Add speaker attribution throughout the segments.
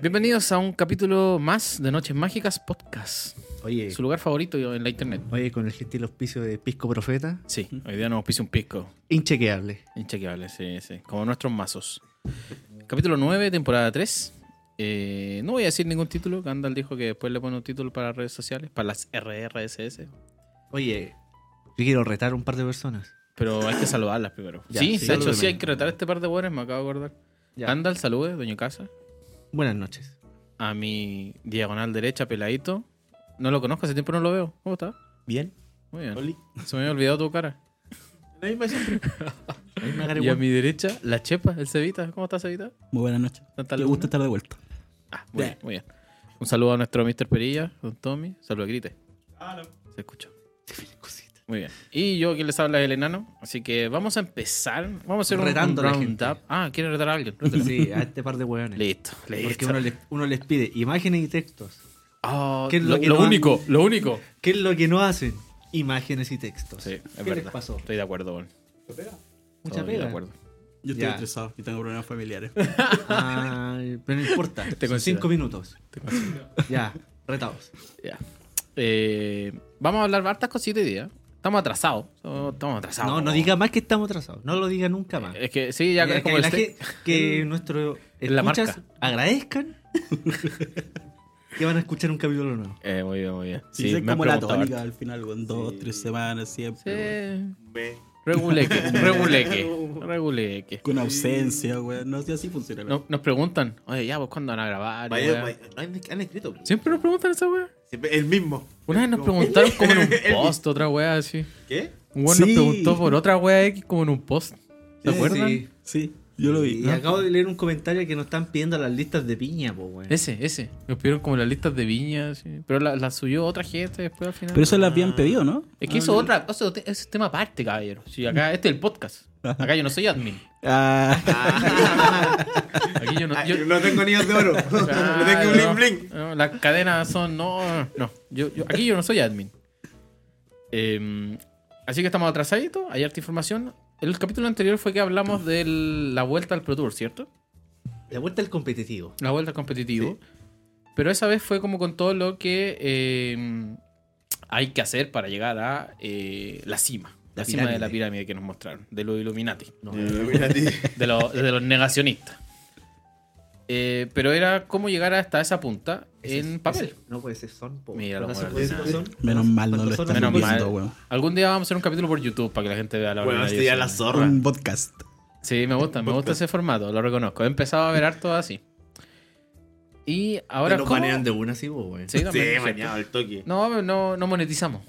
Speaker 1: Bienvenidos a un capítulo más de Noches Mágicas Podcast.
Speaker 2: Oye,
Speaker 1: Su lugar favorito en la internet.
Speaker 2: oye, con el gentil auspicio de Pisco Profeta,
Speaker 1: Sí, hoy día nos auspicia un pisco.
Speaker 2: inchequeable.
Speaker 1: Inchequeable, sí, sí. Como nuestros mazos. Capítulo 9, temporada 3. Eh, no voy a decir ningún título. Gandalf dijo que después le pone un título para redes sociales, para las RRSS.
Speaker 2: Oye, yo quiero retar a un par de personas.
Speaker 1: Pero hay que saludarlas primero.
Speaker 2: Ya,
Speaker 1: sí,
Speaker 2: sí,
Speaker 1: se ha hecho
Speaker 2: salúdeme.
Speaker 1: así. Hay que retar a este par de buenos, me acabo de acordar. Gandalf, salude, dueño casa.
Speaker 2: Buenas noches.
Speaker 1: A mi diagonal derecha, peladito. No lo conozco, hace tiempo no lo veo. ¿Cómo está?
Speaker 3: Bien.
Speaker 1: Muy bien.
Speaker 3: Oli.
Speaker 1: Se me había olvidado tu cara.
Speaker 3: La misma siempre. La misma cara
Speaker 1: Y a
Speaker 3: igual.
Speaker 1: mi derecha, la chepa, el Cevita. ¿Cómo está Cevita?
Speaker 3: Muy buenas noches.
Speaker 1: Tanta
Speaker 3: Me
Speaker 1: laguna.
Speaker 3: gusta estar de vuelta.
Speaker 1: Ah, muy bien, muy bien. Un saludo a nuestro Mr. Perilla, don Tommy. Saludos, grite. Se escuchó. Muy bien. Y yo, quien les habla es el enano. Así que vamos a empezar. Vamos a hacer
Speaker 2: Retando a la
Speaker 1: un round
Speaker 2: gente.
Speaker 1: up. Ah, ¿quiere retar a alguien? Rétalo.
Speaker 2: Sí, a este par de hueones.
Speaker 1: Listo,
Speaker 2: Porque
Speaker 1: listo.
Speaker 2: uno les, uno les pide imágenes y textos.
Speaker 1: Ah,
Speaker 2: ¿Qué es
Speaker 1: lo,
Speaker 2: lo que
Speaker 1: lo
Speaker 2: no han-
Speaker 1: único, lo único.
Speaker 2: ¿Qué es lo que no hacen? Imágenes y textos.
Speaker 1: Sí, es
Speaker 2: ¿Qué
Speaker 1: verdad.
Speaker 2: les pasó?
Speaker 1: Estoy de acuerdo, Bon.
Speaker 2: Mucha
Speaker 1: Estoy de
Speaker 2: pega.
Speaker 1: acuerdo.
Speaker 3: Yo estoy
Speaker 2: Ya.
Speaker 3: estresado y tengo problemas familiares.
Speaker 2: Ay, pero no importa.
Speaker 1: Te
Speaker 2: Son
Speaker 1: considero.
Speaker 2: cinco minutos. Ya, retados.
Speaker 1: Ya. Eh, vamos a hablar hartas cositas hoy día. Estamos atrasados. Estamos atrasados.
Speaker 2: No, no diga más que estamos atrasados. No lo diga nunca más.
Speaker 1: Es que sí, ya
Speaker 2: Mira,
Speaker 1: es como
Speaker 2: que,
Speaker 1: el
Speaker 2: la
Speaker 1: steak.
Speaker 2: ge- que nuestro
Speaker 1: En la
Speaker 2: escuchas
Speaker 1: marca.
Speaker 2: agradezcan que van a escuchar un capítulo nuevo.
Speaker 1: Eh, muy bien, muy bien.
Speaker 3: Sí, es como
Speaker 1: han
Speaker 3: la
Speaker 1: preguntado
Speaker 3: tónica
Speaker 1: harto.
Speaker 3: al final, con dos, tres semanas siempre.
Speaker 1: Sí. Reguleque, reguleque, reguleque.
Speaker 3: weón. Con ausencia, weón. No sé, así funciona. la-
Speaker 1: No- nos preguntan, oye, ya, pues cuándo van a grabar?
Speaker 4: Vaya,
Speaker 1: Weá.
Speaker 4: vaya, no han, han escrito.
Speaker 1: Siempre nos preguntan esa weá.
Speaker 4: Siempre- el mismo.
Speaker 1: Una vez nos
Speaker 4: Como-
Speaker 1: preguntaron como en un
Speaker 4: El-
Speaker 1: post, otra weá así.
Speaker 4: ¿Qué?
Speaker 1: Un weón
Speaker 3: Sí.
Speaker 1: nos preguntó por otra weá X como en un post. ¿Se
Speaker 3: Sí,
Speaker 1: acuerdan?
Speaker 2: Sí.
Speaker 3: Sí, yo lo vi.
Speaker 2: Y
Speaker 3: ¿no?
Speaker 2: acabo de leer un comentario que nos están pidiendo las listas de piña, po, weón.
Speaker 1: Ese, ese. Nos pidieron como las listas de viñas, pero la- las subió otra gente después al final.
Speaker 3: Pero eso lo habían pedido, ¿no?
Speaker 1: Es
Speaker 4: Ah,
Speaker 1: que eso otra, eso te- ese es tema aparte, caballero. Si
Speaker 4: Mm.
Speaker 1: acá, este es el podcast. Acá yo no soy admin.
Speaker 3: Ah,
Speaker 1: Aquí yo no,
Speaker 4: Ah,
Speaker 1: yo-
Speaker 4: yo no tengo anillos de oro. no tengo
Speaker 1: Claro.
Speaker 4: bling bling.
Speaker 1: No, las cadenas son. No, no. Yo, yo- aquí yo no soy admin. Eh, así que estamos atrasaditos. Hay harta información. El capítulo anterior fue que hablamos de la vuelta al Pro Tour, ¿cierto?
Speaker 2: La vuelta al competitivo.
Speaker 1: La vuelta al competitivo. Pero esa vez fue como con todo lo que eh, hay que hacer para llegar a eh, la cima. La,
Speaker 2: La
Speaker 1: cima de la
Speaker 2: pirámide.
Speaker 1: pirámide que nos mostraron, de los Illuminati
Speaker 2: No,
Speaker 4: Eh, Mira a ti.
Speaker 1: de, los- de los negacionistas. Eh, pero era cómo llegar hasta esa punta
Speaker 2: ese-
Speaker 1: en papel.
Speaker 2: ese- No puede ser son, po.
Speaker 1: Mira,
Speaker 2: ¿Cuántas
Speaker 1: lo
Speaker 2: son? ¿Cuántas son?
Speaker 3: menos mal no lo
Speaker 2: ¿Cuántas son?
Speaker 3: están
Speaker 1: Menos mal.
Speaker 3: viendo, weón.
Speaker 1: pues, Algún día vamos a hacer un capítulo por YouTube para que la gente vea la
Speaker 4: Bueno,
Speaker 1: verdad.
Speaker 4: estoy a la zorra.
Speaker 3: Un podcast.
Speaker 1: Sí, me gusta, me gusta ese formato, lo reconozco. He empezado a ver harto así. Y ahora.
Speaker 2: Te lo
Speaker 1: ¿cómo?
Speaker 2: banean de una, sí, po, weón.
Speaker 1: Sí,
Speaker 4: Sí,
Speaker 1: también,
Speaker 4: bañado al toque.
Speaker 1: No, no, no monetizamos.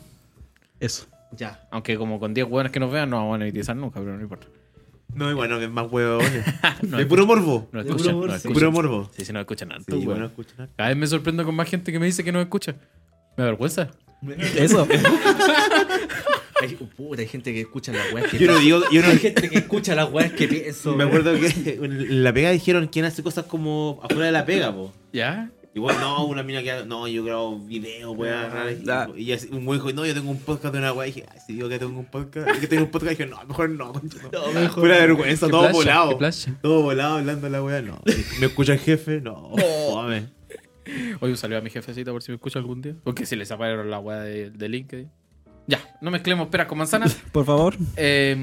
Speaker 3: Eso.
Speaker 2: Ya.
Speaker 1: Aunque como con 10 hueones que nos vean, no vamos a monetizar nunca, pero no importa.
Speaker 4: No, y bueno, es más huevones.
Speaker 1: No,
Speaker 4: de puro morbo.
Speaker 1: no
Speaker 2: de
Speaker 1: escuchan,
Speaker 2: puro
Speaker 1: no
Speaker 2: bolso.
Speaker 4: De
Speaker 1: escuchan.
Speaker 4: puro morbo.
Speaker 1: Sí, sí, no escuchan harto,
Speaker 4: Sí,
Speaker 1: hueón.
Speaker 4: bueno, escucha. nada.
Speaker 1: Cada vez me sorprendo con más gente que me dice que no escucha. Me avergüenza.
Speaker 3: Eso.
Speaker 2: Hay, puta, hay gente que escucha las weas que
Speaker 4: Yo no digo, yo no
Speaker 2: Hay gente que escucha las weas que pienso.
Speaker 4: Me
Speaker 2: weón.
Speaker 4: acuerdo que en la pega dijeron quién hace cosas como afuera de la pega, po.
Speaker 1: ¿Ya?
Speaker 4: Igual, no, una mina que no, yo grabo video, weá, rara, y-
Speaker 3: Ah.
Speaker 4: Y así, un güey dijo, no, yo tengo un podcast de una weá. Y dije, ay, si digo que tengo un podcast, que tengo un podcast, dije, no, mejor no, no mejor Pura vergüenza,
Speaker 1: Qué
Speaker 4: todo
Speaker 1: plancha, qué
Speaker 4: volado.
Speaker 1: plancha.
Speaker 4: Todo volado hablando la weá, no. ¿Me escucha el jefe? No, fome.
Speaker 1: Hoy un saludo a mi jefecita por si me escucha algún día. Porque si le sacaron la weá de, de LinkedIn. Ya, no mezclemos peras con manzanas.
Speaker 3: Por favor.
Speaker 1: Eh,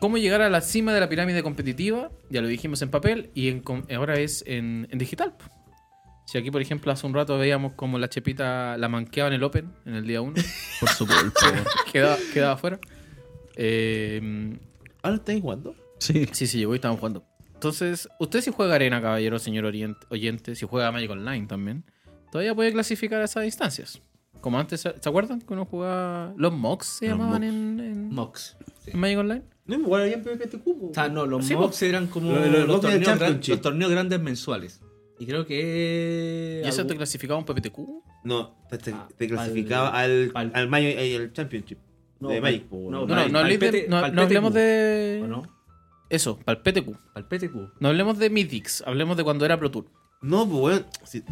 Speaker 1: ¿Cómo llegar a la cima de la pirámide competitiva? Ya lo dijimos en papel y en com- ahora es en, en digital. po. Si aquí, por ejemplo, hace un rato veíamos como la chepita la manqueaba en el Open, en el día 1,
Speaker 3: Por supuesto.
Speaker 1: quedaba, quedaba afuera. Eh,
Speaker 4: ¿Ahora estáis jugando?
Speaker 3: Sí.
Speaker 1: Sí, sí, llegó y estaban jugando. Entonces, usted si juega Arena, caballero, señor orient- oyente, si juega Magic Online también, todavía puede clasificar a esas instancias. Como antes, ¿se se acuerdan que uno jugaba. Los mocks se
Speaker 3: Los
Speaker 1: llamaban
Speaker 3: mocks.
Speaker 1: en, en-
Speaker 2: Mox. sí.
Speaker 1: en Magic Online?
Speaker 4: No, igual había PPT cubo.
Speaker 2: O sea, no, los
Speaker 1: Sí,
Speaker 2: mobs eran como
Speaker 4: pues, Lo- lo-
Speaker 2: los,
Speaker 4: los mobs del
Speaker 2: torneos gran-
Speaker 4: Championship.
Speaker 2: los torneos grandes mensuales. Y creo que.
Speaker 1: ¿Y eso te
Speaker 2: algún-
Speaker 1: clasificaba un PPTQ?
Speaker 4: No, te, te-
Speaker 2: Ah,
Speaker 4: te clasificaba al,
Speaker 2: pal-
Speaker 4: al, Mayo- eh, al Championship.
Speaker 2: No,
Speaker 4: de
Speaker 2: pal-
Speaker 4: Magic, po,
Speaker 2: no,
Speaker 1: No,
Speaker 4: weón.
Speaker 1: no,
Speaker 2: Magic,
Speaker 1: no, hablé de-
Speaker 2: palpete-
Speaker 1: no- no
Speaker 2: palpete
Speaker 1: hablemos
Speaker 2: Q.
Speaker 1: de.
Speaker 2: ¿O no?
Speaker 1: Eso, para el PTQ.
Speaker 2: Al PTQ.
Speaker 1: No hablemos de Mythics, hablemos de cuando era Pro Tour.
Speaker 4: No, pues weón. sí.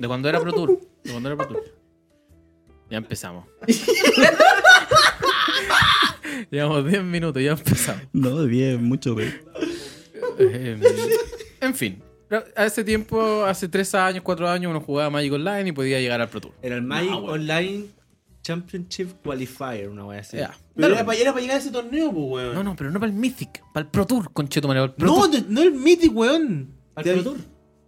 Speaker 1: De cuando era Pro Tour. De cuando era Pro Tour. Ya empezamos. Llevamos 10 minutos, ya empezamos.
Speaker 3: No, bien, mucho, güey.
Speaker 1: Eh, en fin, hace tiempo, hace tres años, cuatro años, uno jugaba Magic Online y podía llegar al Pro Tour.
Speaker 2: Era el Magic
Speaker 4: No, weón.
Speaker 2: Online Championship Qualifier, una wea así.
Speaker 1: Ya.
Speaker 4: Pero
Speaker 1: Dale.
Speaker 4: era para, llegar a ese torneo, pues, weón.
Speaker 1: No, no, pero no para el Mythic, para el Pro Tour, conchetumare, para el Pro
Speaker 4: No,
Speaker 1: Tour.
Speaker 4: de- no el Mythic, weón.
Speaker 2: Al
Speaker 4: Te-
Speaker 2: Pro Tour.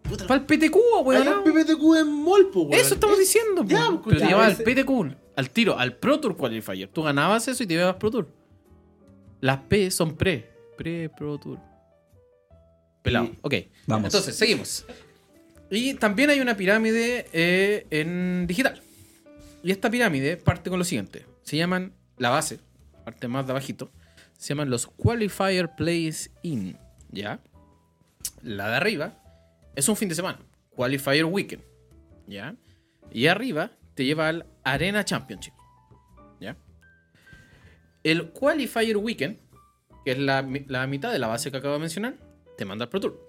Speaker 4: Puta,
Speaker 1: Para el PTQ,
Speaker 4: Hay
Speaker 1: weón.
Speaker 4: un PPTQ en mall, po, weón.
Speaker 1: Eso estamos diciendo,
Speaker 4: ya,
Speaker 1: po.
Speaker 4: pues,
Speaker 1: Pero te
Speaker 4: ya,
Speaker 1: llevabas
Speaker 4: ese-
Speaker 1: al PTQ, al tiro, al Pro Tour Qualifier. Tú ganabas eso y te llevabas Pro Tour. Las P son pre. Pre, Pro Tour. Pelado,
Speaker 4: Y-
Speaker 1: ok.
Speaker 3: Vamos.
Speaker 1: Entonces, seguimos. Y también hay una pirámide eh, en digital. Y esta pirámide parte con lo siguiente. Se llaman la base, parte más de abajito. Se llaman los Qualifier Plays In. ¿Ya? La de arriba es un fin de semana. Qualifier Weekend. ¿Ya? Y arriba te lleva al Arena Championship. ¿Ya? El Qualifier Weekend, que es la, mi- la mitad de la base que acabo de mencionar, te manda al Pro Tour.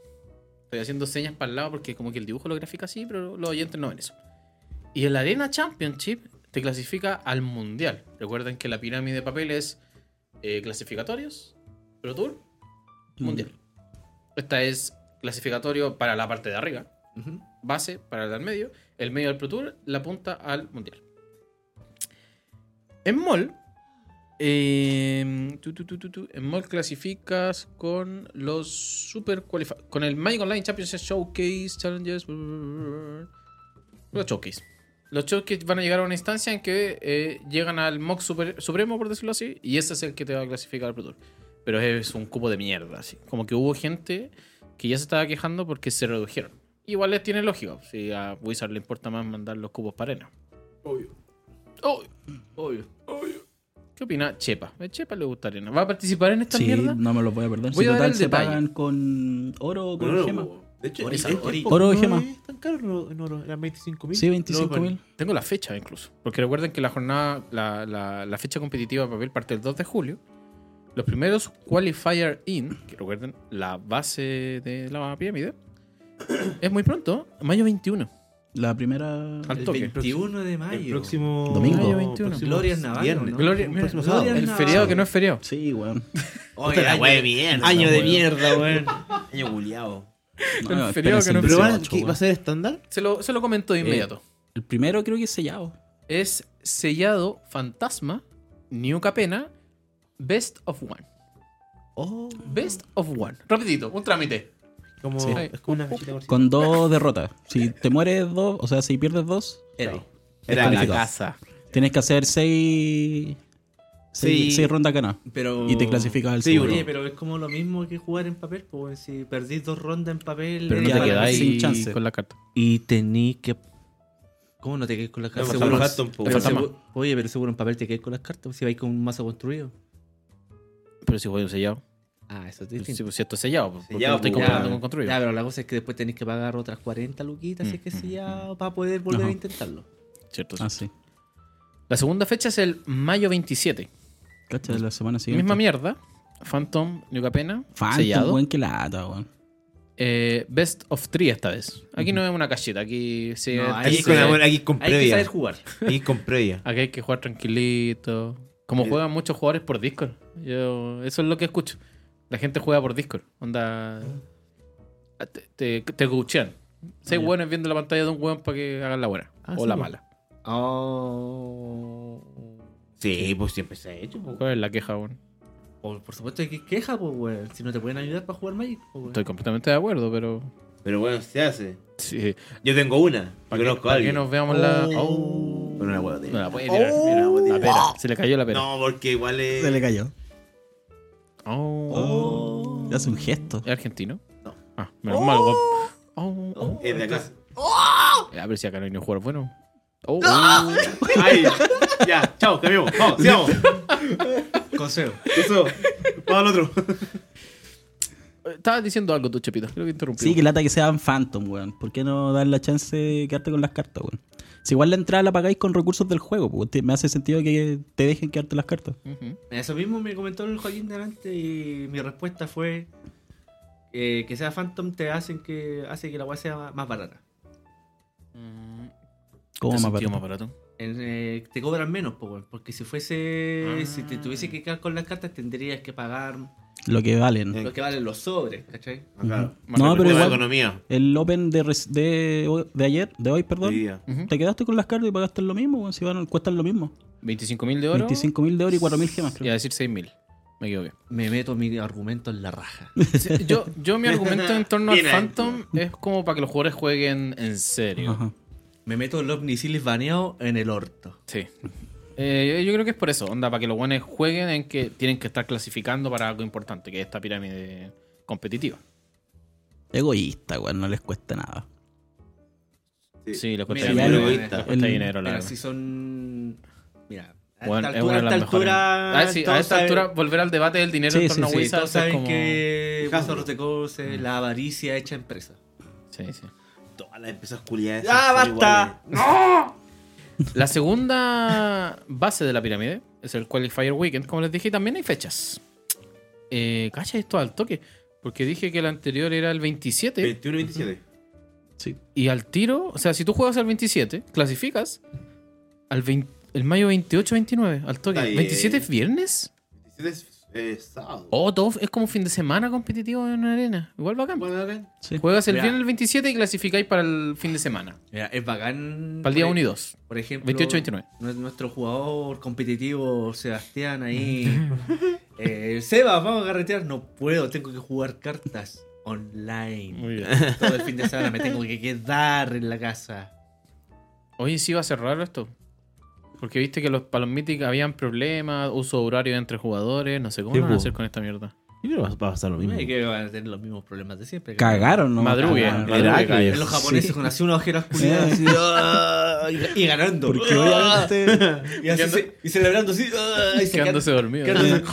Speaker 1: Estoy haciendo señas para el lado porque como que el dibujo lo grafica así, pero los oyentes no ven eso. Y el Arena Championship te clasifica al Mundial. Recuerden que la pirámide de papel es eh, clasificatorios, Pro Tour, Mundial. Esta es clasificatorio para la parte de arriba,
Speaker 2: Ujú.
Speaker 1: base para el del medio, el medio al Pro Tour, la punta al Mundial. En MOL, eh, tu, tu, tu, tu, tu, en MOL clasificas con los Super Qualifiers, con el Magic Online Championship Showcase, Challenges, bla, bla, bla, bla. los Showcase. Los Showcase van a llegar a una instancia en que eh, llegan al Mock Super- Supremo, por decirlo así, y ese es el que te va a clasificar al Pro Tour. Pero es un cupo de mierda, así. Como que hubo gente que ya se estaba quejando porque se redujeron. Igual les tiene lógica. pues, Si a Wizard le importa más mandar los cubos para arena.
Speaker 4: Obvio.
Speaker 1: Oh,
Speaker 2: Obvio.
Speaker 1: ¿Qué opina Chepa? A Chepa le gusta arena. ¿Va a participar en esta
Speaker 3: Sí,
Speaker 1: mierda?
Speaker 3: no me lo voy a perder.
Speaker 1: Voy
Speaker 3: si
Speaker 1: a dar
Speaker 3: total
Speaker 1: el
Speaker 3: se
Speaker 1: detalle.
Speaker 3: pagan con oro o con
Speaker 4: No, no,
Speaker 3: gema.
Speaker 4: po. De hecho,
Speaker 2: Ori,
Speaker 4: es- es-
Speaker 2: Ori.
Speaker 4: es poco-
Speaker 3: Oro de
Speaker 4: no
Speaker 3: gema.
Speaker 4: es tan caro lo- en oro, eran 25 mil.
Speaker 3: Sí, 25 mil.
Speaker 1: Tengo la fecha incluso. Porque recuerden que la jornada, la, la- la fecha competitiva de papel parte el 2 de julio. Los primeros Qualifier In, que recuerden, la base de la pirámide, es muy pronto, mayo 21.
Speaker 3: La primera.
Speaker 1: Al
Speaker 2: El
Speaker 1: toque.
Speaker 2: 21 de
Speaker 4: El
Speaker 2: mayo.
Speaker 4: próximo.
Speaker 3: Domingo.
Speaker 4: próximo
Speaker 1: 21.
Speaker 2: Gloria Navarro,
Speaker 4: viernes.
Speaker 2: ¿no?
Speaker 1: Gloria-
Speaker 4: El
Speaker 1: mira,
Speaker 4: próximo
Speaker 2: Gloria
Speaker 4: sábado.
Speaker 1: El
Speaker 2: Navarro.
Speaker 1: feriado que no es feriado.
Speaker 3: Sí, weón.
Speaker 2: Oye,
Speaker 4: la
Speaker 2: año,
Speaker 4: wea de mierda,
Speaker 2: año de
Speaker 4: weón.
Speaker 2: mierda, weón. año culiao.
Speaker 3: No,
Speaker 1: El feriado
Speaker 3: espérense
Speaker 1: que no
Speaker 3: el
Speaker 4: Pero van-
Speaker 3: 18,
Speaker 4: ¿qué- ¿va a
Speaker 3: weón.
Speaker 4: ser estándar?
Speaker 1: Se lo, se lo comento de inmediato.
Speaker 3: El primero creo que es sellado.
Speaker 1: es sellado fantasma, New Capena, Best of One.
Speaker 2: Oh.
Speaker 1: Best of One. Rapidito, un trámite.
Speaker 4: Como,
Speaker 3: Sí.
Speaker 4: Es como una fichita por sí.
Speaker 3: Con dos derrotas. Si te mueres dos, o sea, si pierdes dos,
Speaker 2: Era.
Speaker 3: chao.
Speaker 4: Era la
Speaker 3: Descalificado.
Speaker 4: casa.
Speaker 3: Tienes que hacer seis. Seis,
Speaker 2: Sí.
Speaker 3: seis rondas ganadas.
Speaker 2: Pero...
Speaker 3: Y te clasificas al
Speaker 4: Sí,
Speaker 3: segundo.
Speaker 2: Oye, pero es como lo mismo que jugar en papel, pues weón. si perdís dos rondas en papel...
Speaker 1: Pero no
Speaker 2: eh,
Speaker 1: te
Speaker 3: Ya,
Speaker 1: quedáis
Speaker 3: sin chance.
Speaker 1: con la carta.
Speaker 2: Y tení que... ¿Cómo no te quedes con las cartas?
Speaker 4: No, pues,
Speaker 2: Seguro-
Speaker 4: Southampton, po.
Speaker 2: pero
Speaker 1: Fantasma.
Speaker 2: seguro- Oye, pero seguro en papel te quedas con las cartas si vais con un mazo construido.
Speaker 1: Pero si voy un sellado.
Speaker 2: Ah, eso es
Speaker 1: Si,
Speaker 2: distinto.
Speaker 1: si esto es pues, sellado, porque
Speaker 4: Sellado,
Speaker 1: lo estoy
Speaker 4: pues,
Speaker 1: comparando
Speaker 4: ya.
Speaker 1: con construido.
Speaker 2: Ya, pero la cosa es que después tenés que pagar otras 40 luquitas,
Speaker 1: Mm,
Speaker 2: así que
Speaker 1: mm,
Speaker 2: sí, ya para poder volver
Speaker 3: Ajá.
Speaker 2: a intentarlo.
Speaker 1: Cierto,
Speaker 3: Ah,
Speaker 1: sí.
Speaker 3: sí.
Speaker 1: La segunda fecha es el mayo 27.
Speaker 3: Cacha, la semana siguiente.
Speaker 1: Misma mierda. Phantom, New Capena,
Speaker 3: Phantom,
Speaker 1: sellado.
Speaker 3: weón, que lata, weón.
Speaker 1: Eh, best of three esta vez. Aquí no es una cacheta, aquí sí
Speaker 2: No,
Speaker 1: es
Speaker 2: ahí
Speaker 4: Aquí
Speaker 1: tercero.
Speaker 4: con amor, aquí con
Speaker 2: Hay que
Speaker 4: previa.
Speaker 2: saber jugar.
Speaker 4: Aquí con previa.
Speaker 1: Aquí hay que jugar tranquilito. Como
Speaker 2: Sí.
Speaker 1: juegan muchos jugadores por Discord. Yo, eso es lo que escucho. La gente juega por Discord. Onda. ah, Te, te, te coachean. Seis
Speaker 3: Ah, ya.
Speaker 1: hueones viendo la pantalla de un hueón para que hagan la buena.
Speaker 2: Ah,
Speaker 1: o
Speaker 2: sí,
Speaker 1: la
Speaker 2: po.
Speaker 1: mala.
Speaker 2: Oh.
Speaker 4: Sí, pues siempre se ha hecho. po.
Speaker 1: ¿Cuál es la queja, hueón?
Speaker 2: O, Oh, por supuesto que queja, pues, weón. Si no te pueden ayudar para jugar Magic, pues, weón.
Speaker 1: Estoy completamente de acuerdo, pero.
Speaker 4: Pero bueno, se hace.
Speaker 1: Sí.
Speaker 4: Yo tengo una. Yo conozco a
Speaker 1: Para que
Speaker 4: alguien.
Speaker 1: nos veamos la.
Speaker 2: Oh.
Speaker 1: Oh.
Speaker 4: Pero una hueá de-
Speaker 1: No la puede tirar. mira, la pera. Se le cayó la pera.
Speaker 4: No, porque igual es.
Speaker 3: Se le cayó.
Speaker 1: Oh.
Speaker 2: Oh.
Speaker 3: Le hace un gesto.
Speaker 1: ¿Es argentino?
Speaker 4: No.
Speaker 1: Ah, menos mal, hueón. Oh, oh.
Speaker 4: Es de acá.
Speaker 1: Ya, pero si acá no hay ni un jugador bueno. Oh,
Speaker 4: Ay, ya, chao, cambiamos. Vamos, sigamos.
Speaker 2: Consejo.
Speaker 4: Eso. Vamos al otro.
Speaker 1: oh. Estabas diciendo algo tú, Chepita. Creo que interrumpí.
Speaker 3: Sí, que lata que sean Phantom, weón. ¿Por qué no dar la chance de quedarte con las cartas, weón? Si igual la entrada la pagáis con recursos del juego, pues te- me hace sentido que te dejen quedarte las cartas.
Speaker 1: Ujú.
Speaker 2: Eso mismo me comentó el Joaquín delante y mi respuesta fue eh, que sea Phantom te hacen que hace que la weá sea más barata.
Speaker 3: ¿Cómo
Speaker 1: ¿Te sentido
Speaker 3: más barato?
Speaker 1: Mm. más barato?
Speaker 2: En, eh, te cobran menos, pues, weón, porque si fuese,
Speaker 1: Ah.
Speaker 2: si te tuviese que quedar con las cartas tendrías que pagar
Speaker 3: lo que valen.
Speaker 4: Eh.
Speaker 2: Los que valen los sobres, ¿cachai?
Speaker 4: Ah, Claro.
Speaker 1: Más
Speaker 3: No, pero
Speaker 4: Buena
Speaker 3: igual-
Speaker 4: economía.
Speaker 3: El Open de, res- de, de ayer, de hoy, perdón,
Speaker 4: Hoy día.
Speaker 1: Ujú.
Speaker 3: te quedaste con las cartas y pagaste lo mismo, weón, si van, cuestan lo mismo.
Speaker 1: 25.000 de oro.
Speaker 3: 25.000 de oro y 4.000 gemas,
Speaker 1: Y a
Speaker 3: creo.
Speaker 1: decir 6.000. Me equivoqué.
Speaker 2: Me meto mi argumento en la raja.
Speaker 1: Sí, Yo, yo mi argumento en torno al
Speaker 4: Bien adentro.
Speaker 1: Phantom es como para que los jugadores jueguen en serio.
Speaker 3: Ajá.
Speaker 2: Me meto el Omnisilis baneado en el orto.
Speaker 1: Sí. Eh, yo creo que es por eso, onda, para que los buenos jueguen en que tienen que estar clasificando para algo importante, que es esta pirámide competitiva.
Speaker 3: Egoísta, weón, no les cuesta nada.
Speaker 1: Sí, le cuesta
Speaker 2: Mira,
Speaker 1: dinero.
Speaker 4: muy
Speaker 1: le
Speaker 4: egoísta.
Speaker 1: cuesta
Speaker 3: El-
Speaker 1: dinero, la
Speaker 2: Pero
Speaker 1: verdad.
Speaker 2: si son. Mira, a
Speaker 1: Bueno,
Speaker 2: esta
Speaker 1: es una
Speaker 2: altura,
Speaker 1: de
Speaker 2: a
Speaker 1: las
Speaker 2: esta
Speaker 1: mejores.
Speaker 2: altura.
Speaker 1: Ah, sí, a
Speaker 2: todos
Speaker 1: esta
Speaker 2: saben-
Speaker 1: altura, volver al debate del dinero
Speaker 3: Sí,
Speaker 1: en torno
Speaker 3: sí,
Speaker 1: a
Speaker 3: sí,
Speaker 1: Wizards
Speaker 2: Todos
Speaker 1: es
Speaker 2: saben
Speaker 1: como-
Speaker 2: que
Speaker 4: Hasbro.
Speaker 2: Wizards of the Coast es eh, la avaricia hecha empresa.
Speaker 1: Sí, sí.
Speaker 4: Todas las empresas culiadas.
Speaker 2: ¡Ah,
Speaker 4: esas son
Speaker 2: basta!
Speaker 1: La segunda base de la pirámide es el Qualifier Weekend. Como les dije, también hay fechas. Eh, Cacha esto al toque. Porque dije que el anterior era el 27.
Speaker 4: iguales. 21 y 27.
Speaker 3: Sí.
Speaker 1: Y al tiro, o sea, si tú juegas al 27, clasificas al 20 el mayo 28, 29, al toque.
Speaker 4: Está bien.
Speaker 1: ¿27 es viernes?
Speaker 4: 27 es eh, sábado.
Speaker 1: Oh, todo es como fin de semana competitivo en una arena. Igual bacán.
Speaker 4: Bueno, acá.
Speaker 3: Sí.
Speaker 1: Juegas el
Speaker 2: Mira.
Speaker 1: viernes el 27 y clasificáis para el fin de semana.
Speaker 2: Mira, es bacán.
Speaker 1: Para el día
Speaker 2: por
Speaker 1: 1 y
Speaker 2: ej-
Speaker 1: 2.
Speaker 2: Por ejemplo,
Speaker 1: 28-29.
Speaker 2: nue- Nuestro jugador competitivo, Sebastián, ahí. eh, Seba, vamos a carretear. No puedo, tengo que jugar cartas online.
Speaker 1: bien.
Speaker 2: Todo el fin de semana me tengo que quedar en la casa.
Speaker 1: Oye, sí va a ser raro esto. Porque viste que los, para los Mythic habían problemas, uso horario entre jugadores, no sé cómo
Speaker 4: Sí,
Speaker 1: lo van a
Speaker 4: po.
Speaker 1: hacer con esta mierda.
Speaker 4: Yo creo que va a pasar lo mismo.
Speaker 2: Y que van a tener los mismos problemas de siempre.
Speaker 3: Cagaron, ¿no?
Speaker 1: Madrugue,
Speaker 3: Cagaron.
Speaker 1: madrugue,
Speaker 4: Heracles.
Speaker 2: En los japoneses
Speaker 3: Sí.
Speaker 2: con así unas ojeras culiadas. así, ¡ah! y, y ganando.
Speaker 3: Porque
Speaker 2: ¡Ah!
Speaker 3: obviamente.
Speaker 2: y, así
Speaker 1: Quedando-
Speaker 2: se- y celebrando así. ¡ah! y se
Speaker 1: Quedándose dormido.
Speaker 2: quedándose-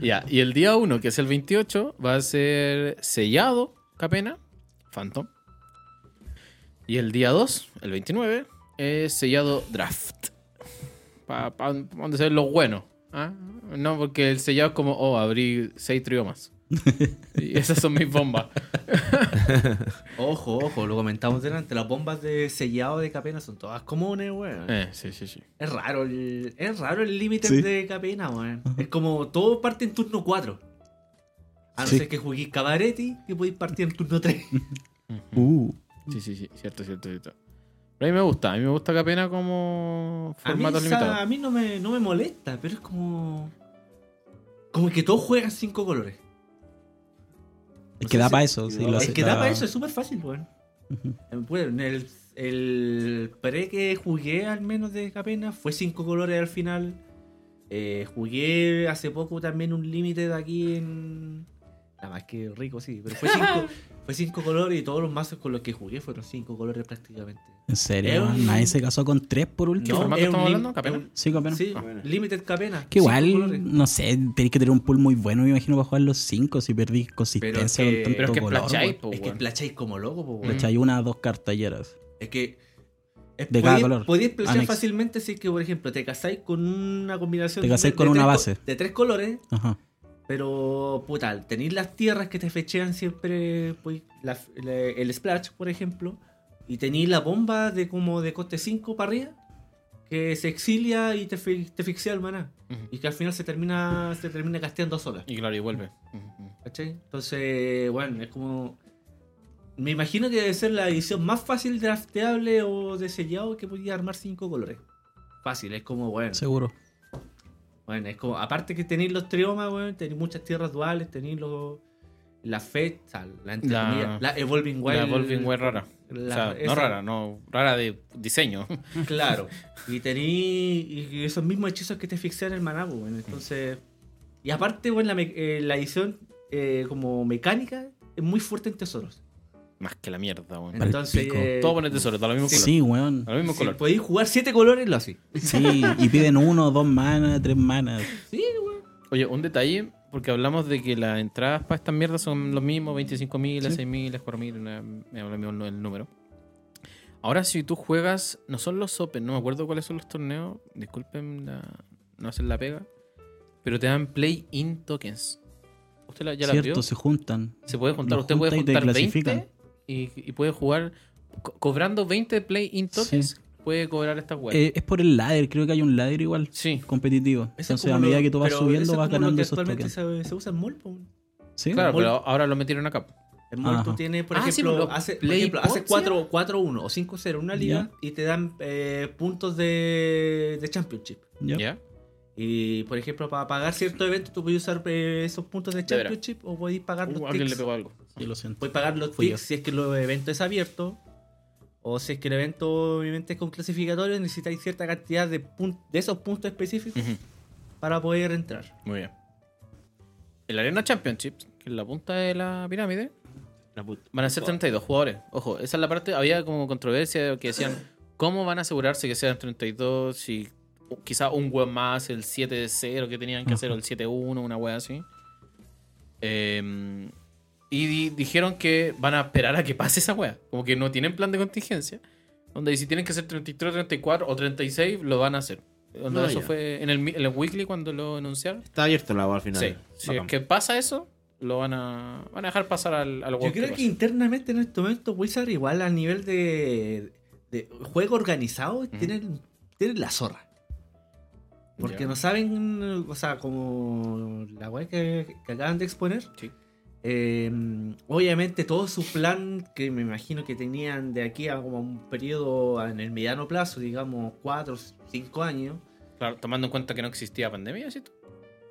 Speaker 1: Ya, y el día 1, que es el 28, va a ser sellado, Capena, Phantom. Y el día 2, el 29, es sellado Draft. Para donde se ven los buenos. ¿ah? No, porque el sellado es como, oh, abrí seis triomas. y esas son mis bombas.
Speaker 2: Ojo, ojo, lo comentamos delante. Las bombas de sellado de capena son todas comunes, weón.
Speaker 1: Eh, sí, sí, sí.
Speaker 2: Es raro el. Es raro el límite
Speaker 3: Sí.
Speaker 2: de capena, weón. Es como todo parte en turno 4. A no
Speaker 3: Sí.
Speaker 2: ser que juguéis cabaretti y podéis partir en turno 3.
Speaker 3: Uh,
Speaker 1: Sí, sí, sí, cierto, cierto, cierto. Pero a mí me gusta, a mí me gusta Capena como
Speaker 2: A mí,
Speaker 1: formato
Speaker 2: esa- a
Speaker 1: limitado.
Speaker 2: mí no, me, no me molesta, pero es como. Como que todos juegan cinco colores.
Speaker 3: es
Speaker 2: No
Speaker 3: que
Speaker 2: sé
Speaker 3: da
Speaker 2: si-
Speaker 3: para eso. sí, lo
Speaker 2: es
Speaker 3: hace-
Speaker 2: que
Speaker 3: da-
Speaker 2: da para eso, es súper fácil, weón.
Speaker 3: Ujú.
Speaker 2: Bueno, en el, el pre que jugué al menos de Capena fue cinco colores al final. Eh, jugué hace poco también un límite de aquí en. Nada más que rico, sí, pero fue cinco, fue cinco colores y todos los mazos con los que jugué fueron cinco colores prácticamente.
Speaker 3: En
Speaker 2: Es
Speaker 3: serio,
Speaker 2: un-
Speaker 3: weón? nadie se casó con tres por último.
Speaker 1: formato
Speaker 2: es un
Speaker 1: estamos
Speaker 2: lim-
Speaker 1: hablando? ¿Capena?
Speaker 2: es un-
Speaker 3: Sí, campeón.
Speaker 2: Sí,
Speaker 4: Ah, bueno.
Speaker 2: Limited Capena.
Speaker 3: Que
Speaker 2: cinco colores.
Speaker 3: igual, no sé, tenéis que tener un pool muy bueno, me imagino, para jugar los cinco si perdís consistencia
Speaker 2: que-
Speaker 3: con
Speaker 1: Pero es
Speaker 3: tanto
Speaker 1: que
Speaker 3: color.
Speaker 1: placháis,
Speaker 3: weón.
Speaker 1: po,
Speaker 2: Es que
Speaker 1: weón.
Speaker 2: placháis como loco, po, weón.
Speaker 1: Mm.
Speaker 3: Placháis una o dos cartalleras.
Speaker 2: Es que. es-
Speaker 3: De cada
Speaker 2: podí-
Speaker 3: color.
Speaker 2: podí expresar
Speaker 3: Anexo.
Speaker 2: fácilmente si es que, por ejemplo, te casáis con una combinación.
Speaker 3: Te casáis
Speaker 2: de-
Speaker 3: con
Speaker 2: de
Speaker 3: una
Speaker 2: tres co-
Speaker 3: base.
Speaker 2: De tres colores,
Speaker 3: Ajá.
Speaker 2: pero puta, tenéis las tierras que te fechean siempre. pues, la- la- el splash, por ejemplo. Y tenéis la bomba de como de coste 5 para arriba. Que se exilia y te, fi- te fixea el maná.
Speaker 1: Ujú.
Speaker 2: Y que al final se termina, se termina casteando sola.
Speaker 1: Y claro, y vuelve. Ujú.
Speaker 2: ¿Cachai? Entonces, bueno, es como. Me imagino que debe ser la edición más fácil drafteable o de sellado que podía armar cinco colores. Fácil, es como, bueno.
Speaker 3: Seguro.
Speaker 2: Bueno, es como. Aparte que tenéis los triomas, bueno, tenéis muchas tierras duales, tenéis los. La FED, o sea, la, entre
Speaker 1: La-
Speaker 2: comillas, la Evolving Wild.
Speaker 1: La Evolving Wild rara.
Speaker 2: la-
Speaker 1: o sea,
Speaker 2: esa-
Speaker 1: no rara, no rara de diseño.
Speaker 2: Claro. Y tení y esos mismos hechizos que te fixean el maná, pues, bueno, Entonces. Y aparte, bueno, la, me- eh, la edición eh, como mecánica es muy fuerte en tesoros.
Speaker 1: Más que la mierda, weón.
Speaker 3: Pal
Speaker 2: Entonces.
Speaker 3: pico.
Speaker 2: eh,
Speaker 1: Todo pone tesoro, da lo mismo color.
Speaker 3: Sí, weón.
Speaker 1: Da lo mismo
Speaker 2: si
Speaker 1: color.
Speaker 2: podéis jugar siete colores, lo así.
Speaker 3: Sí, y piden uno, dos manas, tres manas.
Speaker 1: Oye, un detalle, porque hablamos de que las entradas para estas mierdas son los mismos, 25.000,
Speaker 3: Sí.
Speaker 1: 6.000, 4.000, una- me habla mismo el número. Ahora, si tú juegas, no son los Open, no me acuerdo cuáles son los torneos, disculpen la- no hacer la pega, pero te dan play-in tokens. ¿Usted la- pues, ya la
Speaker 3: Cierto,
Speaker 1: vio?
Speaker 3: se juntan.
Speaker 1: Se puede juntar,
Speaker 3: Los
Speaker 1: usted puede
Speaker 3: junta y te
Speaker 1: juntar 20
Speaker 3: clasifican.
Speaker 1: y, y puede jugar co- cobrando 20 play-in tokens puede cobrar estas weas.
Speaker 3: Eh, es por el ladder, creo que hay un ladder igual
Speaker 1: sí.
Speaker 3: competitivo.
Speaker 2: Eso es
Speaker 3: Entonces,
Speaker 2: como
Speaker 3: a medida
Speaker 2: lo-
Speaker 3: que tú vas
Speaker 2: pero eso
Speaker 3: subiendo,
Speaker 2: es como
Speaker 3: vas
Speaker 2: lo
Speaker 3: ganando
Speaker 2: que
Speaker 3: esos
Speaker 2: actualmente
Speaker 3: tokens.
Speaker 2: se, se usa en Mol. po.
Speaker 3: Sí,
Speaker 1: Claro,
Speaker 2: Mol-
Speaker 1: pero ahora lo metieron acá.
Speaker 2: En Mol tú
Speaker 3: Ajá.
Speaker 2: tienes, por
Speaker 1: Ah, sí,
Speaker 2: ejemplo,
Speaker 1: los
Speaker 2: hace, por
Speaker 1: Play
Speaker 2: ejemplo,
Speaker 1: Pots,
Speaker 2: hace 4 4-1 o 5-0 una liga y te dan eh, puntos de, de Championship.
Speaker 3: ya.
Speaker 1: ¿Ya?
Speaker 2: Y por ejemplo, para pagar cierto evento, tú puedes usar eh, esos puntos de
Speaker 1: De veras.
Speaker 2: Championship o podéis pagar
Speaker 1: Uh,
Speaker 2: los
Speaker 1: alguien le
Speaker 2: tics.
Speaker 1: pegó algo.
Speaker 3: Sí, lo siento.
Speaker 2: Podéis pagar los
Speaker 3: Fui
Speaker 2: tics
Speaker 3: yo.
Speaker 2: si es que el evento es abierto. O si es que el evento obviamente es con clasificatorio, necesitáis cierta cantidad de, pun- de esos puntos específicos
Speaker 1: Ujú.
Speaker 2: para poder entrar.
Speaker 1: Muy bien. El Arena Championship, que es la punta de la pirámide,
Speaker 4: La puta.
Speaker 1: van a ser 32 jugadores. Ojo, esa es la parte. Había como controversia que decían: ¿cómo van a asegurarse que sean 32? Si quizá un web más, el 7-0 que tenían que hacer, o el 7-1, una web así. Eh, y di- dijeron que van a esperar a que pase esa wea. Como que no tienen plan de contingencia. Donde si tienen que ser 33, 34 o 36, lo van a hacer. Onda,
Speaker 4: Ah,
Speaker 1: eso
Speaker 4: ya.
Speaker 1: fue en el, mi- en el weekly cuando lo anunciaron.
Speaker 4: Está abierto la agua al final.
Speaker 1: Sí, si es
Speaker 4: Bacán.
Speaker 1: que pasa eso, lo van a, van a dejar pasar al, al
Speaker 2: Yo
Speaker 1: World
Speaker 2: creo
Speaker 1: Cup.
Speaker 2: que internamente en este momento Wizard igual a nivel de, de juego organizado tienen, tienen la zorra. Porque
Speaker 1: Ya.
Speaker 2: no saben, o sea, como la web que, que acaban de exponer.
Speaker 1: Sí.
Speaker 2: eh, obviamente todo su plan que me imagino que tenían de aquí a como un periodo en el mediano plazo, digamos 4 5 años,
Speaker 1: Claro, tomando en cuenta que no existía pandemia, ¿sí?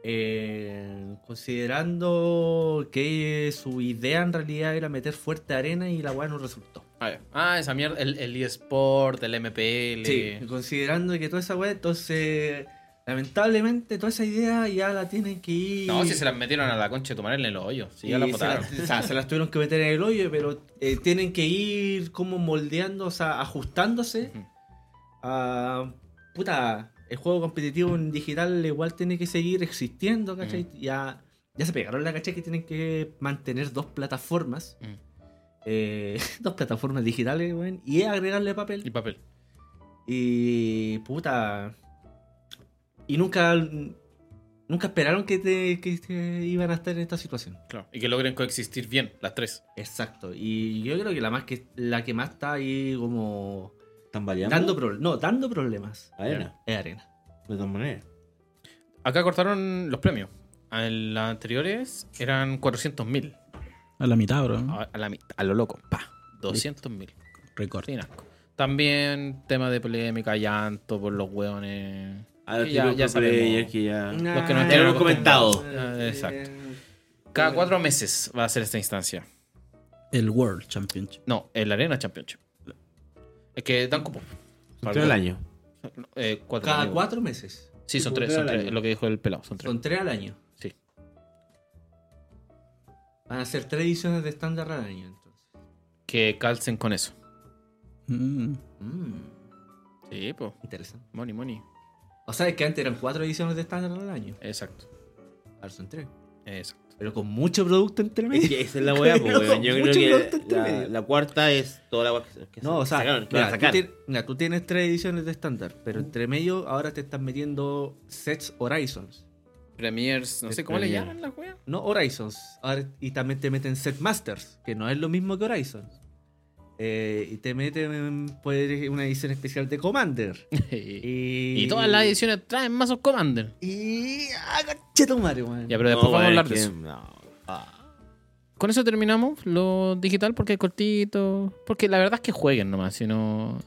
Speaker 2: eh, considerando que su idea en realidad era meter fuerte arena y la weá no resultó.
Speaker 1: Ah, ya. Ah, esa mierda, el, el eSport, el MPL.
Speaker 2: Sí, Eh, considerando que toda esa weá, entonces lamentablemente toda esa idea ya la tienen que ir...
Speaker 1: No, si se las metieron a la concha de tu madre en los hoyos. Si ya
Speaker 2: Y
Speaker 1: la
Speaker 2: se
Speaker 1: botaron.
Speaker 2: las- o sea, se las tuvieron que meter en el hoyo, pero eh, tienen que ir como moldeando, o sea, ajustándose
Speaker 1: Ujú.
Speaker 2: a... Ah, Puta, el juego competitivo en digital igual tiene que seguir existiendo,
Speaker 1: Mm.
Speaker 2: ¿cachai? Ya, ya se pegaron la cachai que tienen que mantener dos plataformas,
Speaker 1: Mm,
Speaker 2: eh, dos plataformas digitales, weón, y agregarle
Speaker 1: Y
Speaker 2: papel.
Speaker 1: papel.
Speaker 2: Y... Puta... Y nunca... Nunca esperaron que, te, que te iban a estar en esta situación.
Speaker 1: Claro. Y que logren coexistir bien, las tres.
Speaker 2: Exacto. Y yo creo que la más que la que más está ahí como
Speaker 4: ¿Están variando?
Speaker 2: dando problemas. No, dando problemas.
Speaker 4: Arena,
Speaker 2: Es arena.
Speaker 4: de todas maneras.
Speaker 1: Acá cortaron los premios. En las anteriores eran 400 mil.
Speaker 3: A la mitad, bro. ¿no?
Speaker 1: A, a la mitad, a lo loco. Pa. 200 mil.
Speaker 3: Recorte.
Speaker 1: Sin asco. También tema de polémica, llanto por los hueones.
Speaker 4: A los
Speaker 1: Que ya-
Speaker 4: típicos
Speaker 1: ya
Speaker 4: players
Speaker 1: sabemos.
Speaker 4: que ya...
Speaker 2: Ah,
Speaker 1: Los que no
Speaker 4: estén
Speaker 2: hemos
Speaker 4: comentado.
Speaker 2: Ah,
Speaker 1: Exacto. Cada cuatro meses va a ser esta instancia.
Speaker 3: El World Championship.
Speaker 1: No, el Arena Championship. Es que dan cupo.
Speaker 4: Todo el año.
Speaker 1: Eh, cuatro,
Speaker 2: Cada
Speaker 1: digo.
Speaker 2: cuatro meses.
Speaker 1: Sí, son
Speaker 4: Tipo,
Speaker 1: tres,
Speaker 4: tres
Speaker 1: son
Speaker 4: al
Speaker 1: tres,
Speaker 4: año.
Speaker 1: Lo que dijo el pelado, son tres.
Speaker 2: Son tres al año.
Speaker 1: Sí.
Speaker 2: Van a ser tres ediciones de estándar al año, entonces.
Speaker 1: Que calcen con eso.
Speaker 3: Mm.
Speaker 2: Mm,
Speaker 1: Sí, pues.
Speaker 2: interesante.
Speaker 1: Money, money.
Speaker 2: O sea, es que antes eran cuatro ediciones de estándar al año.
Speaker 1: Exacto.
Speaker 2: Ahora son tres.
Speaker 1: Exacto.
Speaker 2: Pero con mucho producto entre
Speaker 4: Es
Speaker 2: medio.
Speaker 4: que esa es la weá, po,
Speaker 2: Pero
Speaker 4: weón. Yo
Speaker 2: son
Speaker 4: creo
Speaker 2: muchos
Speaker 4: que
Speaker 2: productos entre
Speaker 4: la,
Speaker 2: medio.
Speaker 4: la cuarta es toda la weá que, que
Speaker 2: No, o sea,
Speaker 4: sacaron, que
Speaker 2: mira,
Speaker 4: van a
Speaker 2: tú
Speaker 4: sacar.
Speaker 2: tien- mira, tú tienes tres ediciones de estándar, pero entre medio ahora te están metiendo sets Horizons.
Speaker 1: Premiers, no
Speaker 4: El
Speaker 1: sé cómo le
Speaker 4: Premier.
Speaker 1: llaman las weas.
Speaker 2: No Horizons. ahora- y también te meten set Masters, que no es lo mismo que Horizons. Eh, y te meten pues, una edición especial de Commander.
Speaker 1: y,
Speaker 2: Y,
Speaker 1: todas las ediciones traen mazos Commander.
Speaker 2: Y. ¡Ah, conchetumare, weón!
Speaker 1: Ya, pero después
Speaker 4: No,
Speaker 1: vamos a
Speaker 4: weón,
Speaker 1: hablar
Speaker 4: es
Speaker 1: de
Speaker 4: que-
Speaker 1: eso.
Speaker 4: no. Ah.
Speaker 1: Con eso terminamos lo digital porque es cortito. Porque la verdad es que jueguen nomás, sino.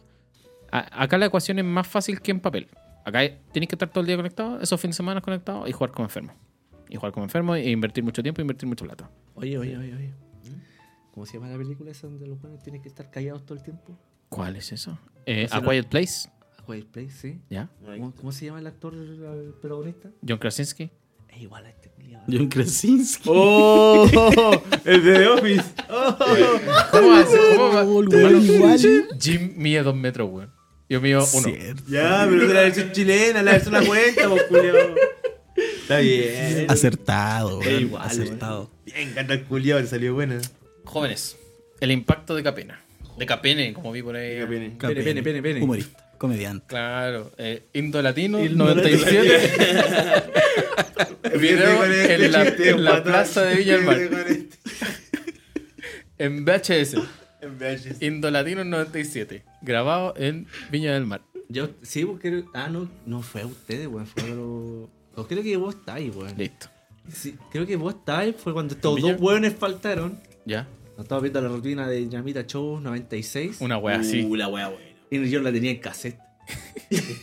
Speaker 1: a- acá la ecuación es más fácil que en papel. Acá es- tienes que estar todo el día conectado, esos fines de semana conectado y jugar como enfermo. Y jugar como enfermo e invertir mucho tiempo e invertir mucho plata.
Speaker 2: Oye, oye, oye, oye. ¿Mm? ¿Cómo se llama la película esa donde los buenos tienen que estar callados todo el tiempo?
Speaker 1: ¿Cuál es eso? Eh,
Speaker 2: Así
Speaker 1: a
Speaker 2: no-
Speaker 1: Quiet Place,
Speaker 2: A Quiet Place, sí.
Speaker 1: ¿ya?
Speaker 2: ¿Cómo, cómo se llama el actor, el protagonista?
Speaker 1: John Krasinski.
Speaker 2: Es igual a este culiao.
Speaker 3: John Krasinski.
Speaker 4: ¡Oh! El de The Office.
Speaker 1: ¿Cómo va a ser? ¿Cómo va-
Speaker 3: Oh, el
Speaker 1: hermano,
Speaker 3: weón igual.
Speaker 1: Jim mide dos metros, weón. Yo mío uno.
Speaker 3: Cierto.
Speaker 4: Ya, pero de la versión chilena, la versión la cuenta, vos, culiao. Está bien.
Speaker 3: Acertado,
Speaker 4: Es
Speaker 3: weón.
Speaker 4: igual, weón.
Speaker 3: Acertado.
Speaker 4: Bien, canta el culiao, le salió buena.
Speaker 1: Jóvenes, el impacto de Capena. De Capene, como vi por ahí.
Speaker 4: Capene.
Speaker 2: Pene, pene, pene, pene.
Speaker 3: Humorista, comediante.
Speaker 1: Claro, eh, Indo Latino
Speaker 4: Indo
Speaker 1: 97. Video
Speaker 4: este
Speaker 1: en la, en la plaza de Villa del Mar, en VHS.
Speaker 4: En VHS.
Speaker 1: Indolatino 97, grabado en Viña del Mar.
Speaker 2: Yo, sí, porque. Ah, no, no fue a ustedes, weón. Fue a los. o creo que vos estáis, weón.
Speaker 1: Listo.
Speaker 2: Sí, creo que vos estáis, fue cuando estos
Speaker 1: Villa-
Speaker 2: dos weones faltaron.
Speaker 1: ¿Ya?
Speaker 2: Nos estaba viendo la rutina de Yamita Show 96.
Speaker 1: Una wea así.
Speaker 4: Uh, la wea buena.
Speaker 2: Y yo la tenía en cassette.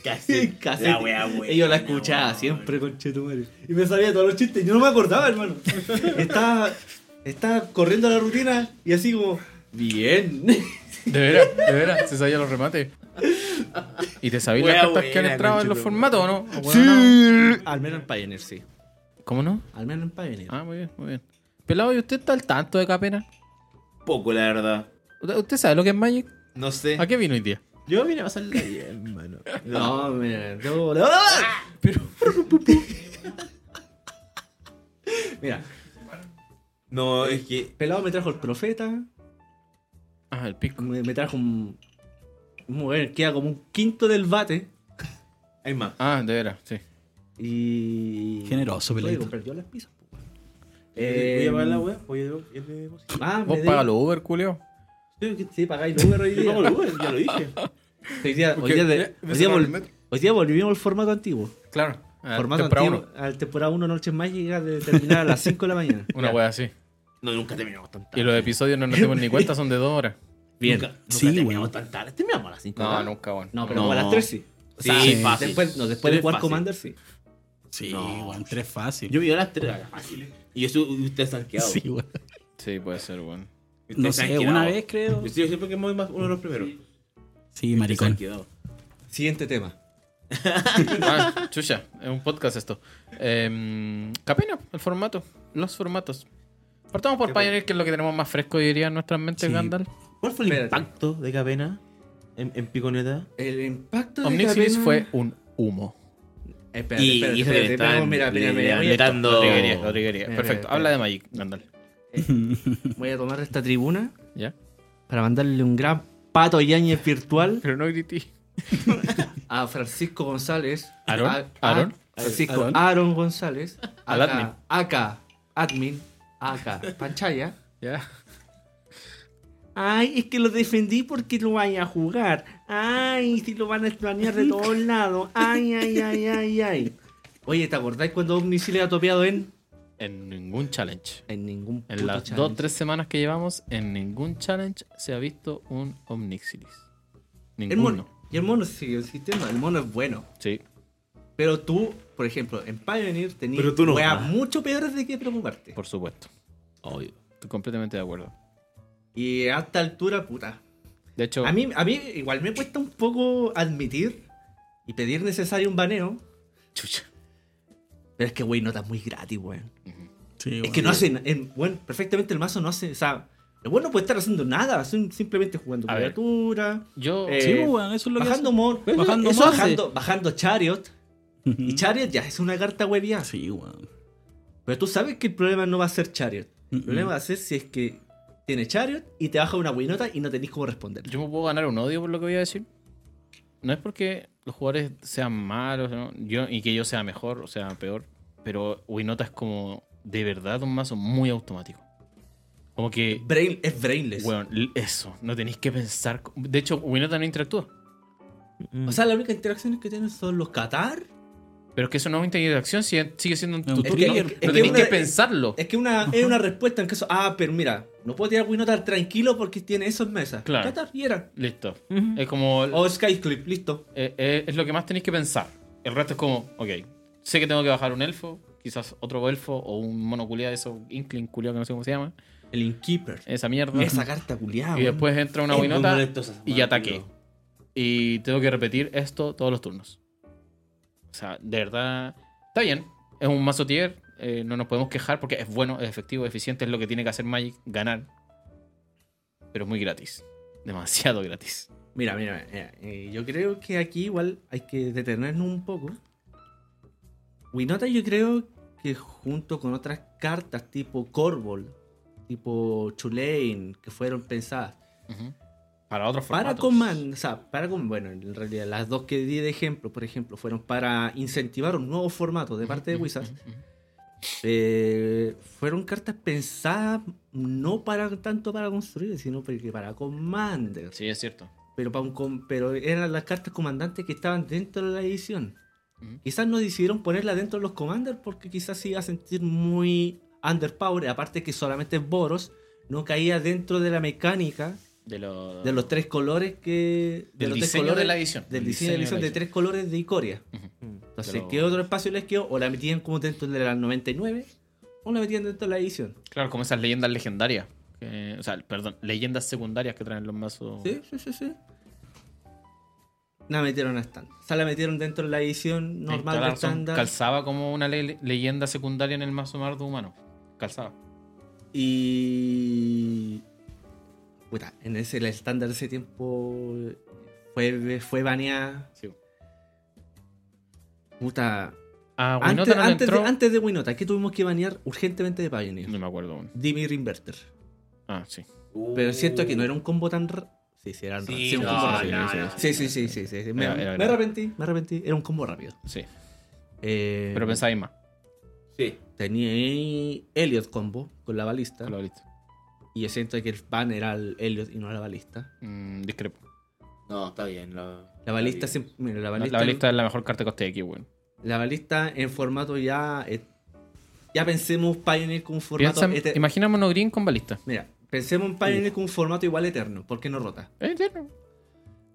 Speaker 4: Casi.
Speaker 2: En cassette.
Speaker 4: La wea buena.
Speaker 2: Y yo la escuchaba
Speaker 4: weón.
Speaker 2: siempre, conchetumare. Y me sabía todos los chistes. Yo no me acordaba, hermano. Y estaba, estaba corriendo la rutina y así como. Bien.
Speaker 1: De veras, de veras, se sabía los remates. ¿Y te sabéis las
Speaker 4: Wea
Speaker 1: cartas que han
Speaker 4: buena,
Speaker 1: entrado en los
Speaker 4: conchetumare.
Speaker 1: formatos o no? ¿O bueno,
Speaker 2: Al menos en Pioneer, sí.
Speaker 1: no? ¿Cómo no?
Speaker 2: Al menos en Pioneer.
Speaker 1: Ah, muy bien, muy bien. Pelado, ¿y usted está al tanto de Capena?
Speaker 4: Poco, la verdad.
Speaker 1: ¿Usted- ¿Usted sabe lo que es Magic?
Speaker 4: No sé.
Speaker 1: ¿A qué vino hoy día?
Speaker 4: Ah, Yo vine a pasar la vida, hermano.
Speaker 2: No, mira, yo. ¡Ah!
Speaker 1: Pero,
Speaker 2: Mira,
Speaker 4: No, es que.
Speaker 2: Pelado me trajo el profeta.
Speaker 1: ah, el pico.
Speaker 2: Me, me trajo un. un weón que era como un quinto del bate.
Speaker 4: Hay más.
Speaker 1: Ah, de veras, sí.
Speaker 2: Y.
Speaker 3: Generoso,
Speaker 2: Oye, pues,
Speaker 3: Peladito.
Speaker 2: perdió las pizzas, po, weón.
Speaker 4: Voy a pagar la
Speaker 2: Eh,
Speaker 4: wea. Voy a ir de música.
Speaker 2: Ah,
Speaker 1: Vos
Speaker 2: me
Speaker 1: pagas los Uber, culeo.
Speaker 2: Sí, que- sí, pagáis el Uber hoy
Speaker 4: Yo pago
Speaker 2: día.
Speaker 4: el Uber, ya lo dije.
Speaker 2: Hoy día, hoy
Speaker 1: Porque-
Speaker 2: día, de-
Speaker 1: eh, me
Speaker 2: hoy día
Speaker 1: sacaron
Speaker 2: vol-
Speaker 1: el metro.
Speaker 2: hoy día volvimos al formato antiguo.
Speaker 1: Claro. Ah,
Speaker 2: formato
Speaker 1: temporada
Speaker 2: antiguo. Al temporada 1 Noches Mágicas de terminar a las 5 de la mañana.
Speaker 1: uno. Una wea así.
Speaker 4: No, nunca terminamos tan tarde.
Speaker 1: Y los episodios no nos dimos ni cuenta, son de dos horas.
Speaker 2: Bien.
Speaker 4: Nunca, nunca
Speaker 3: Sí,
Speaker 4: terminamos
Speaker 3: weón.
Speaker 4: tan tarde. Terminamos a las 5.
Speaker 1: No, nunca, bueno.
Speaker 2: No, pero
Speaker 4: No.
Speaker 2: a las 3 sí.
Speaker 4: Sí,
Speaker 3: Sí.
Speaker 4: fácil.
Speaker 2: Después, no, después de
Speaker 4: Tres
Speaker 2: jugar
Speaker 4: fácil.
Speaker 2: Commander sí.
Speaker 3: Sí,
Speaker 4: No.
Speaker 3: weón, tres fácil.
Speaker 4: Yo me dio las 3 a las fáciles. Y eso ustedes han quedado.
Speaker 3: sí, weón.
Speaker 1: Sí, puede ser, bueno.
Speaker 4: Ustedes
Speaker 3: No
Speaker 4: se han
Speaker 3: sé,
Speaker 4: quedado.
Speaker 3: una vez creo.
Speaker 4: Yo sí, yo siempre que voy más uno de los primeros.
Speaker 3: Sí,
Speaker 4: Ustedes se han
Speaker 3: maricón.
Speaker 4: quedado.
Speaker 2: Siguiente tema.
Speaker 1: Ah, chucha, es un podcast esto. Eh, Capena, el formato, los formatos. Partamos por Pioneer, que es lo que tenemos más fresco, diría, en nuestras mentes,
Speaker 3: Sí.
Speaker 1: Gandalf.
Speaker 4: ¿Cuál fue el
Speaker 2: Espérate.
Speaker 4: impacto de Capena en, en Piconeta?
Speaker 2: El impacto
Speaker 1: Omnixilis
Speaker 2: Capena-
Speaker 1: fue un humo.
Speaker 2: Espérate, espérate, espérate,
Speaker 4: se
Speaker 2: espérate, mira, mira, mira, voy a-
Speaker 1: Lo triggería, lo triggería.
Speaker 2: Mira,
Speaker 1: Perfecto,
Speaker 2: mira,
Speaker 1: habla
Speaker 2: mira.
Speaker 1: de Magic, Gandalf.
Speaker 2: Voy a tomar esta tribuna
Speaker 1: ¿Ya?
Speaker 2: para mandarle un gran pato Yáñez virtual
Speaker 1: Pero no grité.
Speaker 2: a Francisco González.
Speaker 1: ¿Aarón?
Speaker 2: A- a-
Speaker 1: ¿Aarón?
Speaker 2: Francisco
Speaker 3: ¿Aarón?
Speaker 2: Aaron González.
Speaker 1: Al
Speaker 2: acá-
Speaker 1: admin.
Speaker 2: Acá, admin. Acá, Panchaya.
Speaker 1: ¿Ya?
Speaker 2: Ay, es que lo defendí porque lo vaya a jugar. Ay, si lo van a planear de todos lados. Ay, ay, ay, ay, ay. Oye, ¿te acordáis cuando Omnisile ha topeado en?
Speaker 1: En ningún challenge.
Speaker 2: En ningún puto
Speaker 1: En las
Speaker 2: challenge.
Speaker 1: dos tres semanas que llevamos, en ningún challenge se ha visto un Omnixilis.
Speaker 2: El
Speaker 1: Ninguno.
Speaker 2: mono. Y el mono sigue el sistema. El mono es bueno.
Speaker 1: Sí.
Speaker 2: Pero tú, por ejemplo, en Pioneer tenías
Speaker 4: Pero tú no
Speaker 2: weas
Speaker 4: vas.
Speaker 2: mucho peores de qué preocuparte.
Speaker 1: Por supuesto.
Speaker 4: Obvio.
Speaker 1: Estoy completamente de acuerdo.
Speaker 2: Y a esta altura, puta.
Speaker 1: De hecho,
Speaker 2: A mí, a mí igual me cuesta un poco admitir y pedir necesario un baneo.
Speaker 1: chucha.
Speaker 2: Pero es que, güey, no está muy gratis, weón.
Speaker 3: Sí,
Speaker 2: Es
Speaker 3: weón.
Speaker 2: que no hacen, bueno, perfectamente el mazo no hace, o sea, el weón no puede estar haciendo nada, sim- simplemente jugando
Speaker 1: A ver.
Speaker 2: criatura,
Speaker 1: Yo.
Speaker 2: Eh,
Speaker 3: Sí, pues, weón, eso es lo que
Speaker 2: bajando
Speaker 3: hace.
Speaker 2: mod,
Speaker 3: Bajando
Speaker 2: eso,
Speaker 3: mod,
Speaker 2: bajando, bajando chariot,
Speaker 3: Ujú.
Speaker 2: y chariot ya es una carta hueviada.
Speaker 3: Sí, weón.
Speaker 2: Pero tú sabes que el problema no va a ser Chariot. El
Speaker 3: Mm-mm.
Speaker 2: problema va a ser si es que tiene Chariot y te baja una winota y no tenés cómo responder.
Speaker 1: Yo me puedo ganar un odio por lo que voy a decir. No es porque los jugadores sean malos ¿no? yo, y que yo sea mejor o sea peor, pero Winota es como de verdad un mazo muy automático. Como que,
Speaker 2: Brain, es brainless.
Speaker 1: weón, l- eso, no tenéis que pensar. co- De hecho, Winota no interactúa,
Speaker 2: O sea, las únicas interacciones que tienen son los Qatar.
Speaker 1: pero es que eso no es interacción, si es- sigue siendo un
Speaker 3: Es
Speaker 1: tu
Speaker 3: que-
Speaker 1: trigger.
Speaker 2: es que- es
Speaker 1: no
Speaker 2: que
Speaker 1: tenéis
Speaker 2: una-
Speaker 1: que pensarlo.
Speaker 2: Es que una, es una respuesta en caso. Ah, pero mira, no puedo tirar winota tranquilo porque tiene eso en mesa.
Speaker 1: Claro.
Speaker 2: Qatar, y era.
Speaker 1: Listo. Es como.
Speaker 2: O Skyclip, listo.
Speaker 1: eh, eh, es lo que más tenéis que pensar. El resto es como, ok, sé que tengo que bajar un elfo, quizás otro elfo o un monoculia de esos Inkling culiao que no sé cómo se llama.
Speaker 2: El Inkeeper.
Speaker 1: Esa mierda.
Speaker 2: Esa carta culiada.
Speaker 1: Y después entra una
Speaker 4: Es
Speaker 1: winota
Speaker 4: muy molestosa esa
Speaker 1: y
Speaker 4: weá,
Speaker 1: ataque.
Speaker 4: culiao.
Speaker 1: Y tengo que repetir esto todos los turnos. O sea, de verdad. Está bien. Es un mazo tier. eh, no nos podemos quejar porque es bueno, es efectivo, es eficiente. Es lo que tiene que hacer Magic, ganar. Pero es muy gratis. Demasiado gratis.
Speaker 2: Mira, mira, mira, eh, yo creo que aquí igual hay que detenernos un poco. Winota yo creo que junto con otras cartas tipo Corvol, tipo Chulain, que fueron pensadas
Speaker 1: Ujú. Para otros
Speaker 2: para
Speaker 1: formatos.
Speaker 2: Command, o sea, para Command, bueno, en realidad las dos que di de ejemplo, por ejemplo, fueron para incentivar un nuevo formato de parte de
Speaker 1: Ujú,
Speaker 2: Wizards.
Speaker 1: ujú, ujú.
Speaker 2: Eh, fueron cartas pensadas no para tanto para construir, sino porque para Commander.
Speaker 1: Sí, es cierto.
Speaker 2: Pero, para un com- pero eran las cartas comandantes que estaban dentro de la edición.
Speaker 1: Ujú.
Speaker 2: Quizás no decidieron ponerla dentro de los Commander porque quizás se iba a sentir muy underpowered. Aparte que solamente Boros no caía dentro de la mecánica
Speaker 1: De, lo-
Speaker 2: de los tres colores que. de
Speaker 1: del
Speaker 2: los tres
Speaker 1: diseño
Speaker 2: colores-
Speaker 1: de la edición.
Speaker 2: Del diseño de la edición de tres colores de Icoria. Entonces,
Speaker 1: Pero-
Speaker 2: ¿qué otro espacio les quedó? O la metían como dentro de la 99 o la metían dentro de la edición.
Speaker 1: Claro, como esas leyendas legendarias. que- o sea, perdón, leyendas secundarias que traen los mazos.
Speaker 2: Sí, sí, sí, sí. La metieron a stand. O sea, la metieron dentro de la edición
Speaker 1: Tienes
Speaker 2: normal
Speaker 1: toda la
Speaker 2: de
Speaker 1: razón,
Speaker 2: estándar.
Speaker 1: Calzaba como una le- leyenda secundaria en el mazo mardo humano. Calzaba.
Speaker 2: Y. Puta, en ese, el estándar de ese tiempo fue, fue baneada.
Speaker 1: Sí.
Speaker 2: Puta.
Speaker 1: Ah, Winota
Speaker 2: Antes,
Speaker 1: no le
Speaker 2: antes,
Speaker 1: entró.
Speaker 2: de, antes de Winota, ¿qué tuvimos que banear urgentemente de Pioneer?
Speaker 1: No me acuerdo aún.
Speaker 2: Dimir Inverter.
Speaker 1: Ah, sí.
Speaker 2: Mm. Pero siento que no era un combo tan. ra- Sí, sí, era un,
Speaker 4: Sí,
Speaker 2: sí, era un
Speaker 4: no,
Speaker 2: combo
Speaker 4: no,
Speaker 2: rápido.
Speaker 4: no,
Speaker 2: sí, sí, sí, sí, sí, sí. Me,
Speaker 1: Era- era
Speaker 2: me
Speaker 1: grave.
Speaker 2: arrepentí, me arrepentí. Era un combo rápido.
Speaker 1: Sí.
Speaker 2: Eh,
Speaker 1: Pero pensáis más.
Speaker 4: Sí.
Speaker 2: Tenía ahí Elliot combo con la balista.
Speaker 1: Lo abriste.
Speaker 2: Y yo siento que el ban era el Elliot y no la balista.
Speaker 1: Mm, discrepo.
Speaker 4: No, está bien. La,
Speaker 2: La balista
Speaker 4: se
Speaker 2: siempre. mira, la
Speaker 1: La-
Speaker 2: balista.
Speaker 1: La balista es la mejor carta coste de aquí, weón.
Speaker 2: la balista en formato ya. eh, ya pensemos Pioneer con un formato. este-
Speaker 1: Piensa,
Speaker 2: eter-
Speaker 1: imagina monogreen con balista.
Speaker 2: Mira, pensemos en Pioneer con un formato igual eterno. ¿Por qué no rota?
Speaker 1: Eh, tierno.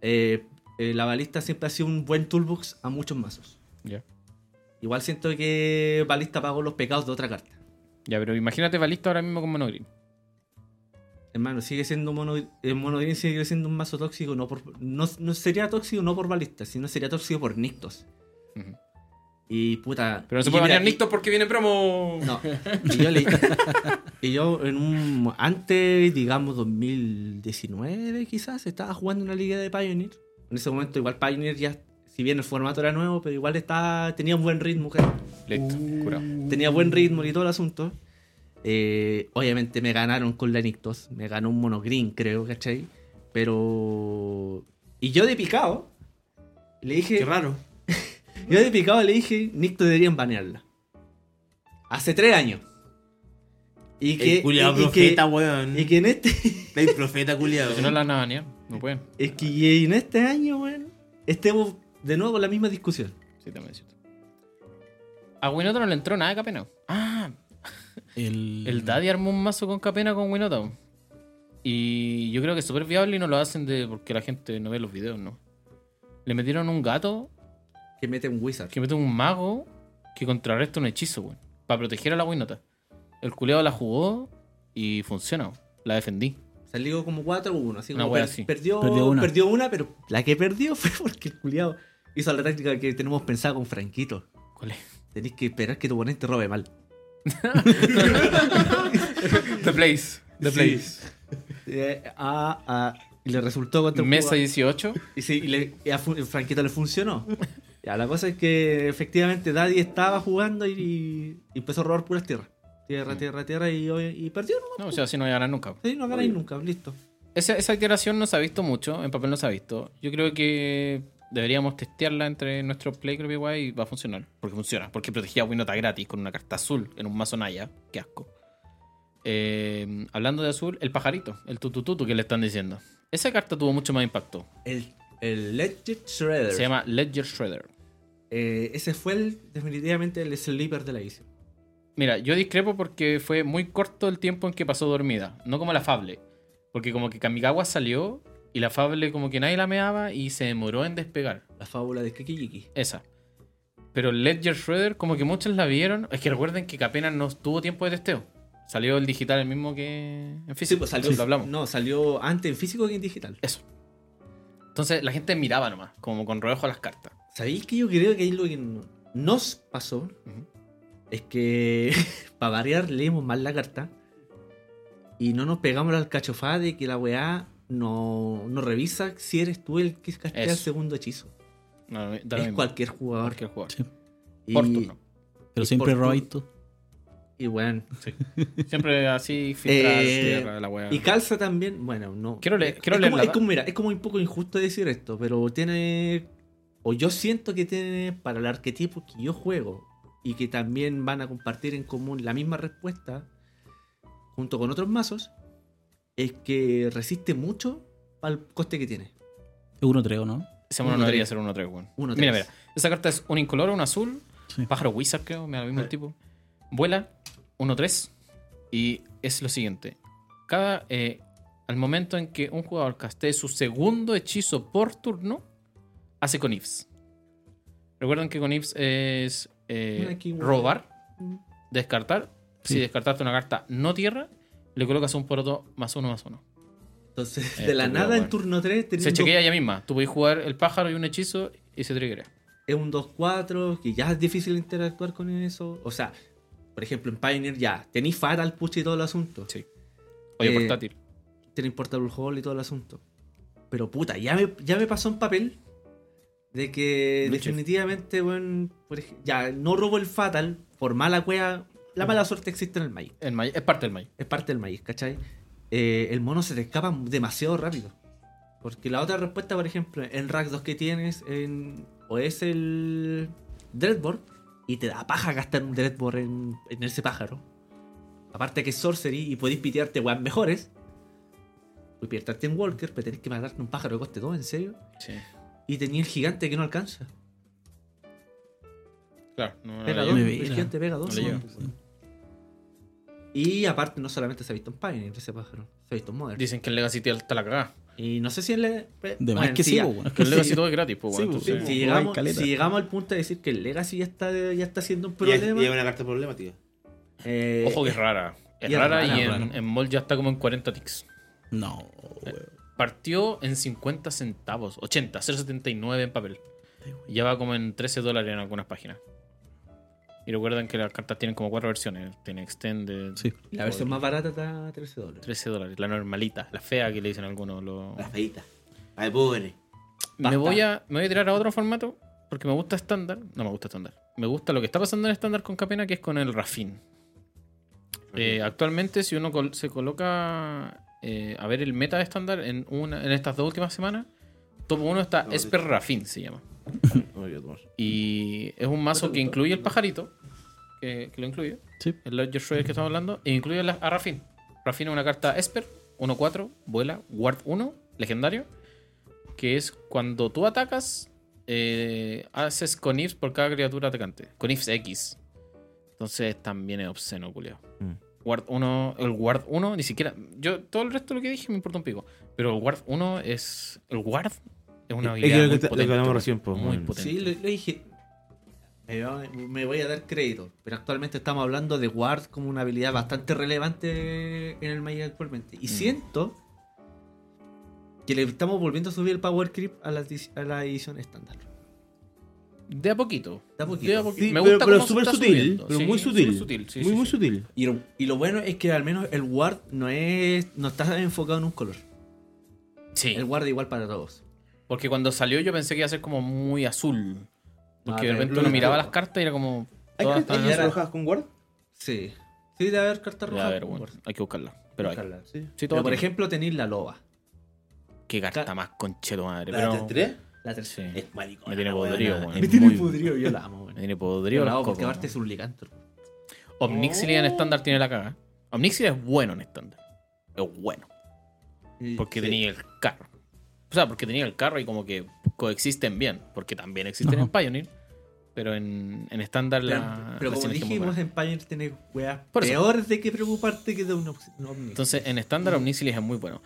Speaker 2: Eh, eh, la balista siempre ha sido un buen toolbox a muchos mazos.
Speaker 1: Ya.
Speaker 2: Igual siento que Balista pagó los pecados de otra carta.
Speaker 1: Ya, pero imagínate balista ahora mismo con monogreen.
Speaker 2: Hermano, sigue siendo mono, el monogreen sigue siendo un mazo tóxico, no por no, no sería tóxico no por balista, sino sería tóxico por Nictos.
Speaker 1: Ujú.
Speaker 2: Y puta.
Speaker 1: Pero no se
Speaker 2: y
Speaker 1: puede
Speaker 2: mira,
Speaker 1: banear Nictos porque viene promo.
Speaker 2: y- No. Y yo, le- y yo en un antes, digamos 2019 quizás, estaba jugando una liga de Pioneer. En ese momento igual Pioneer ya si bien el formato era nuevo, pero igual estaba tenía un buen ritmo, creo.
Speaker 1: Listo, curado.
Speaker 2: tenía buen ritmo y todo el asunto. Eh, obviamente me ganaron con la Nictos, me ganó un mono green, creo, ¿cachai? Pero. Y yo de picado, le
Speaker 4: Qué
Speaker 2: dije.
Speaker 4: raro.
Speaker 2: Yo de picado le dije, Nictos deberían banearla. Hace tres años. Y que.
Speaker 4: El culiao
Speaker 2: y- y,
Speaker 4: profeta,
Speaker 2: que
Speaker 4: weón.
Speaker 2: y que en este.
Speaker 4: El profeta, culiao.
Speaker 1: Si no la van a banear, no pueden.
Speaker 2: Es que y en este año, bueno. Estemos de nuevo en la misma discusión.
Speaker 1: Sí, también es cierto. A Winota no le entró nada de Capena. Ah,
Speaker 3: El,
Speaker 1: el Daddy armó un mazo con Capena con Winota. weón. Y yo creo que es súper viable y no lo hacen de porque la gente no ve los videos, ¿no? Le metieron un gato
Speaker 2: Que mete un wizard.
Speaker 1: que mete un mago que contrarresta un hechizo, weón. Para proteger a la Winota. El culeado la jugó y funciona, weón. La defendí.
Speaker 2: Salió como 4-1, así
Speaker 1: Una
Speaker 2: como
Speaker 1: wea
Speaker 2: per-
Speaker 1: así.
Speaker 2: Perdió,
Speaker 3: Perdió
Speaker 2: perdió,
Speaker 3: una.
Speaker 2: una. pero la que perdió fue porque el culiado hizo la táctica que tenemos pensada con Franquito.
Speaker 1: ¿Cuál es?
Speaker 2: Tenés que esperar que tu oponente robe mal.
Speaker 1: The Place. The Place.
Speaker 2: Eh, ah, ah, y le resultó contra un
Speaker 1: Mesa
Speaker 2: jugador.
Speaker 1: 18.
Speaker 2: Y sí, y le- y a Fu- Franquito le funcionó. Ya, la cosa es que efectivamente Daddy estaba jugando y, y empezó a robar puras tierras. Tierra,
Speaker 1: Mm.
Speaker 2: tierra, tierra y, y perdió. ¿no?
Speaker 1: No, o sea, así no voy a ganar nunca.
Speaker 2: Sí, no ganáis nunca, listo.
Speaker 1: Esa, esa iteración no se ha visto mucho, en papel no se ha visto. Yo creo que deberíamos testearla entre nuestros playgroup igual y va a funcionar. Porque funciona, porque protegía a Winota gratis con una carta azul en un mazo Naya. Qué asco. Eh, hablando de azul, el pajarito, el tutututu que le están diciendo. Esa carta tuvo mucho más impacto.
Speaker 2: El, el Legend Shredder.
Speaker 1: Se llama Ledger Shredder.
Speaker 2: Eh, ese fue el, definitivamente el sleeper de la edición.
Speaker 1: Mira, yo discrepo porque fue muy corto el tiempo en que pasó dormida, no como la Fable. Porque como que Kamikawa salió y la Fable como que nadie la meaba y se demoró en despegar.
Speaker 2: La fábula de Kikijiki.
Speaker 1: Esa. Pero Ledger Shredder, como que muchos la vieron. Es que recuerden que apenas no tuvo tiempo de testeo. Salió el digital el mismo que en físico. Lo hablamos.
Speaker 2: pues No, salió antes en físico que en digital.
Speaker 1: Eso. Entonces la gente miraba nomás, como con rodejo a las cartas.
Speaker 2: ¿Sabéis que yo creo que ahí lo que no- nos pasó
Speaker 1: Ujú.
Speaker 2: es que, para variar, leímos mal la carta y no nos pegamos la alcachofada de que la weá no, no revisa si eres tú el que castea el
Speaker 1: Eso.
Speaker 2: segundo hechizo.
Speaker 1: No, no, da lo
Speaker 2: Es
Speaker 1: mismo.
Speaker 2: cualquier jugador.
Speaker 1: Cualquier jugador.
Speaker 3: Sí,
Speaker 2: Y,
Speaker 1: Por turno.
Speaker 3: pero siempre
Speaker 2: por-
Speaker 3: robáis tú.
Speaker 2: y weón.
Speaker 1: Siempre así filtra
Speaker 2: Eh,
Speaker 1: tierra la wea.
Speaker 2: Y calza también, bueno, no.
Speaker 1: Quiero leer-
Speaker 2: Es
Speaker 1: quiero
Speaker 2: como-
Speaker 1: leerla,
Speaker 2: es
Speaker 1: ¿va?
Speaker 2: como, mira, es como un poco injusto decir esto, pero tiene. O yo siento que tiene para el arquetipo que yo juego y que también van a compartir en común la misma respuesta junto con otros mazos, es que resiste mucho al coste que tiene.
Speaker 3: Es 1-3, ¿o no?
Speaker 1: Ese mono
Speaker 2: Uno,
Speaker 1: no debería
Speaker 2: tres.
Speaker 1: ser 1-3, weón.
Speaker 2: Uno,
Speaker 1: Mira, mira.
Speaker 2: tres.
Speaker 1: Esa carta es un incoloro, un azul.
Speaker 3: Sí.
Speaker 1: Pájaro Wizard, creo. Me da lo mismo el
Speaker 2: Sí.
Speaker 1: tipo. Vuela, 1-3. Y es lo siguiente. Cada. eh, al momento en que un jugador castee su segundo hechizo por turno, hace con ifs. Recuerden que con ifs es eh,
Speaker 2: Una keyword.
Speaker 1: robar,
Speaker 2: Mm.
Speaker 1: descartar. Si
Speaker 3: Sí.
Speaker 1: descartaste una carta no tierra, le colocas un poroto más uno más uno.
Speaker 2: Entonces,
Speaker 1: Eh,
Speaker 2: de la
Speaker 1: tú,
Speaker 2: nada
Speaker 1: weón.
Speaker 2: en turno 3
Speaker 1: Se chequea ella misma. Tú podés jugar el pájaro y un hechizo y se triggerea.
Speaker 2: es un 2-4, que ya es difícil interactuar con eso. O sea, por ejemplo, en Pioneer ya tenéis Fatal Push y todo el asunto.
Speaker 1: Sí. Oye,
Speaker 2: Eh,
Speaker 1: portátil.
Speaker 2: Tenéis Portable Hall y todo el asunto. Pero puta, ya me, ya me pasó en papel de que
Speaker 1: Blue Chief.
Speaker 2: definitivamente, bueno, por ej- ya no robo el Fatal por mala cueva. La mala suerte existe en el Magic.
Speaker 1: El Magic- es parte del Magic.
Speaker 2: Es parte del Magic, ¿cachai? Eh, el mono se te escapa demasiado rápido. Porque la otra respuesta, por ejemplo, en Rack 2 que tienes, en- o es el Dreadboard, y te da paja gastar un Dreadboard en, en ese pájaro. Aparte que es Sorcery y podéis pitearte weas mejores. Puedes pitearte en Walker, pero tenés que matarte un pájaro de coste 2, ¿en serio?
Speaker 1: Sí.
Speaker 2: Y tenía el gigante que no alcanza.
Speaker 1: Claro, Ah, no no
Speaker 2: Pega
Speaker 1: la
Speaker 2: dos,
Speaker 3: me
Speaker 1: llevo.
Speaker 2: el
Speaker 3: vela.
Speaker 2: gigante pega dos.
Speaker 1: No le
Speaker 2: ¿no?
Speaker 3: pues,
Speaker 2: Y aparte, no solamente se ha visto en Pioneer ese pájaro, se ha visto en Modern.
Speaker 1: Dicen que el Legacy Tier está la cagada.
Speaker 2: Y no sé si él le. pe-
Speaker 3: De más
Speaker 2: bueno,
Speaker 3: que
Speaker 2: sí,
Speaker 3: sí,
Speaker 2: ya.
Speaker 3: po, weón.
Speaker 1: Que el Legacy todo es gratis, pues,
Speaker 3: Sí,
Speaker 1: bueno,
Speaker 3: pues, sí,
Speaker 1: entonces-
Speaker 2: Si
Speaker 3: pues.
Speaker 2: llegamos,
Speaker 3: Hay caleta.
Speaker 2: si llegamos al punto de decir que el Legacy ya está, ya está siendo un
Speaker 4: Y es-
Speaker 2: problema.
Speaker 4: y es una carta problemática.
Speaker 2: eh,
Speaker 1: Ojo que es rara. Es
Speaker 2: y es
Speaker 1: rara
Speaker 2: rara,
Speaker 1: y en,
Speaker 3: rara.
Speaker 1: en Mall ya está como en 40 ticks.
Speaker 3: No, weón.
Speaker 1: Partió en 50 centavos, 80, 0.79 en papel. Y Ya va como en 13 dólares en algunas páginas. Y recuerden que las cartas tienen como cuatro versiones. Tiene Extended,
Speaker 3: Sí.
Speaker 2: La versión más barata está a 13 dólares.
Speaker 1: 13 dólares. La normalita, la fea que le dicen algunos. Los...
Speaker 4: La feita. La de pobre.
Speaker 1: Me voy, a, me voy a tirar a otro formato porque me gusta estándar. No me gusta estándar. Me gusta lo que está pasando en estándar con Capena, que es con el Rafin. Eh, actualmente, si uno col- se coloca eh, a ver el meta de estándar en, una, en estas dos últimas semanas, top 1 está
Speaker 4: No,
Speaker 1: Esper Rafin, se llama.
Speaker 4: No me quiero tomar.
Speaker 1: Y es un mazo que incluye el pajarito, que, que lo incluye,
Speaker 3: Sí.
Speaker 1: el Lodger Shredder que estamos hablando, e incluye la- a Rafin. Rafin es una carta Esper, 1-4, vuela, Ward 1, legendario, que es cuando tú atacas, eh, haces conifs por cada criatura atacante, conifs X. Entonces también es obsceno, culiao.
Speaker 4: Mm.
Speaker 1: Ward 1, el Ward 1, ni siquiera. Yo, todo el resto de lo que dije me importa un pico. Pero el Ward 1 es. El Ward es una
Speaker 4: Es
Speaker 1: habilidad.
Speaker 4: que
Speaker 1: muy
Speaker 4: lo que- lo que
Speaker 1: potente,
Speaker 4: hablamos
Speaker 1: weón.
Speaker 4: recién, po,
Speaker 1: Muy
Speaker 4: weón.
Speaker 1: potente.
Speaker 2: Sí, lo, lo dije. Me, va- me voy a dar crédito. Pero actualmente estamos hablando de Ward como una habilidad bastante relevante en el Magic actualmente.
Speaker 1: Mm.
Speaker 2: Y siento que le estamos volviendo a subir el power creep a la, edi- a la edición estándar.
Speaker 1: De a poquito.
Speaker 2: De a poquito.
Speaker 4: Sí,
Speaker 1: Me
Speaker 4: pero-
Speaker 1: gusta
Speaker 4: pero
Speaker 1: cómo se
Speaker 4: súper
Speaker 1: está
Speaker 4: sutil,
Speaker 1: subiendo.
Speaker 4: pero
Speaker 1: Sí,
Speaker 4: muy
Speaker 1: súper
Speaker 4: sutil.
Speaker 1: sí,
Speaker 4: muy,
Speaker 1: sí,
Speaker 4: muy
Speaker 1: sí.
Speaker 4: sutil.
Speaker 2: Y lo, y lo bueno es que al menos el Ward no es no está enfocado en un color.
Speaker 1: Sí,
Speaker 2: El Ward es igual para todos.
Speaker 1: porque cuando salió yo pensé que iba a ser como muy azul. Porque
Speaker 2: Vale,
Speaker 1: de repente
Speaker 2: lo
Speaker 1: uno
Speaker 2: que-
Speaker 1: miraba las cartas y era como.
Speaker 4: ¿Hay
Speaker 1: todas
Speaker 4: cartas
Speaker 1: estaban
Speaker 4: hay
Speaker 1: azul.
Speaker 4: rojas con Word?
Speaker 2: Sí. Sí, debe haber cartas
Speaker 1: Ya,
Speaker 2: rojas.
Speaker 1: a ver,
Speaker 2: con
Speaker 1: bueno,
Speaker 2: Ward.
Speaker 1: hay que buscarla. Pero hay.
Speaker 2: Buscarlas.
Speaker 4: Sí.
Speaker 1: Sí, todo
Speaker 2: Pero, por
Speaker 1: tiene.
Speaker 2: ejemplo, tenéis la loba.
Speaker 1: Qué carta
Speaker 2: Ca-
Speaker 1: más conchero madre.
Speaker 4: ¿La de
Speaker 1: Pero...
Speaker 4: tres?
Speaker 2: La
Speaker 1: Sí.
Speaker 2: tercera.
Speaker 4: Es maricón.
Speaker 1: Me tiene podrido, weón.
Speaker 2: Me tiene pudrido, yo la amo,
Speaker 1: Me
Speaker 2: güey.
Speaker 1: tiene
Speaker 2: Yo
Speaker 1: podrido
Speaker 2: la
Speaker 1: las
Speaker 2: amo porque
Speaker 1: cocas,
Speaker 2: aparte es un licantor.
Speaker 1: weón. Omnixilia en estándar tiene la caga. Omnixilia es bueno en estándar. Es bueno. Porque tenía el carro. O sea, porque tenía el carro y como que coexisten bien. Porque también existen en
Speaker 3: Ajá.
Speaker 1: Pioneer. Pero en en estándar
Speaker 2: Pero,
Speaker 1: la.
Speaker 2: pero
Speaker 1: la sinergia
Speaker 2: como
Speaker 1: es muy buena.
Speaker 2: dijimos, en Pioneer tenés weas
Speaker 1: Por eso.
Speaker 2: peor de que preocuparte que de un obs- un ovni.
Speaker 1: Entonces, en estándar Omnisilis es muy bueno.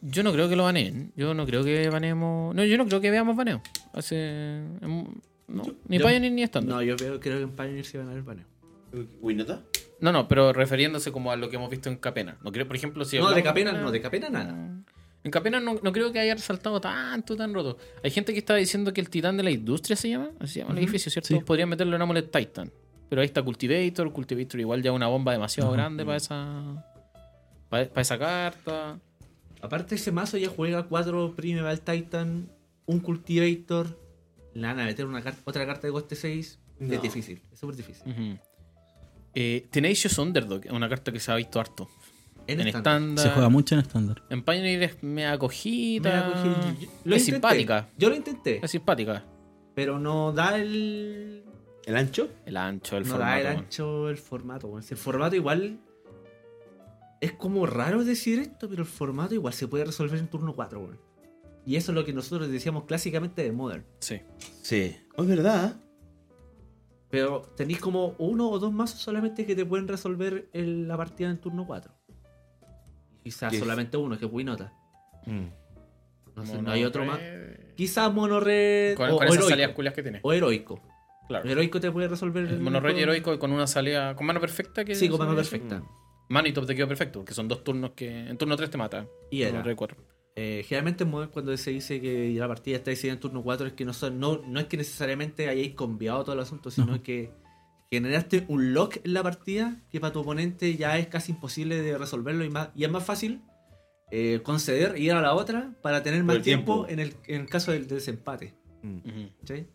Speaker 1: Yo no creo que lo baneen. Yo no creo que baneemos. No, yo no creo que veamos baneo. Hace. em, No, ni
Speaker 2: yo-
Speaker 1: Pioneer ni estándar.
Speaker 2: No, yo veo- creo que en Pioneer se van a ver baneo.
Speaker 4: ¿Winota?
Speaker 1: No, no, pero refiriéndose como a lo que hemos visto en Capena. No creo, por ejemplo, si.
Speaker 2: No,
Speaker 1: hablamos
Speaker 2: de Capena no, de Capena nada.
Speaker 1: En Capena no, no creo que haya resaltado tanto, tan roto. Hay gente que estaba diciendo que el titán de la industria se llama. Así se llama el
Speaker 3: Ujú,
Speaker 1: edificio, ¿cierto?
Speaker 3: sí.
Speaker 1: Podrían meterlo en Amulet Titan. Pero ahí está Cultivator. Cultivator igual ya es una bomba demasiado
Speaker 3: Ajá.
Speaker 1: grande para esa. Para, para esa carta.
Speaker 2: Aparte ese mazo ya juega 4 Primeval Titan, un Cultivator, le van a meter una carta, otra carta de coste 6.
Speaker 4: No.
Speaker 2: Es difícil, es súper difícil.
Speaker 1: Ujú. Eh, Tenacious Underdog es una carta que se ha visto harto. En, estándar.
Speaker 3: Se juega mucho en estándar.
Speaker 1: En Pioneer es mea
Speaker 2: Me
Speaker 1: cojita.
Speaker 2: la cogí-
Speaker 1: es simpática.
Speaker 2: Yo lo intenté,
Speaker 1: Es simpática.
Speaker 2: pero no da el...
Speaker 4: ¿El ancho?
Speaker 1: El ancho, el
Speaker 2: no
Speaker 1: formato.
Speaker 2: da el
Speaker 1: weón.
Speaker 2: ancho el formato, weón. Si El formato igual. Es como raro decir esto, pero el formato igual se puede resolver en turno 4, weón. Y eso es lo que nosotros decíamos clásicamente de Modern.
Speaker 1: Sí.
Speaker 4: Sí. Oh, es verdad.
Speaker 2: Pero tenéis como uno o dos mazos solamente que te pueden resolver el- la partida en turno 4. Quizás
Speaker 4: Yes.
Speaker 2: solamente uno, que es Winota.
Speaker 4: Mm,
Speaker 2: No, sé, no hay otro más.
Speaker 1: Con,
Speaker 2: Quizás Monorred
Speaker 1: con
Speaker 2: o, o
Speaker 1: esas salidas
Speaker 2: heroico,
Speaker 1: culias que tiene.
Speaker 2: o Heroico.
Speaker 1: Claro.
Speaker 2: Heroico te puede resolver
Speaker 1: El monorroy
Speaker 2: juego.
Speaker 1: heroico con una salida. Con mano perfecta que.
Speaker 2: Sí, con mano
Speaker 1: se-
Speaker 2: perfecta.
Speaker 1: Mano y top te quedó perfecto, que son dos turnos que. En turno 3 te mata.
Speaker 2: Y era.
Speaker 1: Monorroy cuatro.
Speaker 2: Eh, generalmente en Modern cuando se dice que la partida está decidida en turno 4 es que no, son- no, no es que necesariamente hayáis conviado todo el asunto, sino que generaste un lock en la partida que para tu oponente ya es casi imposible de resolverlo y, más, y es más fácil eh, conceder y ir a la otra para tener más
Speaker 4: el
Speaker 2: tiempo,
Speaker 4: tiempo.
Speaker 2: en el, en el caso del desempate.
Speaker 4: mm.
Speaker 1: Ujú.
Speaker 2: ¿cachai?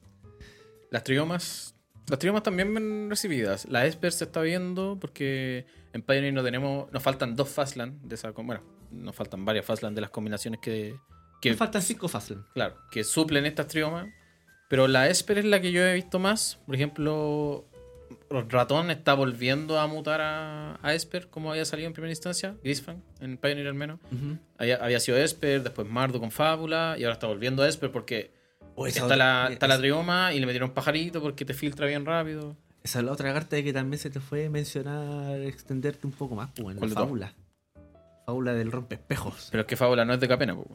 Speaker 1: Las triomas. Las triomas también ven recibidas. La Esper se está viendo porque en Pioneer no tenemos. Nos faltan dos Fastland de esa. com- Bueno, nos faltan varias Fastland de las combinaciones que. que
Speaker 2: Me faltan 5 fases.
Speaker 1: claro, que suplen estas triomas. Pero la Esper es la que yo he visto más. Por ejemplo, Ratón está volviendo a mutar a, a Esper, como había salido en primera instancia. Grisfang, en Pioneer al menos. Había, había sido Esper, después Mardo con Fábula, y ahora está volviendo a Esper porque
Speaker 2: Oh, Pues
Speaker 1: está, la, está la trioma y le metieron pajarito porque te filtra bien rápido.
Speaker 2: Esa es la otra carta que también se te fue mencionar, extenderte un poco más, pues,
Speaker 1: ¿Cuál
Speaker 2: en la
Speaker 1: de todas?
Speaker 2: fábula. Fábula del rompespejos.
Speaker 1: Pero es que Fábula no es de Capena, po.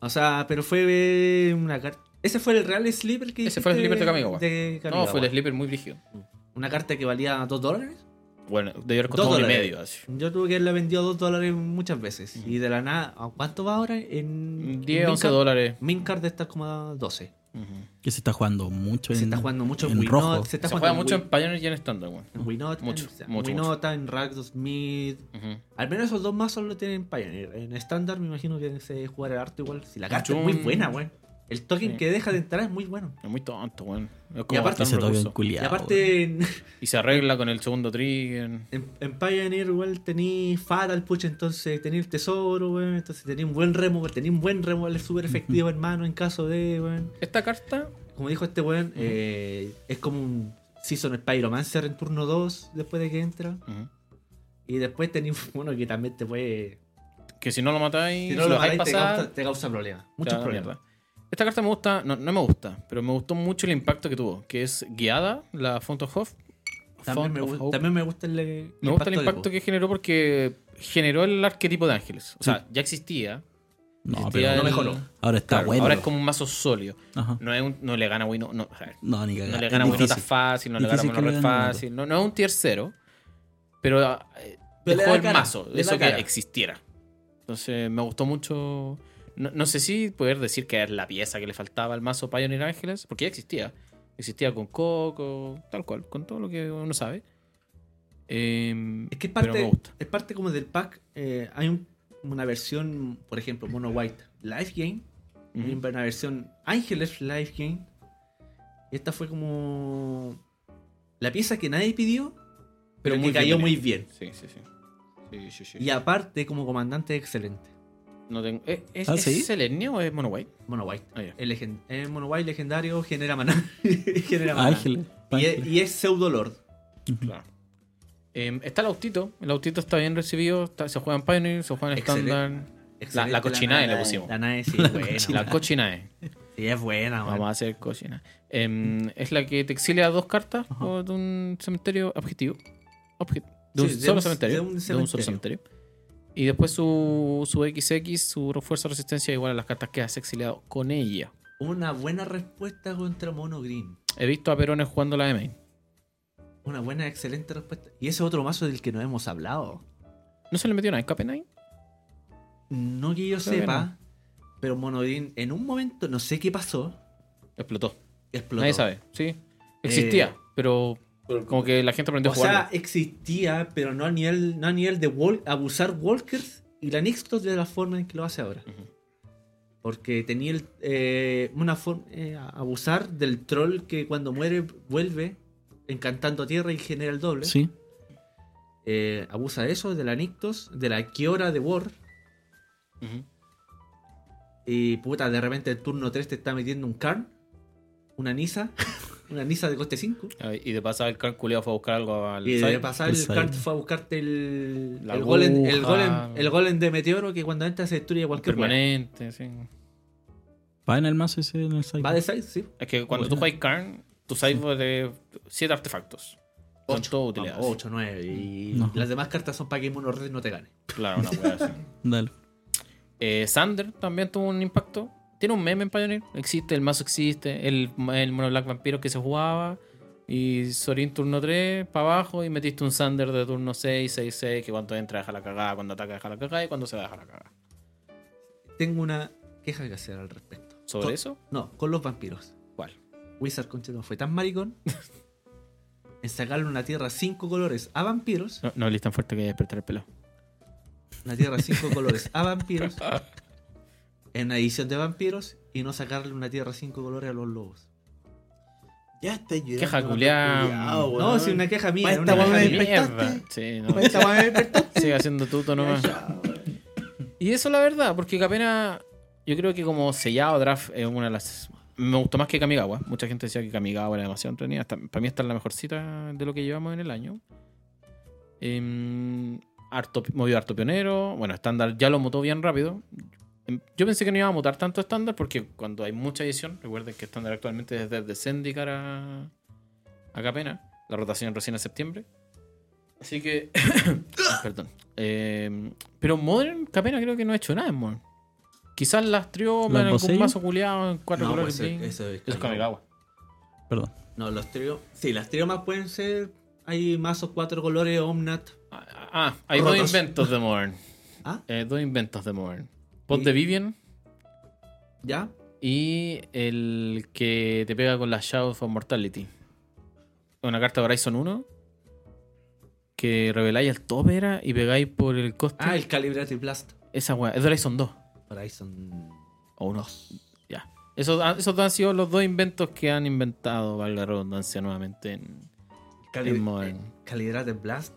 Speaker 2: O sea, pero fue eh, una carta. Ese fue el Real Sleeper que
Speaker 1: Ese fue el
Speaker 2: dijiste
Speaker 1: Sleeper de Kamigawa.
Speaker 2: de
Speaker 1: No,
Speaker 2: Kamigawa.
Speaker 1: fue el Sleeper muy brígido.
Speaker 2: Una carta que valía 2 dólares.
Speaker 1: Bueno, de haber
Speaker 2: Dos
Speaker 1: costado un y
Speaker 2: dólares.
Speaker 1: medio. así.
Speaker 2: Yo tuve que haberla vendido 2 dólares muchas veces. Y de la nada, ¿a cuánto va ahora? En
Speaker 1: 10, 11
Speaker 2: Mincard-
Speaker 1: dólares.
Speaker 2: Mincard está como a 12.
Speaker 1: Ujú.
Speaker 3: Que se está jugando mucho en
Speaker 2: se está jugando mucho en,
Speaker 3: en
Speaker 2: Winota,
Speaker 3: rojo.
Speaker 2: Se está
Speaker 1: Se
Speaker 2: jugando
Speaker 1: juega mucho
Speaker 2: en,
Speaker 1: en Pioneer y en Standard, weón.
Speaker 2: Win- en Winota,
Speaker 1: mucho,
Speaker 2: en,
Speaker 1: mucho,
Speaker 2: Winota, en Rakdos Mid.
Speaker 1: Ujú.
Speaker 2: Al menos esos dos más solo tienen Pioneer. En estándar me imagino que se jugará harto igual. Si la
Speaker 1: Mucho
Speaker 2: carta es muy
Speaker 1: un-
Speaker 2: buena, weón. El token
Speaker 1: Sí.
Speaker 2: que deja de entrar es muy bueno.
Speaker 1: Es muy tonto, weón. Es
Speaker 2: Y
Speaker 1: como
Speaker 2: aparte
Speaker 1: gastar
Speaker 3: Ese
Speaker 1: un
Speaker 3: toque
Speaker 1: recurso.
Speaker 2: Y
Speaker 3: culiado.
Speaker 2: aparte, en,
Speaker 1: Y se arregla con el segundo trigger.
Speaker 2: En, en Pioneer, igual tení Fatal Push, entonces tení el tesoro, weón. Entonces tení un buen remover, tení un buen remover súper efectivo, hermano, en caso de, weón.
Speaker 1: Esta carta,
Speaker 2: Como dijo este weón, eh, es como un Season Pyromancer en turno 2 después de que entra.
Speaker 1: ujú,
Speaker 2: Y después tení uno que también te puede.
Speaker 1: que si no lo matáis,
Speaker 2: Si
Speaker 1: si
Speaker 2: no lo
Speaker 1: lo dejáis
Speaker 2: matáis, te
Speaker 1: pasar,
Speaker 2: causa, te causa problemas.
Speaker 1: te
Speaker 2: Muchos
Speaker 1: da la
Speaker 2: problemas.
Speaker 1: mierda. Esta carta me gusta, no, no me gusta, pero me gustó mucho el impacto que tuvo, que es guiada, la Font of Hope.
Speaker 2: También
Speaker 1: Font
Speaker 2: me,
Speaker 1: of
Speaker 2: gu-
Speaker 1: Hope.
Speaker 2: también me gusta el,
Speaker 1: Me gusta el impacto
Speaker 2: de-
Speaker 1: que generó porque generó el arquetipo de ángeles. O sea, ya existía.
Speaker 3: No,
Speaker 1: existía
Speaker 3: pero
Speaker 1: el-
Speaker 2: mejoró.
Speaker 3: ahora está
Speaker 1: Claro,
Speaker 3: bueno.
Speaker 1: Ahora es como un mazo sólido.
Speaker 3: Ajá.
Speaker 1: No, es un- no le gana a Wino. No, o sea,
Speaker 3: No, ni
Speaker 1: no
Speaker 3: cagar.
Speaker 2: Eh,
Speaker 1: le gana a
Speaker 3: Es
Speaker 1: Winota
Speaker 3: difícil.
Speaker 1: fácil, no le gana a
Speaker 3: Difícil que le
Speaker 1: Monorred
Speaker 3: gane a Winota.
Speaker 1: fácil. No, no es un tier cero. Pero eh,
Speaker 2: Pero le
Speaker 1: dejó
Speaker 2: da
Speaker 1: el
Speaker 2: cara,
Speaker 1: mazo,
Speaker 2: le da
Speaker 1: eso que
Speaker 2: cara.
Speaker 1: existiera. Entonces me gustó mucho. No, no sé si poder decir que es la pieza que le faltaba al mazo Pioneer Ángeles, porque ya existía. Existía con Coco, tal cual, con todo lo que uno sabe. Eh,
Speaker 2: Es que es
Speaker 1: pero me
Speaker 2: parte,
Speaker 1: gusta.
Speaker 2: es parte como del pack. eh, hay un- una versión, por ejemplo, Mono White Live Game.
Speaker 1: Ujú.
Speaker 2: Hay una versión Ángeles Live Game. Esta fue como la pieza que nadie pidió, pero,
Speaker 1: Pero
Speaker 2: que
Speaker 1: muy
Speaker 2: cayó
Speaker 1: bienvenida.
Speaker 2: muy bien.
Speaker 1: Sí, sí, sí. Sí, sí, sí.
Speaker 2: Y aparte, como comandante, excelente.
Speaker 1: No tengo... ¿Es, es,
Speaker 3: Ah,
Speaker 1: es
Speaker 3: ¿sí?
Speaker 1: Selenia o es Mono White?
Speaker 2: Mono White.
Speaker 1: Ah, ya.
Speaker 2: El, legen- el Mono White legendario genera maná. genera maná.
Speaker 3: Ángel.
Speaker 2: Y, es- y es pseudo lord.
Speaker 1: Claro. Eh, está el autito. El autito está bien recibido. está- se juega en Pioneer, se juega en
Speaker 2: Excelente.
Speaker 1: Standard. La,
Speaker 2: Excelente
Speaker 1: la cochinae
Speaker 2: nana,
Speaker 1: le pusimos.
Speaker 2: La nave sí, es buena.
Speaker 1: La cochinae.
Speaker 2: Sí, es buena,
Speaker 1: Vamos a
Speaker 2: man.
Speaker 1: hacer cochinae. Eh, es la que te exilia dos cartas o de un cementerio objetivo. Obje- de, un
Speaker 2: Sí, de
Speaker 1: solo
Speaker 2: un-
Speaker 1: cementerio,
Speaker 2: de
Speaker 1: de
Speaker 2: un
Speaker 1: un solo cementerio. Y después su, su XX, su fuerza resistencia igual a las cartas que has exiliado con ella.
Speaker 2: Una buena respuesta contra Mono Green.
Speaker 1: He visto a Perones jugando la de main.
Speaker 2: Una buena, excelente respuesta. Y ese es otro mazo del que no hemos hablado.
Speaker 1: ¿No se le metió nada en Capenay?
Speaker 2: No que yo
Speaker 1: Creo que
Speaker 2: sepa, pero Monodin en un momento, no sé qué pasó,
Speaker 1: Explotó. Eh,
Speaker 2: explotó.
Speaker 1: Nadie sabe, sí. Existía, pero como que la gente aprendió
Speaker 2: O
Speaker 1: a jugarlo.
Speaker 2: sea, existía, pero no a nivel, no a nivel de wal- abusar Walkers y la Nixtos de la forma en que lo hace ahora.
Speaker 1: Ujú.
Speaker 2: Porque tenía el, eh, una forma abusar del troll que cuando muere vuelve encantando tierra y genera el doble.
Speaker 3: Sí.
Speaker 2: Eh, abusa de eso, de la Nixtos, de la Kiora de War.
Speaker 1: Ujú.
Speaker 2: Y puta, de repente el turno 3 te está metiendo un Karn, una Nisa. Una Nisa de coste 5.
Speaker 1: Ay, Y de pasar el can culiao fue a buscar algo al.
Speaker 2: Y de
Speaker 1: site.
Speaker 2: pasar
Speaker 3: el
Speaker 2: el
Speaker 3: side.
Speaker 2: cart fue a buscarte el,
Speaker 1: La
Speaker 2: el, golem, el,
Speaker 1: aguja.
Speaker 2: golem, el golem de meteoro que cuando entra se destruye cualquier weá.
Speaker 1: Permanente, sí.
Speaker 3: Va en el mazo ese en el side.
Speaker 2: Va de side, sí.
Speaker 1: Es que cuando tú
Speaker 3: Bueno.
Speaker 1: juegas Karn, tu side fue de 7 artefactos. Son todos utilidades.
Speaker 2: 8, 9. Y
Speaker 3: No.
Speaker 2: las demás cartas son para que Mono Red no te gane.
Speaker 1: Claro, una wea así.
Speaker 3: Dale.
Speaker 1: Eh, Sander también tuvo un impacto. Tiene un meme en Pioneer. Existe, el mazo existe. El, el mono Black Vampiro que se jugaba. Y Sorin turno 3 para abajo. Y metiste un Sander de turno 6, 6, 6. Que cuando entra deja la cagada. Cuando ataca deja la cagada. Y cuando se va deja la cagada.
Speaker 2: Tengo una queja que hacer al respecto.
Speaker 1: ¿Sobre
Speaker 2: Con-
Speaker 1: eso?
Speaker 2: No, con los vampiros.
Speaker 1: ¿Cuál?
Speaker 2: Wizard Conchetón fue tan maricón en sacarle una tierra 5 colores a vampiros.
Speaker 1: No, no hables tan fuerte que voy a despertar el pelo.
Speaker 2: Una tierra 5 colores a vampiros. En una edición de vampiros. Y no sacarle una tierra 5 colores a los lobos.
Speaker 4: Ya está llorando.
Speaker 1: Queja
Speaker 4: no,
Speaker 1: culiao.
Speaker 4: culiao, weón.
Speaker 2: No, si una queja mía.
Speaker 4: Basta,
Speaker 2: una
Speaker 4: weón,
Speaker 2: queja
Speaker 4: me
Speaker 2: mía.
Speaker 4: despertaste. Pues
Speaker 1: Sí, no.
Speaker 4: Esta weá me despertó.
Speaker 1: Sigue haciendo tuto nomás.
Speaker 4: Ya, weón.
Speaker 1: Y eso la verdad, porque Capena, yo creo que como sellado draft es una de las... Me gustó más que Kamigawa. Mucha gente decía que Kamigawa era demasiado entretenida. Hasta- para mí esta es la mejor cita de lo que llevamos en el año. Em, harto, movió harto pionero. Bueno, estándar ya lo mutó bien rápido. Em, Yo pensé que no iba a mutar tanto estándar porque cuando hay mucha edición, recuerden que estándar actualmente es desde Zendikar a, a Capena. La rotación recién en septiembre. Así que... perdón. Em, pero Modern, Capena creo que no ha hecho nada en Modern. Quizás las
Speaker 3: ¿Los
Speaker 1: triomas en algún
Speaker 3: bocellos?
Speaker 1: mazo culiado en cuatro
Speaker 2: No,
Speaker 1: colores.
Speaker 2: pues,
Speaker 1: bling.
Speaker 2: eso es.
Speaker 1: Eso es Kamigawa.
Speaker 3: Perdón.
Speaker 2: No, los tríos. Sí, las triomas pueden ser. Hay mazos cuatro colores, Omnat.
Speaker 1: Ah, ah, hay dos
Speaker 2: Rotos.
Speaker 1: inventos de Modern.
Speaker 2: ¿Ah?
Speaker 1: Eh, dos inventos de Modern. Pot
Speaker 2: Y-
Speaker 1: de Vivian
Speaker 2: ¿Ya?
Speaker 1: y el que te pega con la Shadow of Mortality. Una carta de Horizon 1 que reveláis al tope era y pegáis por el coste.
Speaker 2: Ah, el Calibrati Blast.
Speaker 1: Esa weá. Es de Horizon 2.
Speaker 2: Por ahí son.
Speaker 1: O unos. Ya. Esos, han- ah, esos dos han sido los dos inventos que han inventado, valga la redundancia, nuevamente. en-
Speaker 2: Cali-
Speaker 1: Es modern.
Speaker 2: eh, Calibrati Blast.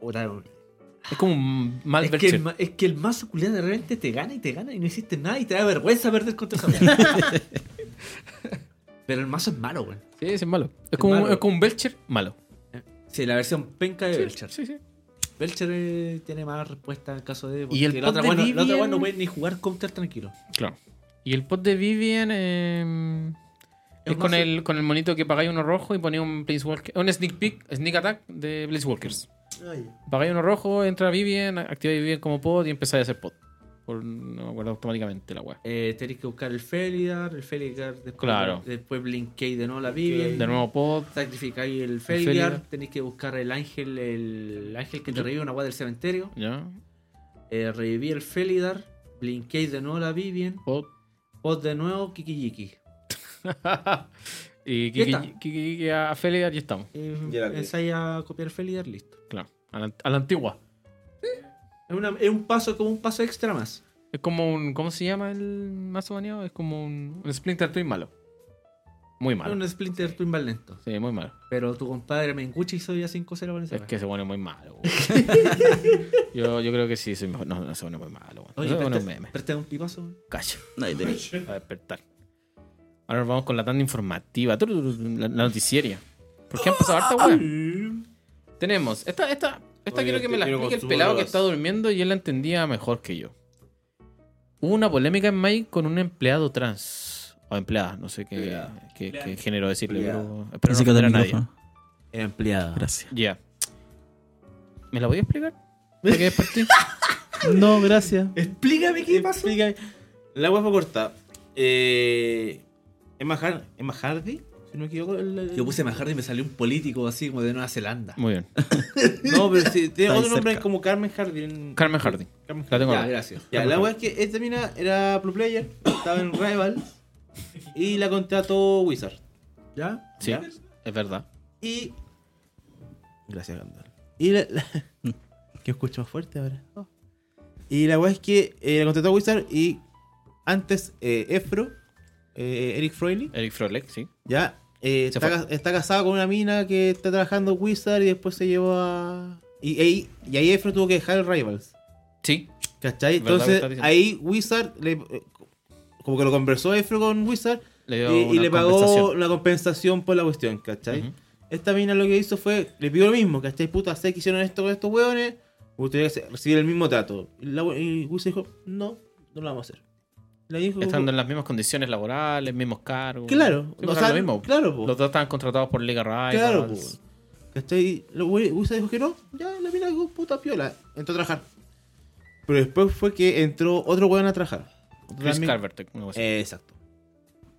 Speaker 2: Ora-
Speaker 1: Es como un mal
Speaker 2: Es que, el, ma- es que el mazo culiado de repente te gana y te gana y no hiciste nada y te da vergüenza perder contra esa weá. Pero el mazo es malo, weón.
Speaker 1: Sí, sí, es malo. Es como,
Speaker 2: malo.
Speaker 1: es como un Belcher malo.
Speaker 2: Sí, la versión penca de Belcher.
Speaker 1: Sí, sí.
Speaker 2: Belcher eh, tiene más respuesta en caso de.
Speaker 1: Y el
Speaker 2: la otra,
Speaker 1: pot de
Speaker 2: weá no- la otra weá no
Speaker 1: Vivian-
Speaker 2: puede ni jugar counter tranquilo.
Speaker 1: Claro. Y el pot de Vivian eh,
Speaker 2: Es
Speaker 1: es con
Speaker 2: más-
Speaker 1: el, con el monito que pagáis uno rojo y ponéis un Planeswalker- un sneak peek, sneak attack de Blazewalkers.
Speaker 4: Ay,
Speaker 1: Pagáis uno rojo, entra Vivian, activáis Vivian como pod y empezáis a hacer pod. Por, no me acuerdo automáticamente la weá.
Speaker 2: Eh, tenéis que buscar el Felidar, el Felidar, después,
Speaker 1: Claro.
Speaker 2: después blinkéis de nuevo la Vivian.
Speaker 1: De nuevo pod.
Speaker 2: Sacrificáis el
Speaker 1: Felidar.
Speaker 2: Felidar, tenéis que buscar el ángel, el ángel que te revive una agua del cementerio.
Speaker 1: Ya.
Speaker 2: Eh, reviví el Felidar, blinkéis de nuevo la Vivian,
Speaker 1: Pod.
Speaker 2: vos de nuevo Kikijiki.
Speaker 1: y
Speaker 2: Ya está.
Speaker 1: Kiki- Kiki Kiki a Felidar ya estamos.
Speaker 2: Eh,
Speaker 4: Ya la vi.
Speaker 2: Empezáis a copiar Felidar, listo.
Speaker 1: Claro. A la, a la antigua.
Speaker 2: Es, una- es un paso como un paso extra más.
Speaker 1: Es como un. ¿Cómo se llama el mazo baneado? Es como un, un Splinter Twin malo. Muy malo.
Speaker 2: Es un Splinter Twin más lento.
Speaker 1: Sí, muy malo.
Speaker 2: Pero tu compadre me encucha y soy a 5-0 con ese.
Speaker 1: Es que se pone muy malo. güey. yo, yo creo que sí, soy mejor. No, no se pone muy malo. güey.
Speaker 2: Oye, este-
Speaker 1: se pone
Speaker 2: presta-
Speaker 1: un meme.
Speaker 2: presta un pipazo.
Speaker 1: Cacho.
Speaker 3: Nadie te ve.
Speaker 1: A despertar. Ahora nos vamos con la tanda informativa. tururú, La, la noticieria. ¿Por qué han pasado harta weá? Tenemos. Esta, esta, esta
Speaker 4: Oye,
Speaker 1: quiero que me la
Speaker 4: quiero
Speaker 1: explique el
Speaker 4: consumir
Speaker 1: pelado que
Speaker 4: drogas.
Speaker 1: está durmiendo y él la entendía mejor que yo. Hubo una polémica en May con un empleado trans. O empleada, no sé qué,
Speaker 4: Empleada.
Speaker 1: qué, qué género decirle, pero
Speaker 4: Empleada.
Speaker 1: espero no
Speaker 3: Así que
Speaker 1: ofender
Speaker 3: el
Speaker 1: a nadie.
Speaker 3: micrófono.
Speaker 4: Era empleada.
Speaker 3: Gracias.
Speaker 1: Ya. ¿Me la voy a explicar? ¿Por qué desperté?
Speaker 3: No, gracias.
Speaker 2: Explícame qué pasó.
Speaker 4: Explica- La hueá fue corta. Eh, Emma, Har- Emma Hardy, si no me equivoco. el- el-
Speaker 2: Yo puse Majardi y me salió un político así como de Nueva Zelanda.
Speaker 1: Muy bien.
Speaker 4: No, pero sí, tiene
Speaker 3: Está ahí
Speaker 4: otro nombre
Speaker 3: cerca.
Speaker 4: como Carmen Hardy.
Speaker 1: Carmen Hardy.
Speaker 4: Carmen
Speaker 1: La tengo
Speaker 2: Ya,
Speaker 1: acá.
Speaker 2: gracias.
Speaker 4: Ya, la weá es que esta mina era pro player, estaba en Rivals y la contrató Wizard.
Speaker 2: ¿Ya?
Speaker 1: Sí,
Speaker 4: ¿Ya?
Speaker 1: es verdad.
Speaker 4: Y. Gracias, Gandalf. Y la. la- que escucho más fuerte ahora. Oh. Y la weá es que eh, la contrató Wizard y antes eh, Efro, eh, Eric Froiley,
Speaker 1: Eric Frolek, sí.
Speaker 4: ya. eh,
Speaker 1: Se
Speaker 4: está,
Speaker 1: fue.
Speaker 4: ca- está casado con una mina que está trabajando en Wizard y después se llevó a. Y, ahí- y ahí Efro tuvo que dejar el Rivals.
Speaker 1: Sí.
Speaker 4: ¿Cachai?
Speaker 1: ¿Verdad que
Speaker 4: Entonces
Speaker 1: está diciendo?
Speaker 4: ahí Wizard le- eh, como que lo conversó Efro con Wizard
Speaker 1: Le
Speaker 4: Y,
Speaker 1: dio
Speaker 4: y
Speaker 1: una
Speaker 4: le pagó
Speaker 1: compensación.
Speaker 4: una compensación por la cuestión, ¿cachai?
Speaker 1: Ujú.
Speaker 4: Esta mina lo que hizo fue, le pidió lo mismo, ¿cachai? Puta, sé que hicieron esto con estos hueones, me gustaría que se- recibir el mismo trato. Y, la, hue- y Wiz dijo, no, no lo vamos a hacer. La dijo,
Speaker 1: Estando en las mismas condiciones laborales, mismos cargos.
Speaker 4: Claro,
Speaker 1: Sí,
Speaker 4: o
Speaker 1: pues,
Speaker 4: sea,
Speaker 1: lo mismo.
Speaker 4: claro, po.
Speaker 1: Los dos estaban contratados por Liga Rivals.
Speaker 4: claro, pues. ¿Cachai? Y la hue- Wiz dijo que no, ya, la mina dijo, puta piola, entró a trabajar. Pero después fue que entró otro hueón a trabajar.
Speaker 1: Chris
Speaker 4: También-
Speaker 1: Calvert, algo así.
Speaker 4: Eh, exacto.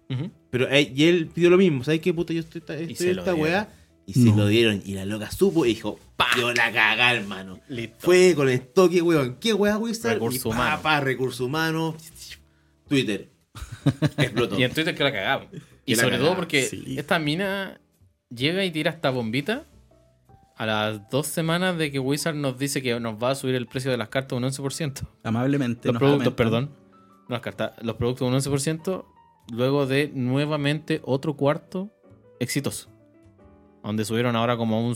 Speaker 1: Ujú.
Speaker 4: Pero pues. eh, y él pidió lo mismo, ¿sabes qué puta? Yo estoy, esta- estoy
Speaker 1: se lo
Speaker 4: esta
Speaker 1: dieron.
Speaker 4: weá. Y se
Speaker 3: No.
Speaker 4: lo dieron. Y la loca supo y dijo, pa, yo la cagar, hermano. Fue con el toque, weón. ¿Qué weá, Wizard?
Speaker 1: Recurso
Speaker 4: y
Speaker 1: humano.
Speaker 4: Pa, pa, recurso humano. Twitter. Explotó.
Speaker 1: Y en Twitter que la cagamos. Y
Speaker 4: Que la
Speaker 1: sobre todo
Speaker 4: cagamos,
Speaker 1: porque
Speaker 3: sí.
Speaker 1: esta mina llega y tira esta bombita a las dos semanas de que Wizard nos dice que nos va a subir el precio de las cartas un 11%.
Speaker 3: Amablemente.
Speaker 1: Los
Speaker 3: nos
Speaker 1: productos,
Speaker 3: comentan.
Speaker 1: perdón. No, las cartas. Los productos un 11%. Luego de nuevamente otro cuarto exitoso. Donde subieron ahora como un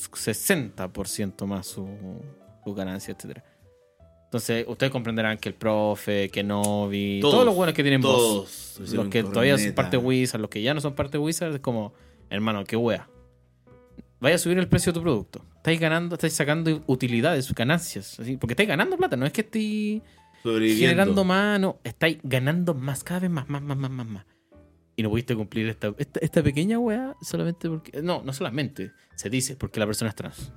Speaker 1: 60% más su, su ganancia, etcétera. Entonces, ustedes comprenderán que el profe, que Novi, todos,
Speaker 4: Todos,
Speaker 1: los buenos que tienen voz,
Speaker 4: Todos.
Speaker 1: los que todavía son parte de Wizard, los que ya no son parte de Wizard, es como, hermano, qué wea. Vaya a subir el precio de tu producto. Estáis ganando, estáis sacando utilidades, ganancias. así, porque estáis ganando plata, no es que estéis generando más, no, estáis ganando más, cada vez más, más, más, más, más, más. Y no pudiste cumplir esta, esta, esta pequeña weá solamente porque. No, no solamente. Se dice porque la persona es trans.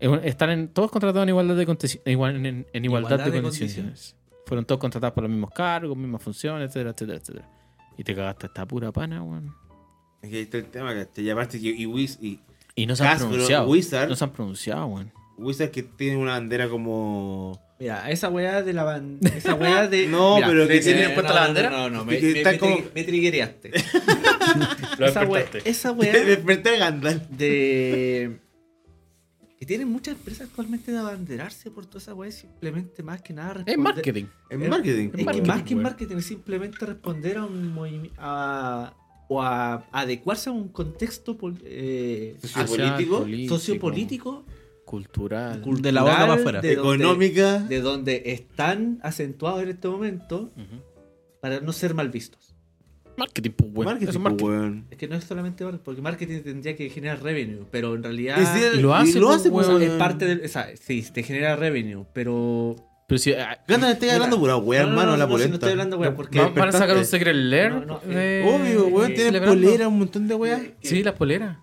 Speaker 1: Es un- Están en, todos contratados en igualdad de, condici- en igual- en- en igualdad
Speaker 3: Igualdad
Speaker 1: de,
Speaker 3: de
Speaker 1: condiciones. Fueron todos contratados por los mismos cargos, mismas funciones, etcétera, etcétera, etcétera. Y te cagaste esta pura pana, weón.
Speaker 4: Aquí está el tema, ¿cachai? Y aparte que y Wiz- y
Speaker 1: Y no se han
Speaker 4: Castro,
Speaker 1: pronunciado.
Speaker 4: Wizard.
Speaker 1: No se han pronunciado, weón.
Speaker 4: Wizard que tiene una bandera como.
Speaker 2: Mira, esa weá de la bandera. Esa weá de.
Speaker 4: No,
Speaker 2: Mira,
Speaker 4: pero que
Speaker 2: eh,
Speaker 4: tiene
Speaker 2: no,
Speaker 4: puesta
Speaker 2: no,
Speaker 4: la
Speaker 2: no,
Speaker 4: bandera.
Speaker 2: No, no, no.
Speaker 4: Y
Speaker 2: Me,
Speaker 4: que
Speaker 2: me-
Speaker 4: está
Speaker 2: me
Speaker 4: como-
Speaker 2: tri- me triggereaste. esa, weá, esa weá
Speaker 4: Desperté a Gandalf.
Speaker 2: de. Que tienen muchas empresas actualmente de abanderarse por toda esa weá. es Simplemente más que nada.
Speaker 1: Es
Speaker 2: responder-
Speaker 1: marketing.
Speaker 4: En marketing.
Speaker 2: Es que
Speaker 1: marketing,
Speaker 2: más que
Speaker 1: weón.
Speaker 2: marketing es simplemente responder a un movimiento. o a adecuarse a un contexto pol- eh,
Speaker 4: Sociopolítico,
Speaker 1: Social,
Speaker 2: sociopolítico
Speaker 1: Cultural.
Speaker 3: De la boca
Speaker 2: cultural,
Speaker 3: para afuera.
Speaker 2: de
Speaker 4: Económica.
Speaker 2: donde- de donde están acentuados en este momento
Speaker 1: Ujú.
Speaker 2: para no ser mal vistos.
Speaker 1: Marketing, pues, weón.
Speaker 4: marketing,
Speaker 1: Eso es
Speaker 4: pues, weón.
Speaker 2: Es que no es solamente mar- porque marketing tendría que generar revenue, pero en realidad
Speaker 4: Es decir,
Speaker 1: y lo hace, pues,
Speaker 2: o sea,
Speaker 4: weón.
Speaker 2: es parte del, o sea, sí, te genera revenue, pero
Speaker 1: Pero si, ah,
Speaker 4: Gandalf, estoy
Speaker 2: Mira,
Speaker 4: hablando pura wea,
Speaker 2: no, no,
Speaker 4: hermano,
Speaker 2: no,
Speaker 4: la
Speaker 2: no, si
Speaker 4: polenta.
Speaker 2: no estoy hablando weón, porque
Speaker 1: ¿Van, van a sacar un Secret Lair?
Speaker 2: No, no,
Speaker 1: de-
Speaker 4: Obvio, weón,
Speaker 2: eh,
Speaker 4: tiene
Speaker 1: celebrando?
Speaker 4: polera, un montón de weas.
Speaker 1: Sí, las poleras.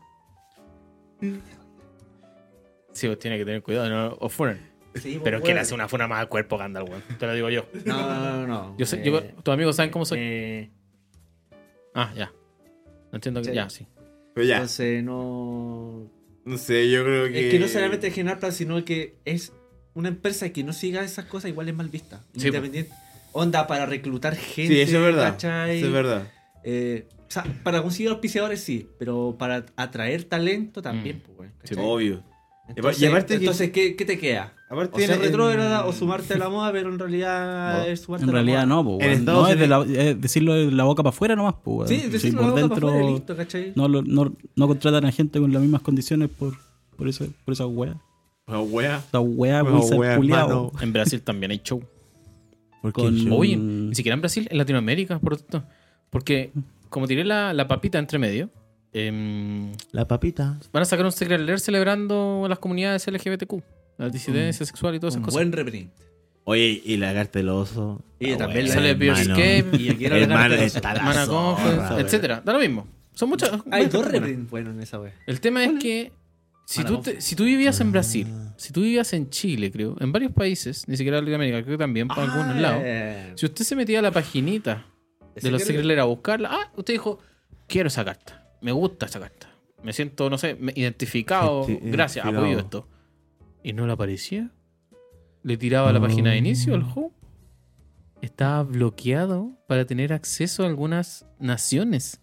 Speaker 1: Sí, vos tienes que tener cuidado, no o funan.
Speaker 2: Sí, pues,
Speaker 1: Pero
Speaker 2: weón.
Speaker 1: quién hace una funa más al cuerpo, Gandalf, weón. Te lo digo yo.
Speaker 2: No, no, no, no.
Speaker 1: Yo sé,
Speaker 2: eh,
Speaker 1: yo- tus amigos saben cómo soy.
Speaker 2: eh,
Speaker 1: Ah, ya. No entiendo que.
Speaker 2: Sí.
Speaker 1: Ya, sí.
Speaker 4: Pero ya,
Speaker 2: entonces no
Speaker 4: no sé, yo creo que.
Speaker 2: Es Pues, que no solamente generar plata, sino que es una empresa que no siga esas cosas, igual es mal vista.
Speaker 1: Sí,
Speaker 2: Independiente. Onda para reclutar gente.
Speaker 4: Sí, eso es verdad.
Speaker 2: ¿cachai?
Speaker 4: Eso es verdad.
Speaker 2: Eh, o sea, para conseguir auspiciadores sí, pero para atraer talento también,
Speaker 1: Mm.
Speaker 2: pues, güey,
Speaker 1: Sí,
Speaker 2: ¿cachai?
Speaker 4: Obvio.
Speaker 2: Entonces,
Speaker 4: Y aparte que-
Speaker 2: entonces, ¿qué, qué te queda?
Speaker 4: Aparte,
Speaker 2: O ser
Speaker 4: en-
Speaker 2: retrógrada o sumarte a la moda, pero en realidad
Speaker 1: No.
Speaker 2: es sumarte
Speaker 3: En
Speaker 2: a la
Speaker 3: realidad
Speaker 2: moda.
Speaker 3: no, pues,
Speaker 4: En
Speaker 3: weón.
Speaker 4: Estados
Speaker 3: No, es de
Speaker 4: Unidos-
Speaker 3: la- es decirlo de la boca para afuera nomás, pues, weón.
Speaker 2: Sí,
Speaker 3: Si
Speaker 2: decir,
Speaker 3: por dentro
Speaker 2: listo, ¿cachai?
Speaker 3: no, lo- no, no contratan a gente con las mismas condiciones por, por, eso, por esa weá.
Speaker 4: Ah, wea.
Speaker 3: Esa weá,
Speaker 4: Bueno,
Speaker 3: Wizard
Speaker 4: weá,
Speaker 3: culiao.
Speaker 4: hermano.
Speaker 1: En Brasil también hay show.
Speaker 3: Con-
Speaker 1: Con- Oye, ni siquiera en Brasil, en Latinoamérica, por tanto. Porque, como tiré la, la papita entre medio, em,
Speaker 4: La papita.
Speaker 1: van a sacar un Secret Lair celebrando a las comunidades LGBTQ, las
Speaker 4: Mm.
Speaker 1: disidencias sexuales y todas
Speaker 2: Un
Speaker 1: esas cosas.
Speaker 2: buen reprint.
Speaker 4: Oye, y la carta del oso.
Speaker 2: Y
Speaker 4: Ah,
Speaker 2: también
Speaker 4: wea,
Speaker 1: la- Sale
Speaker 4: hermano.
Speaker 1: Bioescape.
Speaker 2: Y aquí era la
Speaker 4: Hermano,
Speaker 2: carta del
Speaker 4: está la
Speaker 1: Mana
Speaker 4: zorra,
Speaker 1: Conference,
Speaker 4: wea.
Speaker 1: etcétera. Da lo mismo. Son muchas.
Speaker 2: Hay
Speaker 1: muchas
Speaker 2: dos
Speaker 1: buenas.
Speaker 2: reprints buenos en esa wea.
Speaker 1: El tema es que si
Speaker 2: Mala
Speaker 1: tú,
Speaker 2: bofa.
Speaker 1: te- si tú vivías en Brasil,
Speaker 4: Ah.
Speaker 1: si tú vivías en Chile, creo, en varios países, ni siquiera en Latinoamérica, creo que también para algunos lados,
Speaker 2: Ah, Eh,
Speaker 1: si usted se metía a la paginita de los
Speaker 2: Secret
Speaker 1: Secret Lair a buscarla, ah, usted dijo, quiero esa carta, me gusta esa carta, me siento, no sé, me- identificado,
Speaker 4: Gente,
Speaker 1: gracias,
Speaker 4: identificado.
Speaker 1: apoyo esto. Y no le aparecía. Le tiraba a la página de inicio,
Speaker 4: Mm.
Speaker 1: al home. Estaba bloqueado para tener acceso a algunas naciones.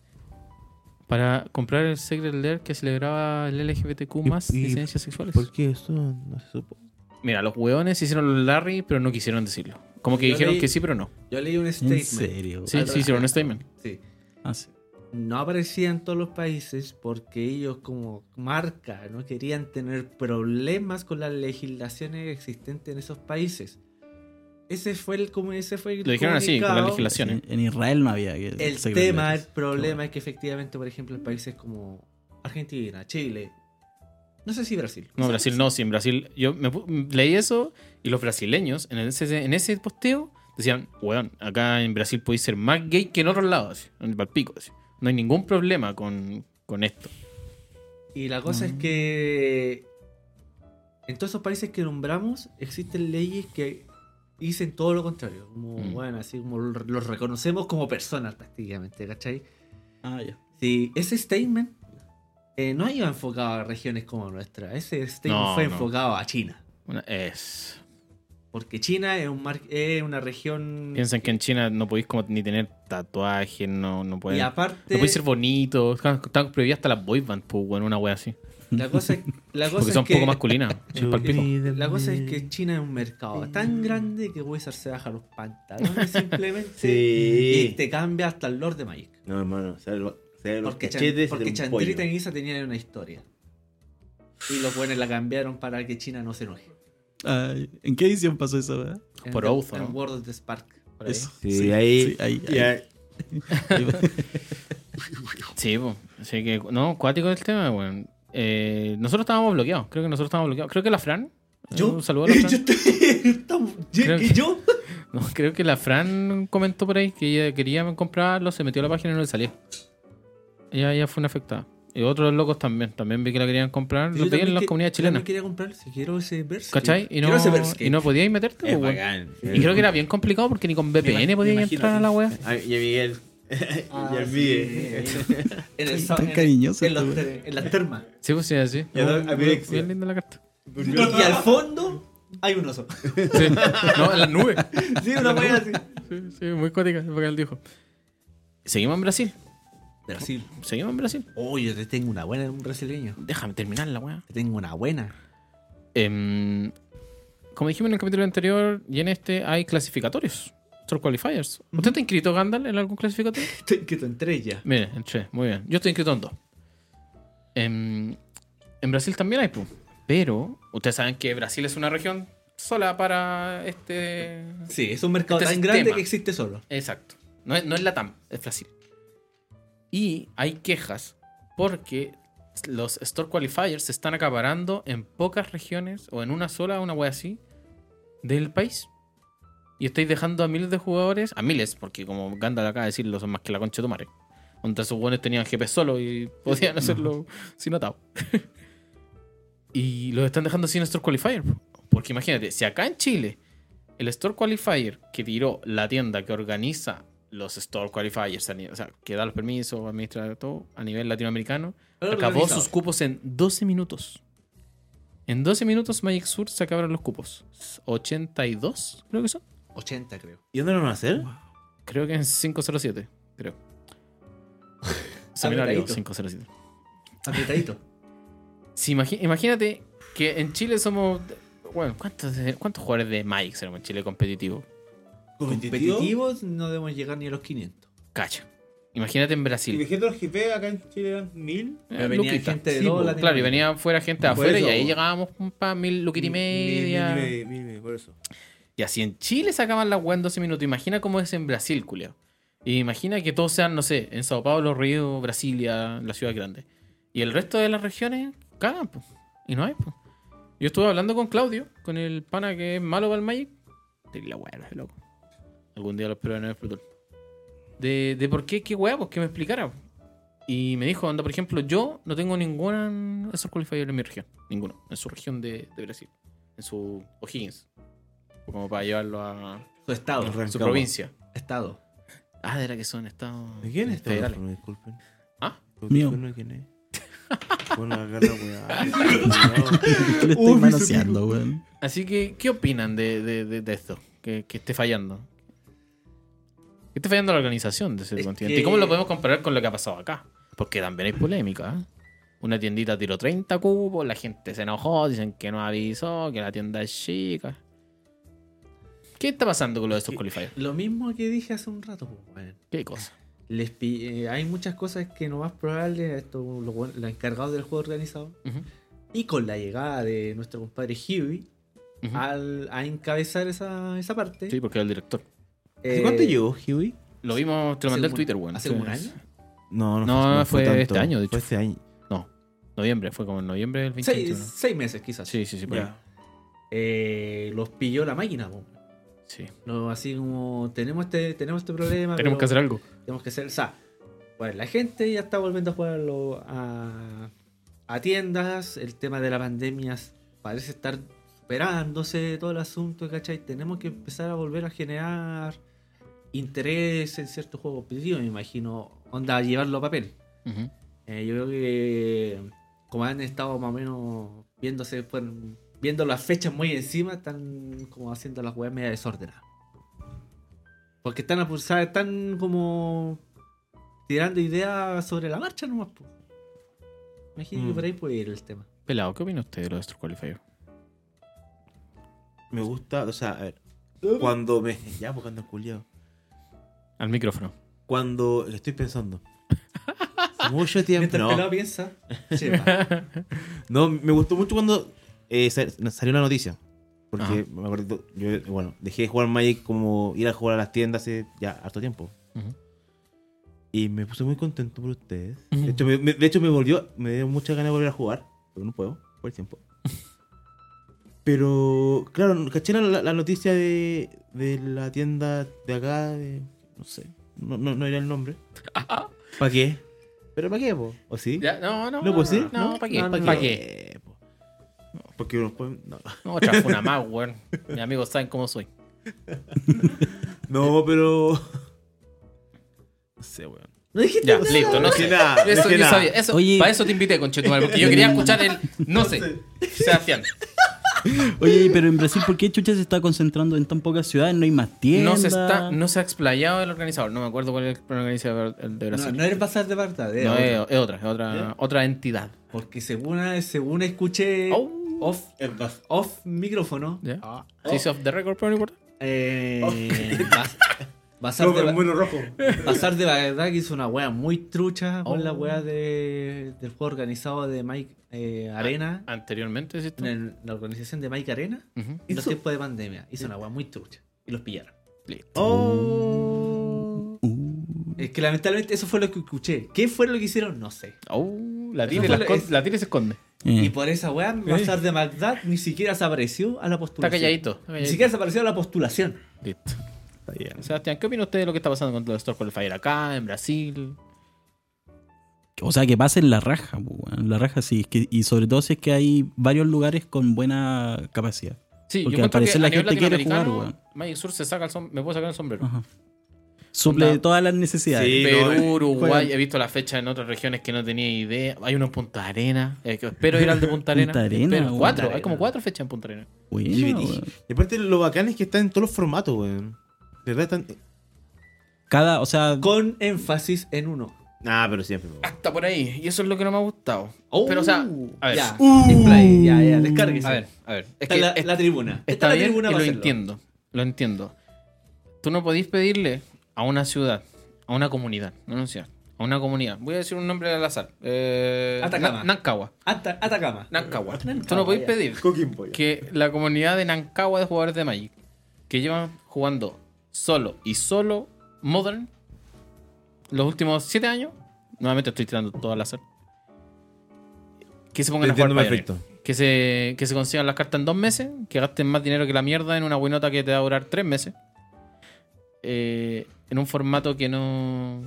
Speaker 1: Para comprar el Secret Lair que celebraba el LGBTQ más
Speaker 4: y-
Speaker 1: disidencias sexuales.
Speaker 4: ¿Por qué eso? No se supo.
Speaker 1: Mira, los hueones hicieron los Larry, pero no quisieron decirlo. Como que
Speaker 2: Yo
Speaker 1: dijeron
Speaker 2: leí-
Speaker 1: que sí, pero no.
Speaker 2: Yo leí un
Speaker 3: En
Speaker 2: statement.
Speaker 3: serio.
Speaker 1: Sí, sí, hicieron un statement.
Speaker 2: Sí.
Speaker 3: Ah, sí.
Speaker 2: No aparecía en todos los países porque ellos como marca no querían tener problemas con las legislaciones existentes en esos países. Ese fue el como ese fue el
Speaker 1: Lo dijeron así, con la
Speaker 2: comunicado.
Speaker 1: legislación.
Speaker 3: En, en Israel no había. que-
Speaker 2: El
Speaker 3: secreto de
Speaker 2: tema, el
Speaker 3: leyes.
Speaker 2: problema es que efectivamente, por ejemplo, en países como Argentina, Chile, no sé si Brasil.
Speaker 1: No, Brasil no, sí, en Brasil. Yo me pu- leí eso y los brasileños en ese, en ese posteo decían, weón, acá en Brasil podéis ser más gay que en otros lados, en el palpico. así. No hay ningún problema con, con esto.
Speaker 2: Y la cosa es
Speaker 1: Mm.
Speaker 2: que en todos esos países que nombramos existen leyes que dicen todo lo contrario. Como,
Speaker 1: Mm.
Speaker 2: bueno, así como los reconocemos como personas prácticamente, ¿cachai?
Speaker 3: Ah, ya.
Speaker 2: Sí, ese statement eh, no iba enfocado a regiones como nuestra. Ese statement
Speaker 1: No,
Speaker 2: fue
Speaker 1: no.
Speaker 2: enfocado a China.
Speaker 1: Una- es.
Speaker 2: Porque China es, un mar- es una región...
Speaker 1: Piensan que en China no podéis como ni tener tatuajes, no, no
Speaker 2: y
Speaker 1: podéis. No
Speaker 2: aparte...
Speaker 1: podéis ser bonitos. Están, están prohibidas hasta las boy bands, pues, weón, una wea así.
Speaker 2: La cosa es, la cosa
Speaker 1: Porque
Speaker 2: es
Speaker 1: son
Speaker 2: que,
Speaker 1: poco masculinas. el palpico.
Speaker 2: La cosa es que China es un mercado tan grande que Wizard se baja los pantalones simplemente y
Speaker 4: Sí.
Speaker 2: te cambia hasta el Lord de Magic.
Speaker 4: No, hermano, sale lo- sale los
Speaker 2: Porque, Chan-
Speaker 4: cachetes
Speaker 2: porque
Speaker 4: de un
Speaker 2: Chandrita
Speaker 4: pollo.
Speaker 2: y Nisa tenían una historia. Y los buenos la cambiaron para que China no se enoje.
Speaker 3: Ay, ¿En qué edición pasó eso, verdad?
Speaker 2: En
Speaker 1: Por
Speaker 2: The-
Speaker 1: Ouzo,
Speaker 2: en
Speaker 1: ¿no? Eh,
Speaker 2: World of the Spark.
Speaker 1: Por ahí.
Speaker 3: Eso.
Speaker 4: Sí, ahí,
Speaker 3: sí, ahí,
Speaker 4: y
Speaker 3: ahí.
Speaker 4: ahí-
Speaker 1: Sí, po. así que, no, cuático el tema, weón. Eh, nosotros estábamos bloqueados, creo que nosotros estábamos bloqueados. Creo que la Fran. eh,
Speaker 2: ¿Yo?
Speaker 1: Un saludo a la Fran.
Speaker 2: Yo estoy- tam- ¿Y
Speaker 1: Creo
Speaker 2: y
Speaker 1: que-
Speaker 2: yo?
Speaker 1: No, creo que la Fran comentó por ahí que ella quería comprarlo, se metió a la página y no le salía. Ella, ella fue una afectada. Y otros locos también, también vi que la querían comprar,
Speaker 2: Yo
Speaker 1: lo pedían
Speaker 2: también
Speaker 1: en las
Speaker 2: que-
Speaker 1: comunidades
Speaker 2: yo
Speaker 1: chilenas.
Speaker 2: también quería comprar, si quiero ese Berserk.
Speaker 1: ¿Cachai? Y no,
Speaker 2: Quiero ese Berserk.
Speaker 1: y no podías meterte,
Speaker 4: Es
Speaker 1: po, weón.
Speaker 4: bacán.
Speaker 1: Y creo que era bien complicado porque ni con VPN
Speaker 4: Me
Speaker 1: podías
Speaker 4: imagino,
Speaker 1: entrar a
Speaker 4: sí.
Speaker 1: la web.
Speaker 4: Ay, y a Miguel.
Speaker 2: Ah,
Speaker 4: y a
Speaker 2: sí. E.
Speaker 4: Miguel.
Speaker 2: En el
Speaker 3: Tan
Speaker 2: sa- en-
Speaker 3: cariñoso
Speaker 2: en, los
Speaker 3: este
Speaker 2: ter- en las termas.
Speaker 1: Sí, pues sí, así.
Speaker 4: Y a la-
Speaker 1: Muy-
Speaker 4: a Virex, sí.
Speaker 1: bien linda la carta.
Speaker 2: Y al fondo hay un oso.
Speaker 1: Sí. No, en las nubes.
Speaker 2: Sí, una wea así.
Speaker 1: Sí, sí, muy cuática, lo que él dijo. Seguimos en Brasil.
Speaker 2: Brasil.
Speaker 1: Seguimos en Brasil.
Speaker 2: Oh, yo te tengo una buena, un brasileño.
Speaker 1: Déjame terminar la weá.
Speaker 2: Te tengo una buena.
Speaker 1: Em, como dijimos en el capítulo anterior y en este, hay clasificatorios. Son qualifiers. ¿Usted está inscrito, Gandalf, en algún clasificatorio?
Speaker 2: Te- Que te entré ya.
Speaker 1: Mire, en tres, muy bien. Yo estoy inscrito en dos. Em, en Brasil también hay, pu. pero ustedes saben que Brasil es una región sola para este.
Speaker 2: Sí, es un mercado
Speaker 1: Este
Speaker 2: tan
Speaker 1: sistema.
Speaker 2: grande que existe solo.
Speaker 1: Exacto. No es, no es Latam, es Brasil. Y hay quejas porque los Store Qualifiers se están acaparando en pocas regiones o en una sola, una wea así, del país. Y estáis dejando a miles de jugadores, a miles, porque como Gandalf acaba de decirlo, son más que la concha de tu madre. Donde esos buenos tenían GP solo y podían hacerlo sin atado. y los están dejando sin Store Qualifier. po. Porque imagínate, si acá en Chile el Store Qualifier que tiró la tienda que organiza los Store Qualifiers, a ni- o sea, que da los permisos, administra todo a nivel latinoamericano, acabó sus cupos en 12 minutos. En 12 minutos Magic Sur se acabaron los cupos. 82, creo que son.
Speaker 2: 80, creo.
Speaker 4: ¿Y dónde lo van a hacer?
Speaker 1: Creo que en 507, creo.
Speaker 2: Apretadito.
Speaker 1: Seminario 507.
Speaker 2: Apretadito.
Speaker 1: Si imagi- imagínate que en Chile somos... Bueno, ¿cuántos, de- cuántos jugadores de Magic seremos en Chile competitivo?
Speaker 2: Competitivos no debemos llegar ni a los 500.
Speaker 1: Cacha. Imagínate en
Speaker 4: Y
Speaker 1: Brasil.
Speaker 4: dejé los GP acá en Chile eran mil.
Speaker 1: Eh,
Speaker 2: Pero venía
Speaker 1: luquita.
Speaker 2: gente de
Speaker 1: Sí,
Speaker 2: todo
Speaker 1: po,
Speaker 2: Latinoamérica.
Speaker 1: Claro, y venía fuera gente de
Speaker 4: Por
Speaker 1: afuera
Speaker 4: eso,
Speaker 1: y ahí
Speaker 4: po.
Speaker 1: llegábamos para mil luquita y
Speaker 4: Mil- mil-
Speaker 1: media.
Speaker 4: Mil, mil, mil, mil, por eso.
Speaker 1: Y así en Chile sacaban la weá en 12 minutos. Imagina cómo es en Brasil, culeo. Y imagina que todos sean, no sé, en Sao Paulo, Río, Brasilia, la ciudad grande. Y el resto de las regiones cagan, po. Y no hay, po. Yo estuve hablando con Claudio, con el pana que es malo para el Magic. De la weá, es loco. Algún día lo espero en el futuro. De, de por qué, qué weá, pues que me explicara. po. Y me dijo, anda, por ejemplo, yo no tengo ninguna esos qualifier en mi región. Ninguno. En su región de, de Brasil. En su O'Higgins. Como para llevarlo a
Speaker 2: Su estado.
Speaker 4: Los re-
Speaker 1: su
Speaker 4: Rancagua.
Speaker 1: provincia.
Speaker 2: Estado.
Speaker 1: Ah, era que son estados.
Speaker 4: ¿De quién es este
Speaker 1: federales.
Speaker 4: teléfono? Disculpen.
Speaker 1: Ah.
Speaker 4: ¿Tu
Speaker 3: Mío.
Speaker 4: teléfono de quién es? Bueno, agarra, weá.
Speaker 3: Tú le estás manoseando, weón.
Speaker 1: Así que, ¿qué opinan de, de, de- de esto? Que, que esté fallando. Que esté fallando la organización de ese
Speaker 2: Es
Speaker 1: continente.
Speaker 2: que-
Speaker 1: ¿Y cómo lo podemos comparar con lo que ha pasado acá? Porque también hay polémica. ¿eh? Una tiendita tiró 30 cubos, la gente se enojó, dicen que no avisó, que la tienda es chica. ¿Qué está pasando con lo de estos qualifiers?
Speaker 2: Lo mismo que dije hace un rato. pues, bueno.
Speaker 1: ¿Qué cosa?
Speaker 2: Les pi- eh, hay muchas cosas que no más probable a estos los buen- los encargados del juego organizado
Speaker 1: Ujú.
Speaker 2: Y con la llegada de nuestro compadre Hiwi,
Speaker 1: Ujú.
Speaker 2: al- a encabezar esa, esa parte.
Speaker 1: Ah, Sí, porque era el director.
Speaker 4: ¿Hace
Speaker 2: Eh,
Speaker 4: cuánto llegó Huey?
Speaker 1: Lo vimos, te lo mandé al
Speaker 2: como-
Speaker 1: Twitter, weón.
Speaker 2: ¿hace como un
Speaker 1: Entonces,
Speaker 4: No,
Speaker 1: No, fue este año, de
Speaker 4: Fue
Speaker 1: hecho.
Speaker 4: este año.
Speaker 1: No, noviembre, fue como en noviembre del 2021.
Speaker 2: Seis, seis meses quizás.
Speaker 1: Sí, sí, sí, por ahí.
Speaker 4: Ya.
Speaker 2: Eh, los pilló la máquina. po.
Speaker 1: Sí.
Speaker 2: No, así como tenemos este, tenemos este
Speaker 4: Ah,
Speaker 2: problema.
Speaker 1: Tenemos
Speaker 2: pero
Speaker 1: que hacer algo.
Speaker 2: Tenemos que hacer. O sea, pues la gente ya está volviendo a jugarlo a, a tiendas. El tema de la pandemia parece estar superándose todo el asunto, ¿cachai? Tenemos que empezar a volver a generar interés en ciertos juegos competitivos, me imagino. Onda, llevarlo a papel.
Speaker 1: Ujú.
Speaker 2: Eh, yo creo que como han estado más o menos viéndose, fueron- viendo las fechas muy encima, están como haciendo las weas media desordenadas. Porque están apulsadas, están como tirando ideas sobre la marcha nomás. po. Imagino que
Speaker 4: Mm.
Speaker 2: por ahí puede ir el tema.
Speaker 1: Pelado, ¿qué opina usted de lo de Astro Qualifier?
Speaker 4: Me gusta, o sea, a ver. Cuando me. Ya, porque ando culiado.
Speaker 1: Al micrófono.
Speaker 4: Cuando. Estoy pensando. Mucho tiempo.
Speaker 2: Mientras el
Speaker 4: No,
Speaker 2: pelado piensa, chepa.
Speaker 4: No, me gustó mucho cuando eh, sal- salió la noticia. Porque me acuerdo, yo, bueno, dejé de jugar Magic como ir a jugar a las tiendas hace ya harto tiempo.
Speaker 1: Ujú.
Speaker 4: Y me puse muy contento por ustedes.
Speaker 1: Ujú.
Speaker 4: De hecho, me, me- de hecho, me volvió, me dio muchas ganas de volver a jugar, pero no puedo, por el tiempo. Pero, claro, caché la, la- la noticia de, de la tienda de acá, de- no sé, no, no, no era el nombre. ¿Para qué? ¿Pero para qué, po? ¿O sí?
Speaker 1: Ya, no, no.
Speaker 4: No, pues sí.
Speaker 1: No, ¿para qué?
Speaker 4: No, no,
Speaker 1: ¿Para
Speaker 4: no.
Speaker 1: qué?
Speaker 4: Eh, po. No, Porque uno puede- No.
Speaker 1: No, otra funa más, weón. Mis amigos saben cómo soy.
Speaker 4: No, pero. No sé, weón.
Speaker 2: no dijiste
Speaker 1: Ya,
Speaker 2: nada.
Speaker 1: listo, no
Speaker 4: No
Speaker 1: sé.
Speaker 4: sé nada. no
Speaker 1: Eso
Speaker 4: sé
Speaker 1: yo
Speaker 4: nada.
Speaker 1: sabía. Eso,
Speaker 3: Oye.
Speaker 1: Para eso te invité, conchetumal, porque yo quería escuchar el. No sé. Sebastián.
Speaker 3: Oye, pero en Brasil, ¿por qué Chucha se está concentrando en tan pocas ciudades? No hay más tiendas.
Speaker 1: No se, está, no se ha explayado el organizador. No me acuerdo cuál es el organizador el de
Speaker 2: No,
Speaker 1: Brasil.
Speaker 2: no eres pasar de verdad. eh,
Speaker 1: No,
Speaker 2: ahora.
Speaker 1: es, es otra, es otra, otra entidad.
Speaker 2: Porque según, según escuché
Speaker 1: Oh.
Speaker 2: off, off micrófono,
Speaker 1: ¿Ya?
Speaker 2: Ah.
Speaker 1: ¿Se hizo off the record, pero no importa.
Speaker 2: Eh, Bas- Bazar,
Speaker 4: No, pero
Speaker 2: de,
Speaker 4: es bueno rojo.
Speaker 2: Bazar de Bagdad que hizo una wea muy trucha con
Speaker 1: Oh.
Speaker 2: la wea de, del juego organizado de Mike eh, Arena,
Speaker 1: Ah, Anteriormente, ¿sí? tú?
Speaker 2: en el- la organización de Mike Arena,
Speaker 1: Ujú.
Speaker 2: en los
Speaker 4: Hizo-
Speaker 2: tiempos de pandemia. Hizo una wea muy trucha y los pillaron.
Speaker 4: Oh.
Speaker 2: Es que lamentablemente eso fue lo que escuché. ¿Qué fue lo que hicieron? No sé.
Speaker 1: Oh, la
Speaker 2: Eso
Speaker 1: tira y
Speaker 2: fue
Speaker 1: la
Speaker 2: lo-
Speaker 1: escon-
Speaker 2: es-
Speaker 1: la tira y se esconde.
Speaker 3: Eh,
Speaker 2: Y por esa wea, Bazar de Bagdad ni siquiera se apareció a la
Speaker 1: Está
Speaker 2: postulación.
Speaker 1: calladito. está
Speaker 2: Ni
Speaker 1: calladito.
Speaker 2: siquiera se apareció a la postulación.
Speaker 1: Listo.
Speaker 4: Está bien.
Speaker 1: Sebastián, ¿qué opina usted de lo que está pasando con los Store Qualifier acá, en Brasil?
Speaker 3: O sea, que pasen la raja, po, weón. la raja sí. es que- y sobre todo si es que hay varios lugares con buena capacidad.
Speaker 1: Sí,
Speaker 3: Porque
Speaker 1: yo
Speaker 3: al
Speaker 1: encuentro
Speaker 3: parecer
Speaker 1: que
Speaker 3: la
Speaker 1: a nivel
Speaker 3: gente quiere
Speaker 1: latinoamericano,
Speaker 3: jugar, weón.
Speaker 1: Magic Sur se saca el som- me puedo sacar el sombrero.
Speaker 3: Ajá. Suple
Speaker 1: Onda.
Speaker 3: todas las necesidades.
Speaker 4: Sí, no,
Speaker 1: Perú,
Speaker 4: eh,
Speaker 1: Uruguay,
Speaker 4: juegan.
Speaker 1: he visto la fecha en otras regiones que no tenía idea. Hay uno en Punta Arena. eh, que espero ir al de Punta Arena.
Speaker 3: Punta Arena,
Speaker 1: Espero.
Speaker 3: weón.
Speaker 1: cuatro,
Speaker 2: Punta
Speaker 1: hay como
Speaker 2: Arena.
Speaker 1: cuatro fechas en Punta Arena.
Speaker 3: Buena,
Speaker 4: Y-
Speaker 3: weón.
Speaker 4: Y aparte, lo bacán es que está en todos los formatos, weón. De verdad están.
Speaker 3: Cada, o sea,
Speaker 2: Con énfasis en uno.
Speaker 4: Ah, pero siempre. weón.
Speaker 1: Hasta por ahí. Y eso es lo que no me ha gustado. Uh,
Speaker 2: Oh,
Speaker 1: Pero, o sea, a ver.
Speaker 2: Ya,
Speaker 4: Uh.
Speaker 2: display, ya, ya, descárguese.
Speaker 1: A ver, a ver. Es
Speaker 2: Está
Speaker 1: que
Speaker 2: la,
Speaker 1: es-
Speaker 2: la tribuna.
Speaker 1: Está
Speaker 2: la
Speaker 1: bien, y
Speaker 2: tribuna
Speaker 1: lo
Speaker 2: para hacerlo.
Speaker 1: entiendo, lo entiendo. Tú no podís pedirle a una ciudad, a una comunidad, no una ciudad, a una comunidad. Voy a decir un nombre al azar. Eh,
Speaker 2: Atacama.
Speaker 1: Na- Nancagua.
Speaker 2: Ata- Atacama.
Speaker 1: Nancagua. Tú
Speaker 2: Nancagua,
Speaker 1: no podís
Speaker 2: ya.
Speaker 1: pedir que la comunidad de Nancagua de jugadores de Magic, que llevan jugando solo y solo Modern los últimos 7 años, nuevamente estoy tirando todo al azar, que se pongan
Speaker 4: Te
Speaker 1: a jugar
Speaker 4: entiendo
Speaker 1: Pioneer.
Speaker 4: perfecto.
Speaker 1: Que se, que se consigan las cartas en dos meses, que gasten más dinero que la mierda en una winota que te va a durar tres meses. eh, en un formato que no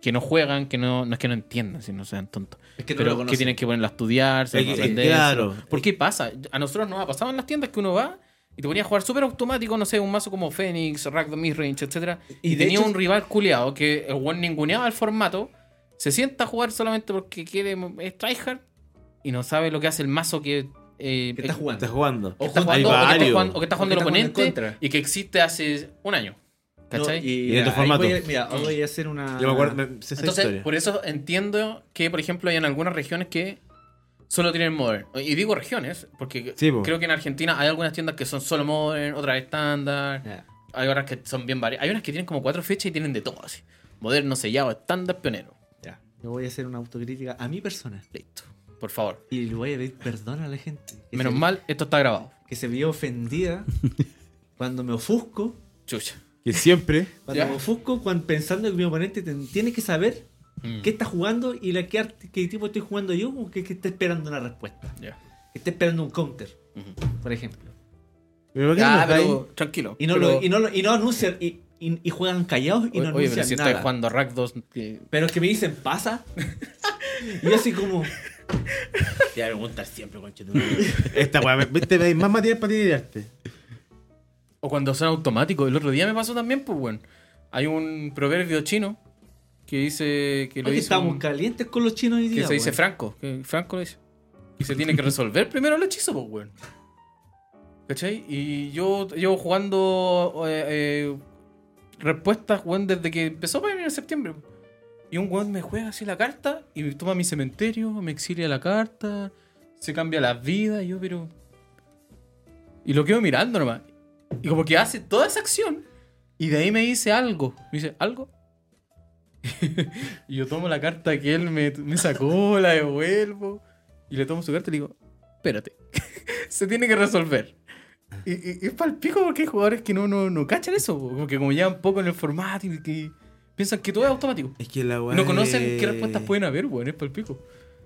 Speaker 1: que no juegan, que no, no es que no entiendan, si no sean tontos.
Speaker 2: Es que no lo
Speaker 1: pero que
Speaker 2: conocen.
Speaker 1: tienen que ponerla a estudiar, se
Speaker 4: Es
Speaker 1: van a
Speaker 4: que-
Speaker 1: aprender.
Speaker 4: claro.
Speaker 1: se- ¿Por qué pasa? A nosotros nos ha pasado en las tiendas que uno va y te ponía a jugar súper automático, no sé, un mazo como Fénix, Ragdoll, Midrange, etcétera
Speaker 2: Y
Speaker 1: Y,
Speaker 2: de
Speaker 1: tenía
Speaker 2: hecho-
Speaker 1: un rival culeado que el one ninguneaba el formato, se sienta a jugar solamente porque quiere es tryhard y no sabe lo que hace el mazo que, eh,
Speaker 2: que está
Speaker 1: eh,
Speaker 2: jugando.
Speaker 4: Estás jugando.
Speaker 1: o,
Speaker 2: está
Speaker 1: jugando,
Speaker 4: Hay
Speaker 1: o que está
Speaker 4: varios.
Speaker 1: jugando, o que está
Speaker 2: O
Speaker 1: jugando
Speaker 2: que
Speaker 1: el
Speaker 2: está jugando en
Speaker 1: oponente
Speaker 2: contra.
Speaker 1: y que existe hace un año. ¿Cachai?
Speaker 2: No, y,
Speaker 4: en otro
Speaker 2: ahí
Speaker 4: formato.
Speaker 2: voy a- mira, ahora voy a hacer una.
Speaker 4: Yo me acuerdo. me- sé esa
Speaker 1: Entonces,
Speaker 4: historia.
Speaker 1: por eso entiendo que, por ejemplo, hay en algunas regiones que solo tienen Modern. Y digo regiones, porque
Speaker 4: Sí, po.
Speaker 1: creo que en Argentina hay algunas tiendas que son solo Modern, otras estándar.
Speaker 2: Ya.
Speaker 1: Hay otras que son bien varias. Hay unas que tienen como cuatro fechas y tienen de todo así. Moderno, sellado, estándar, pionero.
Speaker 2: Ya. Yo voy a hacer una autocrítica a mi persona.
Speaker 1: Listo. Por favor.
Speaker 2: Y le voy a pedir perdón a la gente. Que
Speaker 1: Menos
Speaker 2: se-
Speaker 1: mal, esto está grabado.
Speaker 2: que se vio ofendida cuando me ofusco.
Speaker 1: Chucha.
Speaker 4: Que siempre.
Speaker 2: Cuando
Speaker 1: Ya.
Speaker 2: me ofusco, cuando pensando que mi oponente ten- tiene que saber
Speaker 1: Mm.
Speaker 2: qué está jugando y la qué, arte- qué tipo estoy jugando yo o que, que está esperando una respuesta.
Speaker 1: Ya.
Speaker 2: Que está esperando un counter, por ejemplo.
Speaker 4: Pero ¿por qué no
Speaker 1: Ah,
Speaker 4: nos dais-
Speaker 1: pero tranquilo.
Speaker 2: Y no,
Speaker 1: pero-
Speaker 2: lo, y no, lo- y no anuncian, y, y- y juegan callados y
Speaker 1: Oye,
Speaker 2: no
Speaker 1: pero
Speaker 2: anuncian
Speaker 1: si
Speaker 2: nada.
Speaker 1: estoy jugando Rack 2, que-
Speaker 2: Pero es que me dicen, pasa. y yo así como. Te voy a preguntar siempre, conchetumare.
Speaker 4: Esta weá, me- viste, me dais más material para tirarte.
Speaker 1: O cuando son automáticos. El otro día me pasó también, pues, weón. Hay un proverbio chino que dice que lo
Speaker 2: Oye,
Speaker 1: dice
Speaker 2: estamos
Speaker 1: un-
Speaker 2: calientes con los chinos hoy
Speaker 1: que
Speaker 2: día.
Speaker 1: se dice
Speaker 2: weón.
Speaker 1: Franco. Que Franco lo dice. Y se tiene que resolver primero el hechizo, pues, weón. ¿Cachai? Y yo llevo jugando eh, eh, respuestas, weón, desde que empezó Pioneer en septiembre. Y un weón me juega así la carta y toma mi cementerio, me exilia la carta, se cambia las vidas, y yo, pero. Y lo quedo mirando nomás. Y como que hace toda esa acción. Y de ahí me dice algo. Me dice, ¿algo? y yo tomo la carta que él me, me sacó, la devuelvo. Y le tomo su carta y le digo, espérate. Se tiene que resolver. Y, y- y es palpico porque hay jugadores que no, no, no cachan eso. po. Como que como llevan poco en el formato y que piensan que todo es automático.
Speaker 4: Es que la weá.
Speaker 1: No conocen
Speaker 4: de-
Speaker 1: qué respuestas pueden haber, weón, es palpico.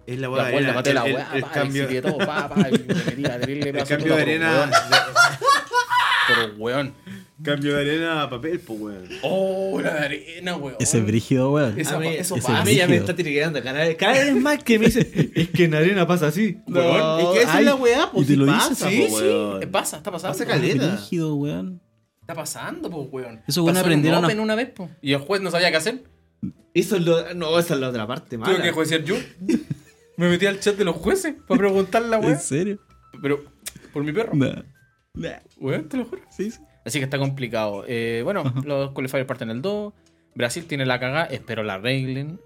Speaker 4: Es la
Speaker 1: La
Speaker 4: weá.
Speaker 1: weón, la
Speaker 4: arena,
Speaker 1: maté a la
Speaker 4: el- el-
Speaker 1: weá,
Speaker 4: el
Speaker 1: pa,
Speaker 4: cambio-
Speaker 1: exilié todo, pa, pa, y le metí la drill, le
Speaker 4: El
Speaker 1: pasó
Speaker 4: cambio de
Speaker 1: todo,
Speaker 4: arena.
Speaker 1: Pero weón, pero, weón.
Speaker 4: Cambio de arena a papel, pues weón.
Speaker 1: Oh, la de arena, weón.
Speaker 3: Ese brígido, weón.
Speaker 1: Esa-
Speaker 2: A mí,
Speaker 1: eso
Speaker 3: ese
Speaker 1: pasa.
Speaker 2: a mí ya me
Speaker 3: brígido.
Speaker 2: está tirigueando. Cada, vez- cada vez más que me dicen, es que en arena pasa así.
Speaker 4: Weón, es que esa
Speaker 3: ay,
Speaker 4: es la weá, pues.
Speaker 3: y te
Speaker 4: si
Speaker 3: lo dice,
Speaker 4: pasa, po,
Speaker 1: Sí,
Speaker 4: weón.
Speaker 1: sí, Oh, pasa, está pasando.
Speaker 4: Pasa
Speaker 3: Ese
Speaker 4: caleta.
Speaker 3: Ah, brígido, weón.
Speaker 1: Está pasando, pues, weón.
Speaker 3: Eso,
Speaker 1: Pasó
Speaker 3: weón,
Speaker 1: en
Speaker 3: aprendieron
Speaker 1: un
Speaker 3: a-
Speaker 1: Open una vez, pues. Y el juez no sabía qué hacer.
Speaker 2: Eso es lo, no, esa es la otra parte, mala.
Speaker 1: Tuve que juecear yo. Me metí al chat de los jueces para preguntarle
Speaker 4: Ah,
Speaker 1: a la
Speaker 3: ¿En
Speaker 1: weón.
Speaker 3: serio?
Speaker 1: Pero, por mi perro.
Speaker 3: Nah. Nah.
Speaker 1: Weón, te lo juro.
Speaker 3: Sí, sí.
Speaker 1: Así que está complicado. Eh, bueno, los qualifiers parten el 2. Brasil tiene la cagada, espero la arreglen.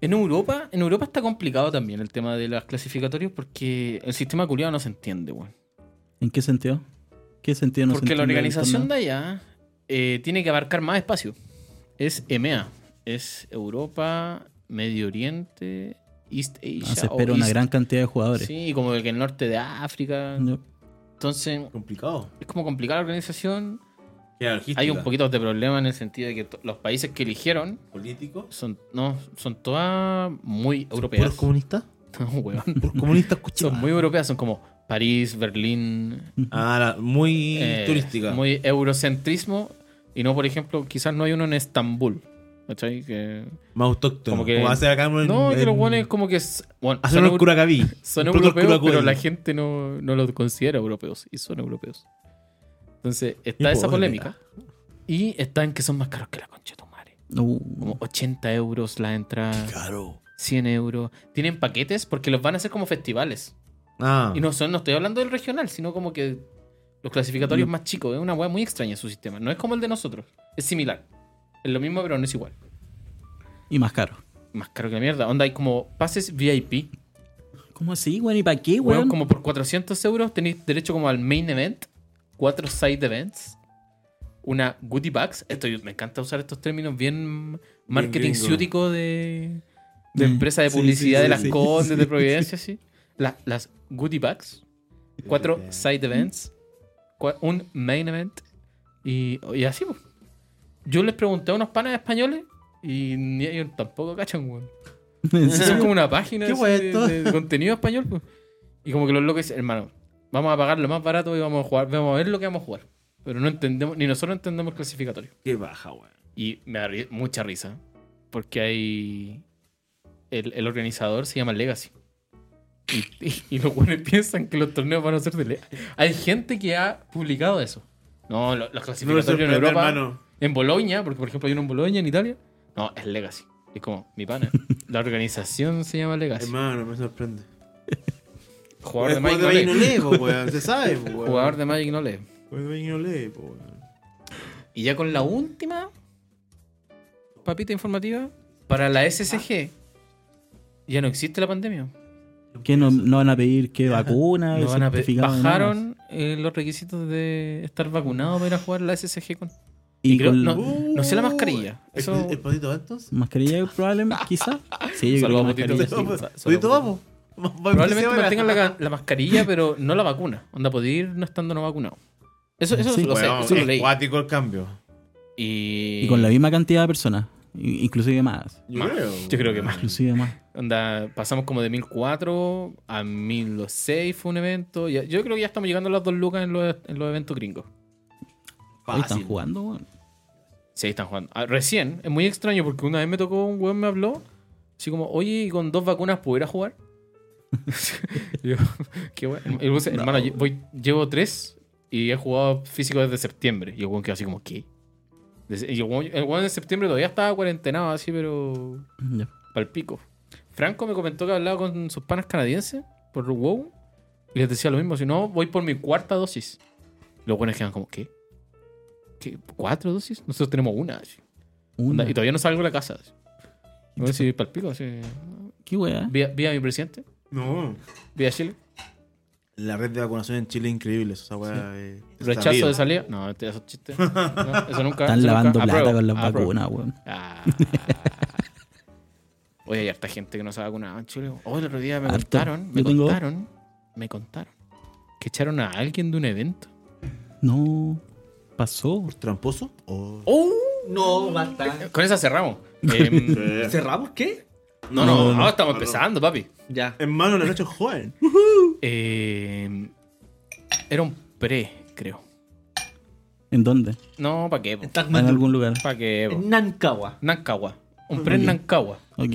Speaker 1: En Europa, en Europa está complicado también el tema de los clasificatorios porque el sistema culiado no se entiende, weón.
Speaker 3: ¿En qué sentido? ¿Qué sentido no se
Speaker 1: porque la
Speaker 3: entiende el
Speaker 1: organización de
Speaker 3: torneo?
Speaker 1: allá eh, tiene que abarcar más espacio. Es EMEA, es Europa, Medio Oriente, East Asia.
Speaker 3: Ah, se
Speaker 1: o
Speaker 3: espera una
Speaker 1: East-
Speaker 3: gran Mm. cantidad de jugadores.
Speaker 1: Sí, como el que el norte de África.
Speaker 3: No.
Speaker 1: Entonces,
Speaker 4: Complicado.
Speaker 1: es como complicada la organización.
Speaker 4: Queda logística,
Speaker 1: Hay un poquito de problema en el sentido de que to- los países que eligieron
Speaker 4: Político.
Speaker 1: son, no, son todas muy europeas.
Speaker 4: ¿Puros comunistas?
Speaker 1: No, weón.
Speaker 4: ¿Puros comunistas cuchillos?
Speaker 1: Son muy europeas, son como París, Berlín.
Speaker 4: Ah, la- muy
Speaker 1: eh,
Speaker 4: turística.
Speaker 1: Muy eurocentrismo. Y no, por ejemplo, quizás no hay uno en Estambul. ¿Cachai? Que...
Speaker 4: Más autóctono.
Speaker 1: como
Speaker 4: Como,
Speaker 1: que-
Speaker 4: hace acá en.
Speaker 1: No, que los
Speaker 4: en-
Speaker 1: buenos como que. s- Bueno,
Speaker 4: Hacen
Speaker 1: son,
Speaker 4: unos
Speaker 1: eu-
Speaker 4: curacaví.
Speaker 1: son
Speaker 4: Proto
Speaker 1: europeos,
Speaker 4: curacaví.
Speaker 1: pero la gente no, no los considera europeos. Y son europeos. Entonces, está
Speaker 4: Y
Speaker 1: esa
Speaker 4: pobre.
Speaker 1: polémica. Y están que son más caros que la concha de tu madre.
Speaker 3: Uh,
Speaker 1: Como
Speaker 4: Mm.
Speaker 1: 80 euros la entrada.
Speaker 4: Claro.
Speaker 1: 100 euros. Tienen paquetes porque los van a hacer como festivales.
Speaker 4: Ah.
Speaker 1: Y no son, no estoy hablando del regional, sino como que los clasificatorios más chicos. Es una weá muy extraña su sistema. No es como el de nosotros. Es similar. Es lo mismo, pero no es igual.
Speaker 3: y más caro.
Speaker 1: Más caro que la mierda. Onda, hay como pases VIP.
Speaker 3: ¿Cómo así, weón? ¿Y para qué,
Speaker 1: Weón,
Speaker 3: weón?
Speaker 1: como por 400 euros tenéis derecho como al main event, cuatro side events, una goodie bags. Esto yo- me encanta usar estos términos bien marketing
Speaker 4: gringo.
Speaker 1: ciútico de, de
Speaker 3: Mm,
Speaker 1: empresa de
Speaker 3: sí,
Speaker 1: publicidad
Speaker 3: sí,
Speaker 1: de
Speaker 3: sí,
Speaker 1: las
Speaker 3: sí,
Speaker 1: Condes,
Speaker 3: sí,
Speaker 1: de Providencia, sí. La- las goodie bags, cuatro
Speaker 4: bags.
Speaker 1: side events, cua- un main event y, y así. po. Yo les pregunté a unos panas españoles y ni ellos tampoco cachan, weón.
Speaker 3: ¿En
Speaker 1: Sí, son
Speaker 3: serio?
Speaker 1: como una página
Speaker 4: Qué
Speaker 1: así
Speaker 4: guay
Speaker 1: de,
Speaker 4: esto.
Speaker 1: de contenido español. pues. Y como que los locos dicen, hermano, vamos a pagar lo más barato y vamos a jugar, vamos a ver lo que vamos a jugar. Pero no entendemos, ni nosotros entendemos el clasificatorio.
Speaker 4: Qué baja, weón.
Speaker 1: Y me da ri- mucha risa. Porque hay. El, el organizador se llama Legacy. Y, y- y los buenos piensan que los torneos van a ser de Legacy. Hay gente que ha publicado eso. No, lo- los
Speaker 4: No me
Speaker 1: clasificatorios en
Speaker 4: sorprende,
Speaker 1: Europa.
Speaker 4: hermano.
Speaker 1: En Boloña, porque por ejemplo hay uno en Boloña, en Italia. No, es Legacy. Es como, mi pana. La organización se llama Legacy.
Speaker 4: Hermano, me sorprende.
Speaker 1: Jugador de
Speaker 4: El
Speaker 1: Magic no lee.
Speaker 4: no lee, po, weón. Se sabe, po, weón.
Speaker 1: Jugador de Magic no lee.
Speaker 4: Jugador de Magic no lee, po, weón.
Speaker 1: Y ya con la última papita informativa, para la SSG ya no existe la pandemia.
Speaker 3: ¿Qué no, no van a pedir qué vacuna?
Speaker 1: No van a pe-
Speaker 3: certificado de nada?
Speaker 1: bajaron eh, los requisitos de estar vacunado para ir a jugar la SSG con...
Speaker 3: Y,
Speaker 1: creo-
Speaker 3: con
Speaker 1: no,
Speaker 3: la
Speaker 1: No sé la mascarilla.
Speaker 4: Uh. ¿El-
Speaker 1: Eso-
Speaker 4: ¿El, potito Antos?
Speaker 3: mascarilla probablemente, quizás. Sí, yo creo que
Speaker 1: Saludos,
Speaker 3: mascarilla.
Speaker 1: Potito.
Speaker 3: sí.
Speaker 1: Saludos,
Speaker 4: ¿Potito
Speaker 1: Potito.
Speaker 4: vamos?
Speaker 1: Probablemente mantengan la, ca- la mascarilla, pero no la vacuna. Onda, podía ir no estando no vacunado. Eso, eso
Speaker 3: Sí,
Speaker 1: lo sé, eso lo leí.
Speaker 4: acuático el cambio.
Speaker 1: Y...
Speaker 3: Y con la misma cantidad de personas, i- inclusive más.
Speaker 4: Yo
Speaker 1: Más.
Speaker 4: creo.
Speaker 1: Yo creo que más.
Speaker 3: Inclusive más.
Speaker 1: Onda, pasamos como de 1004 a 1006 fue un evento. Ya- yo creo que ya estamos llegando a las dos lucas en los, en los eventos gringos.
Speaker 3: Ahí están
Speaker 4: Fácil.
Speaker 3: jugando, weón.
Speaker 1: Sí, ahí están jugando. Ah, Recién, es muy extraño porque una vez me tocó un weón me habló, así como, oye, ¿y con dos vacunas pudiera jugar? Y yo, qué bueno. Y el weón dice, hermano, lle- voy, llevo tres y he jugado físico desde septiembre. Y el weón quedó así como, ¿qué? Desde- y el weón, el weón en septiembre todavía estaba cuarentenado, así, pero
Speaker 3: Ya.
Speaker 1: pal pico. Franco me comentó que hablaba con sus panas canadienses por WoW y les decía lo mismo, si no, voy por mi cuarta dosis. Los buenos quedan como, ¿qué? ¿Qué? ¿Cuatro dosis? Nosotros tenemos una. así.
Speaker 3: Una.
Speaker 1: Onda, Y todavía no salgo de la casa. así. No sé si pal pico. así.
Speaker 3: Qué weá.
Speaker 1: Vi, a- vi a mi presidente,
Speaker 4: No.
Speaker 1: vi a Chile.
Speaker 4: La red de vacunación en Chile es increíble. Esa weá. eh,
Speaker 1: Rechazo de
Speaker 4: está
Speaker 1: salida. No, te- esos chistes. No, eso nunca.
Speaker 3: Están
Speaker 1: eso
Speaker 3: lavando
Speaker 1: nunca.
Speaker 3: plata
Speaker 1: Apruebo,
Speaker 3: con las
Speaker 1: apruebo.
Speaker 3: vacunas, weón.
Speaker 1: Ah. Oye, hay harta gente que no se ha vacunado en Chile. Hoy el otro día me
Speaker 3: Harto.
Speaker 1: contaron, me
Speaker 3: Yo tengo-
Speaker 1: contaron, me contaron que echaron a alguien de un evento.
Speaker 3: No. Pasó.
Speaker 4: vivo. ¿Tramposo? O...
Speaker 1: ¡Oh!
Speaker 2: No, basta.
Speaker 1: Con esa cerramos. Em,
Speaker 2: ¿Cerramos qué?
Speaker 1: no, no,
Speaker 3: No, no, no.
Speaker 1: ahora estamos empezando, papi.
Speaker 2: Ya.
Speaker 4: Hermano, la noche es joven.
Speaker 1: Em, era un pre, creo.
Speaker 3: ¿En dónde?
Speaker 1: No, ¿para qué?
Speaker 2: En
Speaker 3: En
Speaker 2: Tacna-
Speaker 3: algún lugar.
Speaker 1: ¿Para qué? po?
Speaker 2: en Nankawa.
Speaker 1: Nancagua. Un pre en Nancagua.
Speaker 3: Ok.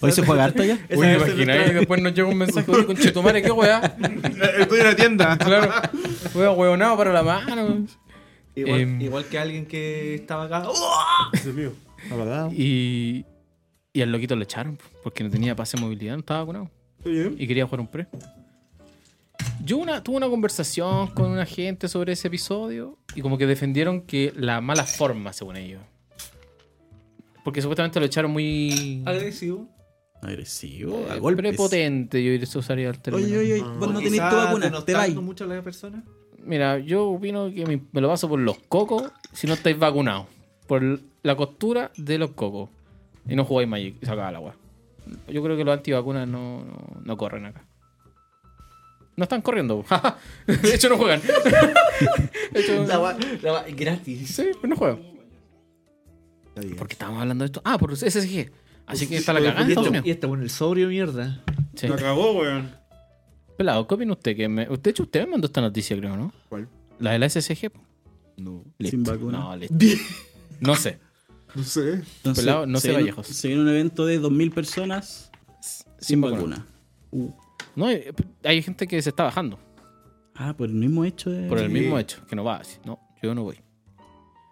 Speaker 3: ¿Hoy se juega harta ya?
Speaker 2: Esa
Speaker 1: Uy,
Speaker 2: debe ser
Speaker 1: imagináis que después nos llega un mensaje de conchetumare, qué weá.
Speaker 4: Estoy en la tienda.
Speaker 1: Claro. Weá, weonado para la mano.
Speaker 2: Igual,
Speaker 1: Em.
Speaker 2: igual que alguien que estaba acá. ¡Oh!
Speaker 4: Ese es mío. Apagado.
Speaker 1: Y, y al loquito lo echaron po, porque no tenía pase de movilidad, no estaba vacunado
Speaker 4: Estoy
Speaker 3: ¿eh?
Speaker 4: bien.
Speaker 1: y quería jugar un pre. Yo una, tuve una conversación con una gente sobre ese episodio y como que defendieron que la mala forma, según ellos. Porque supuestamente lo echaron muy
Speaker 2: Agresivo.
Speaker 3: Agresivo. A
Speaker 1: eh,
Speaker 3: golpes.
Speaker 1: prepotente, yo eso usaría el término.
Speaker 3: Oye, oye, oye. Vos no tenés tu vacuna. Te vais.
Speaker 2: vacunas mucho a la persona?
Speaker 1: Mira, yo opino que me, me lo paso por los cocos si no estáis vacunados. Por l- la costura de los cocos. Y no jugáis Magic y sacaba la agua. Yo creo que los antivacunas no, no, no corren acá. No están corriendo. jaja. de hecho, no juegan. de hecho,
Speaker 2: La va, la va- gratis.
Speaker 1: sí, pero no juegan.
Speaker 4: Está bien.
Speaker 1: Porque estábamos hablando de esto. Ah, por SSG. Así que está la
Speaker 4: Oye,
Speaker 1: cagada en
Speaker 2: Y
Speaker 1: Estados
Speaker 2: esto,
Speaker 1: Unidos.
Speaker 2: y esto con el sobrio mierda.
Speaker 1: Sí.
Speaker 4: cagó, weón.
Speaker 1: Pelado, ¿qué opina usted? Que me- De hecho, usted me mandó esta noticia, creo, ¿no?
Speaker 4: ¿Cuál?
Speaker 1: La de la SSG. po.
Speaker 4: No.
Speaker 3: Sin vacuna.
Speaker 1: No, listo. No sé.
Speaker 4: No sé.
Speaker 3: Entonces,
Speaker 1: Pelado, no se
Speaker 3: viene-
Speaker 1: Vallejos.
Speaker 3: Se viene un evento de 2.000 personas
Speaker 1: Sin,
Speaker 3: sin vacuna.
Speaker 1: No, hay, hay gente que se está bajando
Speaker 3: Ah, por el mismo hecho de...
Speaker 1: por el
Speaker 4: Sí.
Speaker 1: mismo hecho, que no va así. No, yo no voy.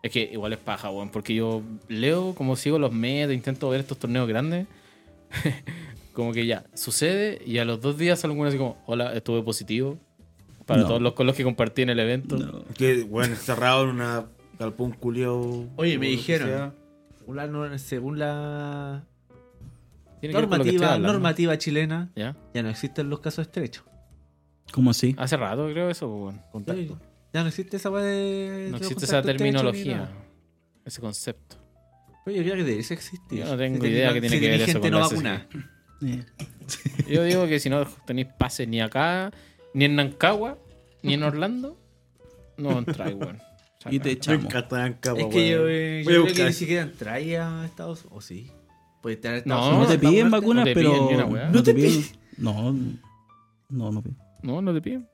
Speaker 1: Es que igual es paja, weón, porque yo leo, como sigo los medios, intento ver estos torneos grandes. como que ya, sucede y a los dos días sale alguno así como, hola, estuve positivo. Para
Speaker 3: No.
Speaker 1: todos los con los que compartí en el evento.
Speaker 3: No.
Speaker 4: Que, weón, encerrado en una galpón culio.
Speaker 2: Oye, me
Speaker 4: o lo que
Speaker 2: dijeron.
Speaker 4: sea.
Speaker 2: Según la nor- según la
Speaker 1: Tiene que ver con lo que estoy
Speaker 2: normativa,
Speaker 1: hablando.
Speaker 2: normativa chilena,
Speaker 1: ¿Ya?
Speaker 2: ya no existen los casos estrechos.
Speaker 3: ¿Cómo así?
Speaker 1: Hace rato creo eso, pues, weón.
Speaker 4: Contacto.
Speaker 2: Ya no existe esa weá de.
Speaker 1: No
Speaker 2: de
Speaker 1: existe esa
Speaker 2: contacto estrecho ni
Speaker 1: terminología,
Speaker 2: nada.
Speaker 1: ese concepto.
Speaker 2: Oye, yo creo que debería existir. Este
Speaker 1: Yo no tengo
Speaker 2: Si
Speaker 1: idea
Speaker 2: tenía-
Speaker 1: que tiene
Speaker 2: si
Speaker 1: que ver
Speaker 2: tenía
Speaker 1: eso
Speaker 2: gente
Speaker 1: con
Speaker 2: no
Speaker 1: la
Speaker 2: vacuna.
Speaker 3: Eh,
Speaker 1: Yo digo que si no tenéis pases ni acá, ni en Nancagua, ni en Orlando, no entráis, weón.
Speaker 3: Y te
Speaker 4: Me
Speaker 3: echamos.
Speaker 4: encanta Nancagua,
Speaker 2: Es que yo,
Speaker 4: weón.
Speaker 2: eh, yo
Speaker 4: Voy a
Speaker 2: creo que
Speaker 4: buscar.
Speaker 2: ni siquiera entraría a Estados Unidos. ¿O sí? Puede entrar a Estados
Speaker 1: No,
Speaker 3: No
Speaker 2: Unidos.
Speaker 3: te piden
Speaker 2: vacunarte.
Speaker 3: vacunas,
Speaker 1: No te piden
Speaker 3: pero...
Speaker 1: ni una weá.
Speaker 2: No te
Speaker 3: No, no, no piden.
Speaker 1: No, no te piden.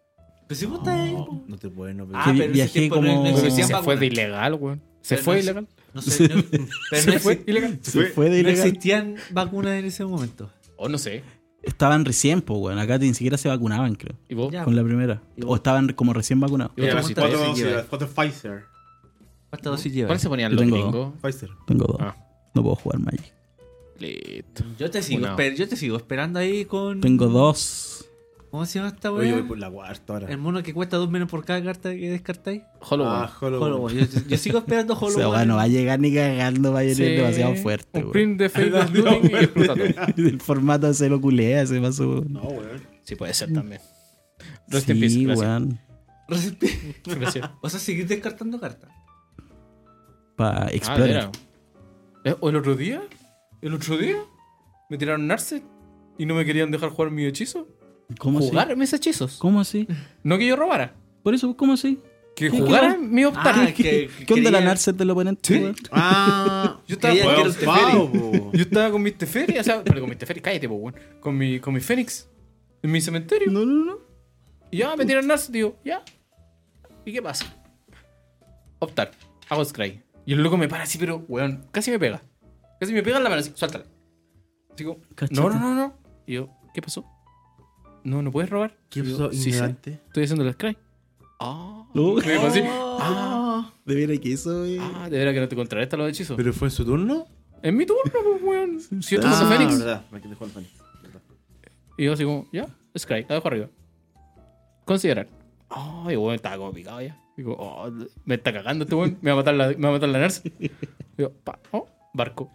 Speaker 2: Pero si vos estás ahí, po.
Speaker 4: No te puedes no
Speaker 2: Ah,
Speaker 3: Que vi-
Speaker 2: pero ese
Speaker 3: viajé
Speaker 2: tiempo no-
Speaker 3: como-
Speaker 2: no
Speaker 1: Pero si
Speaker 2: existían
Speaker 1: se fue
Speaker 2: vacunas.
Speaker 1: de ilegal, weón. Se
Speaker 2: Pero
Speaker 1: fue
Speaker 2: no es-
Speaker 1: ilegal.
Speaker 2: No sé, no- pero no
Speaker 1: Se fue
Speaker 2: exi-
Speaker 1: ilegal.
Speaker 3: Se fue de
Speaker 2: no
Speaker 3: ilegal.
Speaker 2: existían vacunas en ese momento.
Speaker 1: O Oh, no sé.
Speaker 3: Estaban recién, pues, weón. Acá ni siquiera se vacunaban, creo.
Speaker 1: Y vos.
Speaker 2: Ya. pues,
Speaker 3: Con la primera.
Speaker 2: Y vos-
Speaker 3: O estaban como recién vacunados.
Speaker 1: Y vos te
Speaker 2: Ya,
Speaker 1: pusiste- ¿Cuál
Speaker 2: cuatro-
Speaker 4: Pfizer.
Speaker 2: ¿Cuántas dosis llevas?
Speaker 1: se ponían
Speaker 3: Yo
Speaker 1: los
Speaker 3: tengo
Speaker 1: gringos?
Speaker 4: Pfizer.
Speaker 3: Tengo dos.
Speaker 1: Ah.
Speaker 3: No puedo jugar Magic.
Speaker 1: Listo.
Speaker 2: Mm, Yo te sigo,
Speaker 1: Vacunado.
Speaker 2: esper- yo te sigo esperando ahí con.
Speaker 3: Tengo dos.
Speaker 2: ¿Cómo se llama esta
Speaker 4: Oye,
Speaker 2: weá?
Speaker 4: voy por la cuarta ahora.
Speaker 2: El mono que cuesta dos menos por cada carta que descartáis.
Speaker 1: Hollow.
Speaker 4: Ah, Hollow.
Speaker 2: Hollow. Yo, yo sigo esperando
Speaker 3: O
Speaker 2: Hollow.
Speaker 3: sea, bueno, va a llegar ni cagando, va a llegar demasiado fuerte,
Speaker 1: Un
Speaker 3: weón.
Speaker 1: print de Facebook Looting y explota todo.
Speaker 3: El formato se lo culea, se pasó. weón.
Speaker 4: No, weón.
Speaker 1: Sí, puede ser también. Rest in peace,
Speaker 3: Sí,
Speaker 1: gracias.
Speaker 3: weón.
Speaker 1: Gracias. Ah,
Speaker 2: Vas a seguir descartando cartas.
Speaker 3: Para
Speaker 1: Ah,
Speaker 3: Explorer.
Speaker 1: era. Eh, ¿O el otro día? ¿El otro día? Me tiraron Narset y no me querían dejar jugar mi hechizo.
Speaker 3: ¿Cómo
Speaker 1: jugar
Speaker 3: así?
Speaker 1: mis hechizos.
Speaker 3: ¿Cómo así?
Speaker 1: No que yo robara.
Speaker 3: Por eso, ¿cómo así?
Speaker 1: Que
Speaker 3: Sí,
Speaker 1: jugara
Speaker 3: claro.
Speaker 1: mi optar.
Speaker 2: Ah, que-
Speaker 3: ¿Qué onda la
Speaker 2: querían-
Speaker 3: Narset del oponente?
Speaker 1: Sí.
Speaker 3: weón?
Speaker 4: Ah,
Speaker 1: Yo estaba-
Speaker 4: weón,
Speaker 2: Quiero un
Speaker 4: pavo, po.
Speaker 1: Yo estaba con mis Teferi, o sea, pero con mis Teferi, cállate, po, weón. Con mi, con mi Fénix. En mi cementerio.
Speaker 3: No, no, no.
Speaker 1: Y ya me tiran Narset, digo, ya. ¿Y qué pasa? Optar. Hago Scry. Y el loco me para así, pero, weón, casi me pega. Casi me pega en la mano, así, suéltala. Digo,
Speaker 3: Cachete.
Speaker 1: no, no, no, no. Y yo, ¿qué pasó? No, no puedes robar.
Speaker 4: ¿Qué
Speaker 1: Y yo,
Speaker 4: pasó,
Speaker 1: "Sí, sí,
Speaker 4: ignorante?
Speaker 1: Estoy haciendo el Scry. Ah.
Speaker 3: No.
Speaker 1: Y me dijo así, ah,
Speaker 3: De veras que eso, eh.
Speaker 1: ah, de veras que no te contrarrestan los hechizos.
Speaker 4: ¿Pero fue en su turno?
Speaker 1: En mi turno, pues, weón. Si yo tengo
Speaker 4: Ah,
Speaker 1: a Fénix.
Speaker 4: verdad, me quedé jugando Fénix. verdad.
Speaker 1: Y yo así como, ya, Sky, la dejo arriba. Considerar. Ay, weón, estaba como picado ya. Digo, oh, me está cagando este weón, me va a matar la, me va a matar la Nerse. Digo, pa, oh, barco.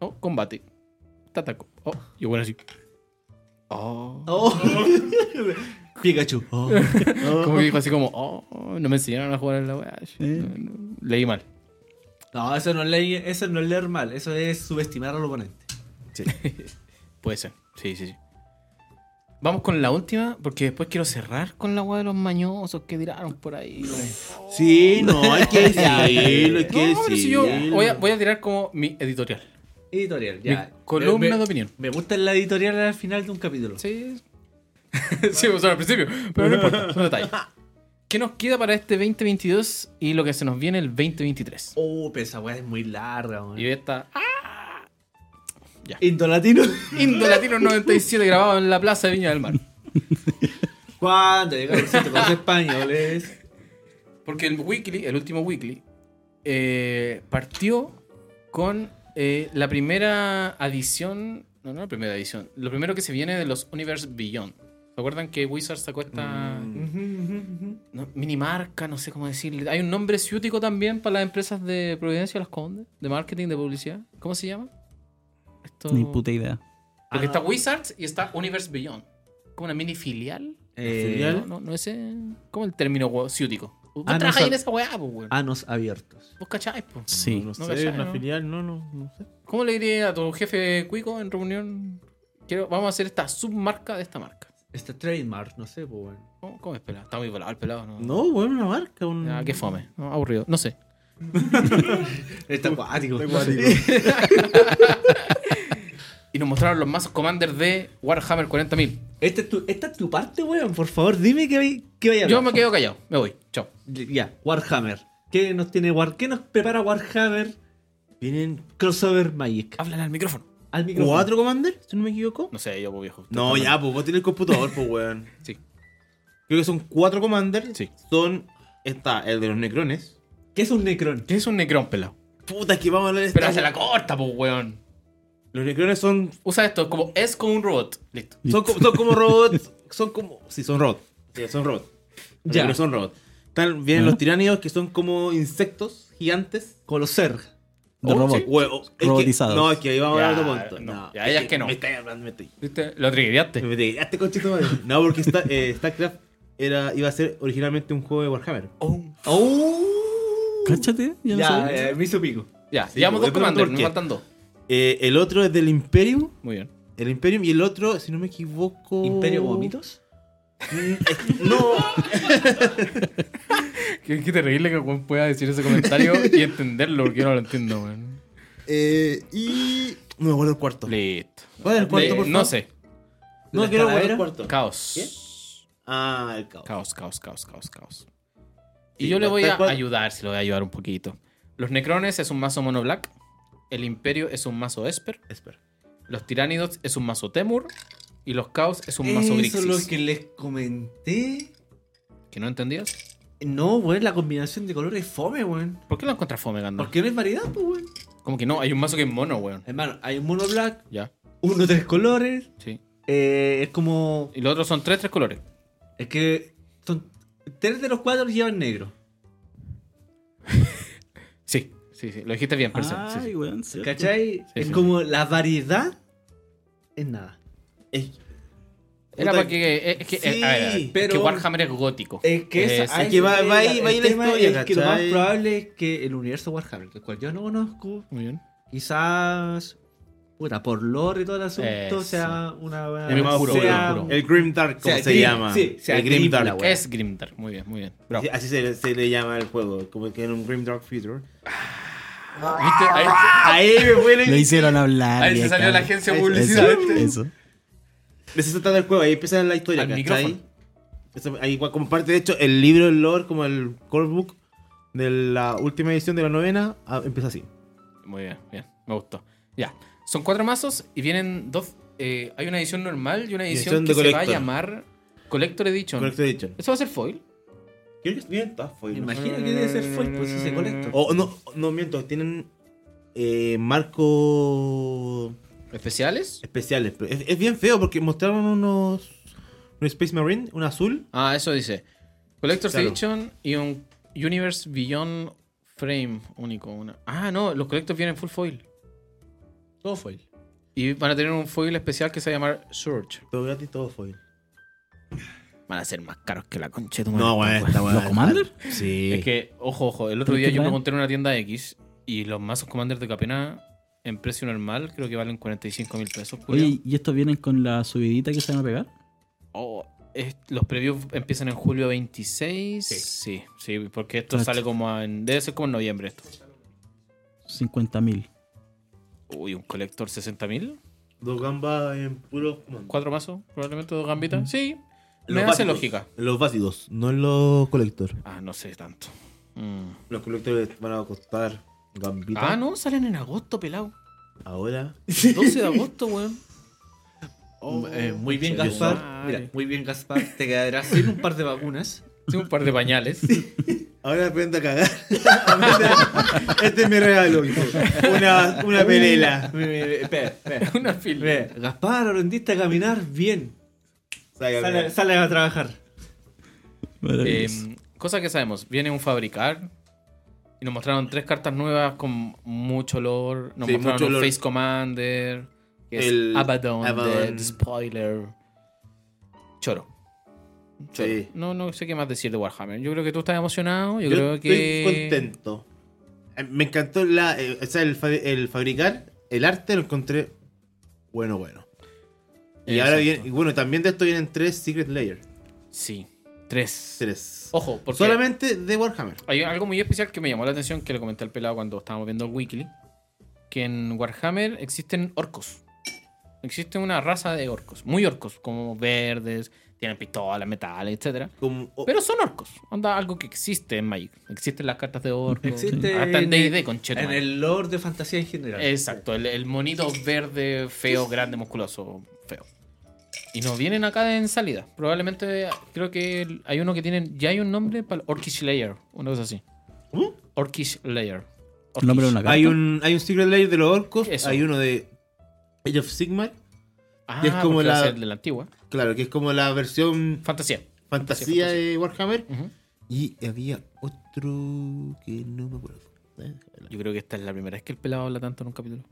Speaker 1: Oh, combate. Tataco. Oh, y bueno, así. Oh.
Speaker 2: Oh. Pikachu. Oh.
Speaker 1: Como que dijo así como, oh, no me enseñaron a jugar en la weá.
Speaker 3: Eh.
Speaker 1: No, no, Leí mal.
Speaker 2: No, eso no, es leer, eso no es leer mal, eso es subestimar al oponente.
Speaker 1: Puede ser. Sí, sí, sí. Vamos con la última, porque después quiero cerrar con la weá de los mañosos que tiraron por ahí.
Speaker 4: Sí, no, hay que decirlo, hay que
Speaker 1: No, pero si yo
Speaker 4: decirlo.
Speaker 1: voy a, voy a tirar como mi editorial.
Speaker 2: Editorial, ya.
Speaker 1: Mi columna
Speaker 2: Me- me-
Speaker 1: de opinión.
Speaker 2: Me gusta la editorial al final de un capítulo.
Speaker 1: Sí. sí, o sea, al principio. Pero no importa, son detalles. ¿Qué nos queda para este 2022 y lo que se nos viene el 2023?
Speaker 2: Oh, pero esa weá es muy larga,
Speaker 1: Y
Speaker 2: weón.
Speaker 1: esta.
Speaker 2: Indolatino.
Speaker 1: Indolatino 97 grabado en la plaza de Viña del Mar.
Speaker 2: ¿Cuándo llegaron los españoles?
Speaker 1: Porque el weekly, el último weekly, eh, partió con eh, la primera adición. No, no la primera edición. Lo primero que se viene de los Universe Beyond. ¿Se acuerdan que Wizard sacó esta.
Speaker 2: Mm.
Speaker 1: no, minimarca, no sé cómo decirle. Hay un nombre ciútico también para las empresas de Providencia Las Condes, de marketing, de publicidad. ¿Cómo se llama? Esto...
Speaker 3: Ni puta idea.
Speaker 1: Porque
Speaker 2: Ah,
Speaker 1: está
Speaker 2: no.
Speaker 1: Wizards y está Universe Beyond. Como una mini filial.
Speaker 2: Eh,
Speaker 1: No, no, no ese. ¿Cómo el término hue- ciútico? Vos
Speaker 2: Ah, no ah.
Speaker 1: trabajáis
Speaker 2: sab-
Speaker 1: en esa weá, pues, weón.
Speaker 2: anos abiertos.
Speaker 1: Vos cacháis, pues.
Speaker 3: Sí.
Speaker 4: No, no
Speaker 1: No
Speaker 4: sé,
Speaker 1: cachai,
Speaker 4: una
Speaker 1: ¿no?
Speaker 4: filial, no, no, no sé.
Speaker 1: ¿Cómo le diría a tu jefe cuico en reunión? Quiero, vamos a hacer esta submarca de esta marca.
Speaker 2: Este trademark, no sé, pues weón.
Speaker 1: ¿Cómo, cómo es pelado? Está muy volado el pelado, ¿no?
Speaker 4: No, weón, una marca. Un...
Speaker 1: Ah, qué fome. No, aburrido. No sé.
Speaker 2: Está Este acuático.
Speaker 1: este Y nos mostraron los mazos Commander de Warhammer 40.000.
Speaker 2: Esta Este es tu, esta es tu parte, weón. Por favor, dime que, hay- que vaya a
Speaker 1: Yo
Speaker 2: hablar.
Speaker 1: me quedo callado, me voy. Chao.
Speaker 2: Ya, Warhammer. ¿Qué nos tiene War ¿Qué nos prepara Warhammer?
Speaker 4: ¿Vienen
Speaker 2: Crossover Magic.
Speaker 1: Háblale al micrófono.
Speaker 2: Al micrófono.
Speaker 4: cuatro Commander, si no me equivoco?
Speaker 1: No sé, yo, pues, viejo.
Speaker 4: No, ya, pues vos tenés el computador, pues weón.
Speaker 1: Sí.
Speaker 4: Creo que son cuatro Commander.
Speaker 1: Sí.
Speaker 4: Son. Está el de los Necrones.
Speaker 2: ¿Qué es un Necron?
Speaker 1: ¿Qué es un necrón, pelado?
Speaker 4: Puta, es que vamos a hablar de
Speaker 1: Pero
Speaker 4: esta-
Speaker 1: hace la corta, pues, weón.
Speaker 4: Los Necrones son
Speaker 1: Usa esto, como es como un robot. Listo.
Speaker 4: Son como, son como robots. Son como. Sí, son robots. Sí, son robots.
Speaker 2: Ya.
Speaker 4: Pero son robots. Están, vienen
Speaker 3: Ajá.
Speaker 4: los tiránidos que son como insectos gigantes. Eh,
Speaker 2: Coloser.
Speaker 3: De
Speaker 1: Oh,
Speaker 3: robot.
Speaker 1: sí.
Speaker 4: Huevo. Es que-
Speaker 3: Robotizados.
Speaker 4: no, es que ahí vamos a
Speaker 1: Ya,
Speaker 4: hablar de otro punto.
Speaker 1: no, ya, ya es que no.
Speaker 4: Me estoy hablando, me estoy.
Speaker 1: ¿Viste? Lo trigueaste.
Speaker 4: Me estoy- este conchito madre. No, porque esta, eh, StarCraft era, iba a ser originalmente un juego de Warhammer.
Speaker 2: ¡Oh!
Speaker 3: Cáchate, ya, no
Speaker 2: Ya,
Speaker 3: sabía.
Speaker 2: eh, me hizo pico.
Speaker 1: Ya,
Speaker 4: Sí,
Speaker 1: llevamos dos
Speaker 4: voy a preguntar
Speaker 1: comandos,
Speaker 4: por
Speaker 1: nos
Speaker 4: qué.
Speaker 1: faltan dos.
Speaker 4: Eh, el otro es del Imperium.
Speaker 1: Muy bien.
Speaker 4: El Imperium y el otro, si no me equivoco.
Speaker 2: ¿Imperio
Speaker 3: Oh.
Speaker 2: Vómitos?
Speaker 4: No.
Speaker 1: Qué, qué terrible que Juan pueda decir ese comentario y entenderlo, porque yo no lo entiendo, weón.
Speaker 4: Eh, y. No me acuerdo el cuarto.
Speaker 1: Listo.
Speaker 4: ¿Cuál es el cuarto,
Speaker 1: Eh,
Speaker 4: por favor?
Speaker 1: no sé.
Speaker 4: No,
Speaker 2: ¿Las
Speaker 4: quiero guardar el
Speaker 2: calaveras?
Speaker 4: cuarto.
Speaker 1: Caos.
Speaker 4: Ah, el caos.
Speaker 1: Caos, caos, caos, caos, caos.
Speaker 4: Sí,
Speaker 1: Y yo le
Speaker 4: tal
Speaker 1: voy a
Speaker 4: cual.
Speaker 1: ayudar, si lo voy a ayudar un poquito. Los Necrones es un mazo mono black. El Imperio es un mazo Esper.
Speaker 4: Espera.
Speaker 1: Los Tiránidos es un mazo Temur. Y los Caos es un mazo
Speaker 2: Eso es
Speaker 1: Grixis.
Speaker 2: lo
Speaker 1: que...
Speaker 2: que les comenté.
Speaker 1: no entendías?
Speaker 2: No, weón, la combinación de colores es fome, weón.
Speaker 1: ¿Por qué lo encuentras fome, Gandalf?
Speaker 2: Porque no es variedad, pues, weón.
Speaker 1: Como que no, hay un mazo que es mono, weón.
Speaker 2: Hermano, hay un mono black,
Speaker 1: Ya,
Speaker 2: uno de tres colores.
Speaker 1: sí.
Speaker 2: eh, es como.
Speaker 1: Y los otros son tres, tres colores.
Speaker 2: Es que. Son, tres de los cuatro llevan negro.
Speaker 1: Sí, sí, sí. Lo dijiste bien, Persa. Sí,
Speaker 3: Ay,
Speaker 1: sí.
Speaker 3: weón, cierto.
Speaker 2: ¿Cachai? es
Speaker 1: sí.
Speaker 2: como la variedad es nada.
Speaker 4: Es-
Speaker 1: Era
Speaker 4: Puta,
Speaker 1: para que. eh, Es que,
Speaker 4: sí,
Speaker 1: a ver, a ver, es que
Speaker 2: pero-
Speaker 1: Warhammer es gótico.
Speaker 2: Es que
Speaker 1: Eh,
Speaker 2: esa-
Speaker 1: sí.
Speaker 2: a
Speaker 4: es
Speaker 2: eso
Speaker 4: que va-
Speaker 2: voy,
Speaker 4: va ahí-
Speaker 2: el
Speaker 4: va ahí la
Speaker 2: tema
Speaker 4: historia,
Speaker 2: es que lo más
Speaker 4: ¿cachai?
Speaker 2: probable es que el universo Warhammer, el cual yo no conozco,
Speaker 1: Muy bien.
Speaker 2: quizás puta, por lore y todo el asunto,
Speaker 1: Eso.
Speaker 2: sea una.
Speaker 1: El más oscuro,
Speaker 2: sea-
Speaker 1: el más oscuro.
Speaker 4: El Grim Dark, como
Speaker 2: sea
Speaker 4: se
Speaker 2: Grim-
Speaker 4: llama.
Speaker 2: sí, sea
Speaker 4: el Grim
Speaker 2: Grim
Speaker 4: Dark.
Speaker 2: la wea.
Speaker 1: Es Grimdark, muy bien, muy bien. Bravo.
Speaker 4: Así- Así se, se le llama el juego, como que en un Grim Dark Future.
Speaker 2: Ah,
Speaker 1: ¿Viste? Ahí,
Speaker 4: Ahí me fue
Speaker 3: Lo hicieron
Speaker 4: Ah,
Speaker 3: hablar.
Speaker 1: ahí se
Speaker 3: vieja.
Speaker 1: salió la agencia de
Speaker 4: Eso,
Speaker 1: publicidad.
Speaker 3: Eso, eso.
Speaker 4: De eso se trata el juego, ahí empieza la historia,
Speaker 1: Al
Speaker 4: ¿cachai?
Speaker 1: micrófono.
Speaker 4: Eso- ahí igual como parte, de hecho, el libro, el lore, como el core book de la última edición de la novena, ah, empieza así.
Speaker 1: Muy bien, bien. Me gustó. Ya. Son cuatro mazos y vienen dos. eh, hay una edición normal y una edición,
Speaker 4: Edición de
Speaker 1: que se va a
Speaker 4: Collector.
Speaker 1: llamar Collector Edition.
Speaker 4: Correcto este dicho.
Speaker 1: ¿Eso va a ser foil?
Speaker 4: Creo que bien, todas
Speaker 2: Me
Speaker 4: foil, ¿no?
Speaker 2: imagino que debe ser foil, pues si se colecta.
Speaker 4: O no, no miento, tienen eh, marco
Speaker 1: ¿Especiales?
Speaker 4: especiales. Pero es, es bien feo porque mostraron unos. Un Space Marine, un azul.
Speaker 1: Ah, eso dice. Collector's
Speaker 4: Claro.
Speaker 1: Edition y un Universe Beyond Frame único. Una. Ah, no, los Collectors vienen full foil.
Speaker 2: Todo foil.
Speaker 1: Y van a tener un foil especial que se va a llamar Surge.
Speaker 4: Todo gratis, todo foil.
Speaker 1: Van a ser más caros que la concha de tu
Speaker 4: No,
Speaker 1: madre.
Speaker 4: bueno, está bueno.
Speaker 3: ¿Los Commander?
Speaker 4: Sí.
Speaker 1: pues, Es que, ojo, ojo, el otro
Speaker 3: Pero
Speaker 1: día
Speaker 3: qué
Speaker 1: yo
Speaker 3: mal.
Speaker 1: pregunté en una tienda X y los mazos Commander de Capena en precio normal creo que valen 45 mil pesos. culiao.
Speaker 3: Oye, ¿y estos vienen con la subidita que se van a pegar?
Speaker 1: Oh, es- los previews empiezan en julio 26. Sí, sí, porque esto
Speaker 3: Cacha.
Speaker 1: sale como en. Debe ser como en noviembre esto.
Speaker 3: 50.000.
Speaker 1: Uy, un colector 60 mil.
Speaker 4: Dos gambas en puro.
Speaker 1: Cuatro mazos, probablemente dos gambitas. Sí,
Speaker 4: Los
Speaker 1: me hace
Speaker 4: básicos.
Speaker 1: lógica.
Speaker 4: Los básicos, no los colector.
Speaker 1: Ah, no sé tanto. Mm.
Speaker 4: Los colectores van a costar gambitas.
Speaker 1: Ah, no, salen en agosto, pelado.
Speaker 4: Ahora.
Speaker 1: 12 de agosto, weón.
Speaker 2: Eh, muy bien,
Speaker 1: Yo
Speaker 2: Gaspar.
Speaker 1: madre.
Speaker 2: Mira, muy bien, Gaspar. Te quedarás sin un par de vacunas.
Speaker 1: Sí, un par de pañales.
Speaker 4: Ahora aprende a cagar. este es mi regalo, hijo. Una, una pelela.
Speaker 2: Ve, ve, ve, eh, espera, espera.
Speaker 1: Una fila.
Speaker 2: Ve, Gaspar, aprendiste a caminar bien.
Speaker 4: Salga,
Speaker 2: Sale,
Speaker 4: mira.
Speaker 2: sale a trabajar.
Speaker 3: Maravilloso.
Speaker 1: Em, cosa que sabemos, viene un fabricar y nos mostraron tres cartas nuevas con mucho lore. Nos
Speaker 4: Sí,
Speaker 1: mostraron
Speaker 4: mucho
Speaker 1: un
Speaker 4: lore.
Speaker 1: Face Commander, que es
Speaker 4: El
Speaker 1: Abaddon,
Speaker 4: Abaddon.
Speaker 1: de The Spoiler. Choro. Choro.
Speaker 4: Sí.
Speaker 1: No, no sé qué más decir de Warhammer. Yo creo que tú estás emocionado. Yo,
Speaker 4: Yo
Speaker 1: creo que.
Speaker 4: estoy contento. Eh, Me encantó la, eh, o sea, el, fa- el fabricar, el arte lo encontré bueno, bueno. Y ahora
Speaker 1: Exacto.
Speaker 4: viene, y bueno, también de esto vienen tres Secret Layer.
Speaker 1: Sí, tres.
Speaker 4: Tres.
Speaker 1: Ojo, porque
Speaker 4: Solamente de Warhammer.
Speaker 1: hay algo muy especial que me llamó la atención que le comenté al pelado cuando estábamos viendo el Weekly. Que en Warhammer existen orcos. Existe una raza de orcos, muy orcos, como verdes, tienen pistolas, metales, etcétera.
Speaker 4: Como,
Speaker 2: Oh.
Speaker 4: o-
Speaker 1: Pero son orcos. Onda, algo que existe en Magic. Existen las cartas de orcos.
Speaker 2: Existe
Speaker 1: Hasta en
Speaker 2: en
Speaker 1: D&D
Speaker 2: el-
Speaker 1: con
Speaker 2: En el lore de fantasía en general.
Speaker 1: Exacto, el, el monito verde, feo, grande, musculoso, feo. Y nos vienen acá en salida. Probablemente, creo que el- hay uno que tienen. Ya hay un nombre para el Orkish Layer. Una cosa así.
Speaker 4: ¿Cómo?
Speaker 1: Orkish Layer.
Speaker 3: El nombre de una carta.
Speaker 4: Hay un, hay un Secret Layer de los orcos,
Speaker 1: Eso.
Speaker 4: hay uno de Age of Sigmar,
Speaker 1: Ah,
Speaker 4: que es como
Speaker 1: porque va a
Speaker 4: la-
Speaker 1: ser de la antigua.
Speaker 4: claro, que es como la versión
Speaker 1: Fantasía.
Speaker 4: fantasía de Warhammer.
Speaker 1: Ujú.
Speaker 4: Y había otro que no me acuerdo. Eh,
Speaker 1: Yo creo que esta es la primera vez que el pelado habla tanto en un capítulo.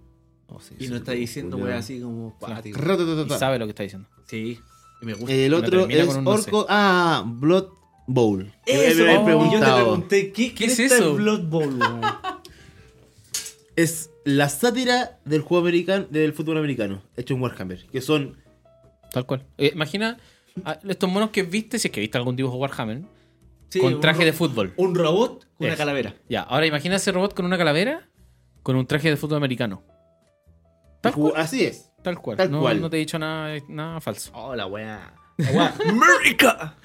Speaker 4: oh, sí,
Speaker 2: Y
Speaker 4: sí,
Speaker 2: no está diciendo
Speaker 4: culiao.
Speaker 2: weas así como cuático.
Speaker 1: Y
Speaker 4: Ratatatatá.
Speaker 1: sabe lo que está diciendo.
Speaker 2: Sí. Y me gusta.
Speaker 4: El
Speaker 1: No
Speaker 4: otro
Speaker 1: termina
Speaker 4: es
Speaker 1: con un no
Speaker 4: Orco. Ah, Blood Bowl.
Speaker 2: Eso,
Speaker 4: Me
Speaker 1: oh,
Speaker 4: habían
Speaker 2: y yo te
Speaker 4: preguntado.
Speaker 2: pregunté, ¿qué,
Speaker 1: ¿Qué es
Speaker 2: cresta
Speaker 1: eso?
Speaker 2: es Blood Bowl? weón?
Speaker 4: Es la sátira del juego americano, del fútbol americano, hecho en Warhammer. Que son.
Speaker 1: Tal cual. Eh, imagina a estos monos que viste, si es que viste algún dibujo Warhammer,
Speaker 2: Sí,
Speaker 1: con
Speaker 2: un
Speaker 1: traje
Speaker 2: ro-
Speaker 1: de fútbol.
Speaker 2: Un robot con una
Speaker 1: Eso.
Speaker 2: calavera.
Speaker 1: Ya, ahora imagina ese robot con una calavera con un traje de fútbol americano. Tal
Speaker 4: ju-
Speaker 1: cual.
Speaker 4: Así es.
Speaker 1: Tal cual.
Speaker 4: tal
Speaker 1: no,
Speaker 4: cual.
Speaker 1: no te he dicho nada, eh, nada falso.
Speaker 2: Oh, la wea. La wea. ¡America!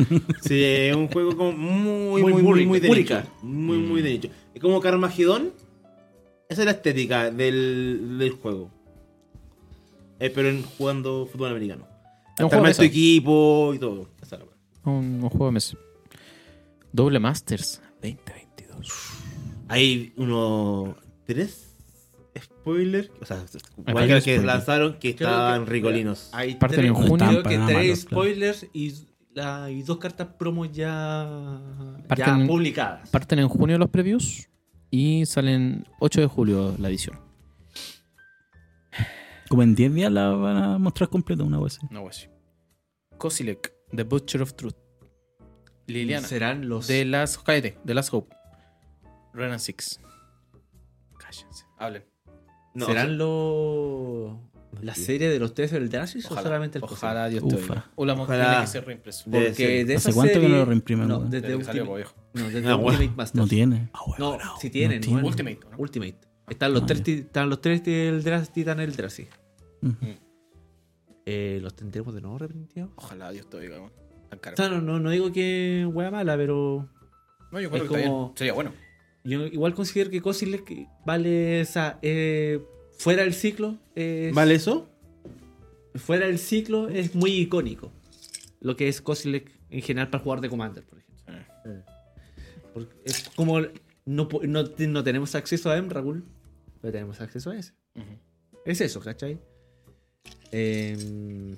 Speaker 4: Sí, es un juego como muy,
Speaker 2: Muy
Speaker 4: muy, muy,
Speaker 2: Murica,
Speaker 4: muy de
Speaker 2: Murica.
Speaker 4: nicho. Muy, muy de nicho. Es como Carmageddon. Esa es la estética del, del juego. Eh, pero en, jugando fútbol americano.
Speaker 1: Es un
Speaker 4: Hasta
Speaker 1: juego, de
Speaker 4: armar tu
Speaker 1: mesa.
Speaker 4: equipo y todo. Esa es la wea.
Speaker 1: Un- un juego de mesa. Doble Masters 2022.
Speaker 4: Hay uno. tres spoilers. O sea,
Speaker 1: varios
Speaker 4: varios que
Speaker 1: spoilers.
Speaker 4: lanzaron que
Speaker 2: Creo
Speaker 4: estaban
Speaker 2: que-
Speaker 4: ricolinos.
Speaker 2: Hay
Speaker 1: Parten en
Speaker 2: tres,
Speaker 1: junio.
Speaker 2: creo
Speaker 3: Están
Speaker 2: que
Speaker 3: para
Speaker 2: tres
Speaker 3: malos, claro.
Speaker 2: spoilers y, la- y dos cartas promo ya,
Speaker 1: Parten-
Speaker 2: ya publicadas.
Speaker 1: Parten en junio los previews y salen 8 de julio la edición.
Speaker 3: Como en 10 días la van a mostrar completa una vez.
Speaker 1: No, güey. Kosilek, The Butcher of Truth. Liliana,
Speaker 2: Serán los.
Speaker 1: de las Cállate, de las Hope. Renan Six. Cállense. Hablen.
Speaker 4: No,
Speaker 2: serán
Speaker 4: o sea,
Speaker 2: los. ¿La serie de los tres del Dracis o solamente el
Speaker 1: ojalá Dios te
Speaker 3: Ufa.
Speaker 1: oiga. O la
Speaker 4: Ojalá.
Speaker 1: tiene que ser reimpreso.
Speaker 4: Debe
Speaker 2: Porque
Speaker 4: ser.
Speaker 2: de esa
Speaker 3: ¿Hace cuánto que
Speaker 2: serie-
Speaker 3: no lo reimprimen,
Speaker 2: No,
Speaker 3: weón?
Speaker 2: desde
Speaker 1: Desde que salió, pues,
Speaker 2: Ultimate,
Speaker 1: po,
Speaker 2: no, desde
Speaker 4: Ah, bueno.
Speaker 2: Ultimate Masters.
Speaker 3: No tiene.
Speaker 2: No, sí
Speaker 3: no
Speaker 2: tienen.
Speaker 3: tiene.
Speaker 2: weón.
Speaker 1: Ultimate, ¿no?
Speaker 2: Ultimate. Están
Speaker 3: Ah,
Speaker 2: los, tres,
Speaker 3: ya.
Speaker 2: ti- están los tres del Dracis Titan el Dracis.
Speaker 3: Ujú.
Speaker 2: Eh, ¿Los tendremos de nuevo reprinteados?
Speaker 1: Ojalá Dios te oiga, weón. Tan caro.
Speaker 2: O sea, no, no, no digo que hueá mala, pero
Speaker 1: No, yo creo
Speaker 2: es
Speaker 1: que está
Speaker 2: como-
Speaker 1: bien. Sería bueno.
Speaker 2: yo igual considero que Cosile que vale esa. eh, fuera del ciclo. es-
Speaker 4: ¿Vale eso?
Speaker 2: Fuera del ciclo es muy icónico. Lo que es Kosilek en general para jugar de Commander, por ejemplo. Porque es como. No, po- no, te- no tenemos acceso a Emrakul, pero tenemos acceso a ese.
Speaker 1: Ujú.
Speaker 2: Es eso, ¿cachai? Eh,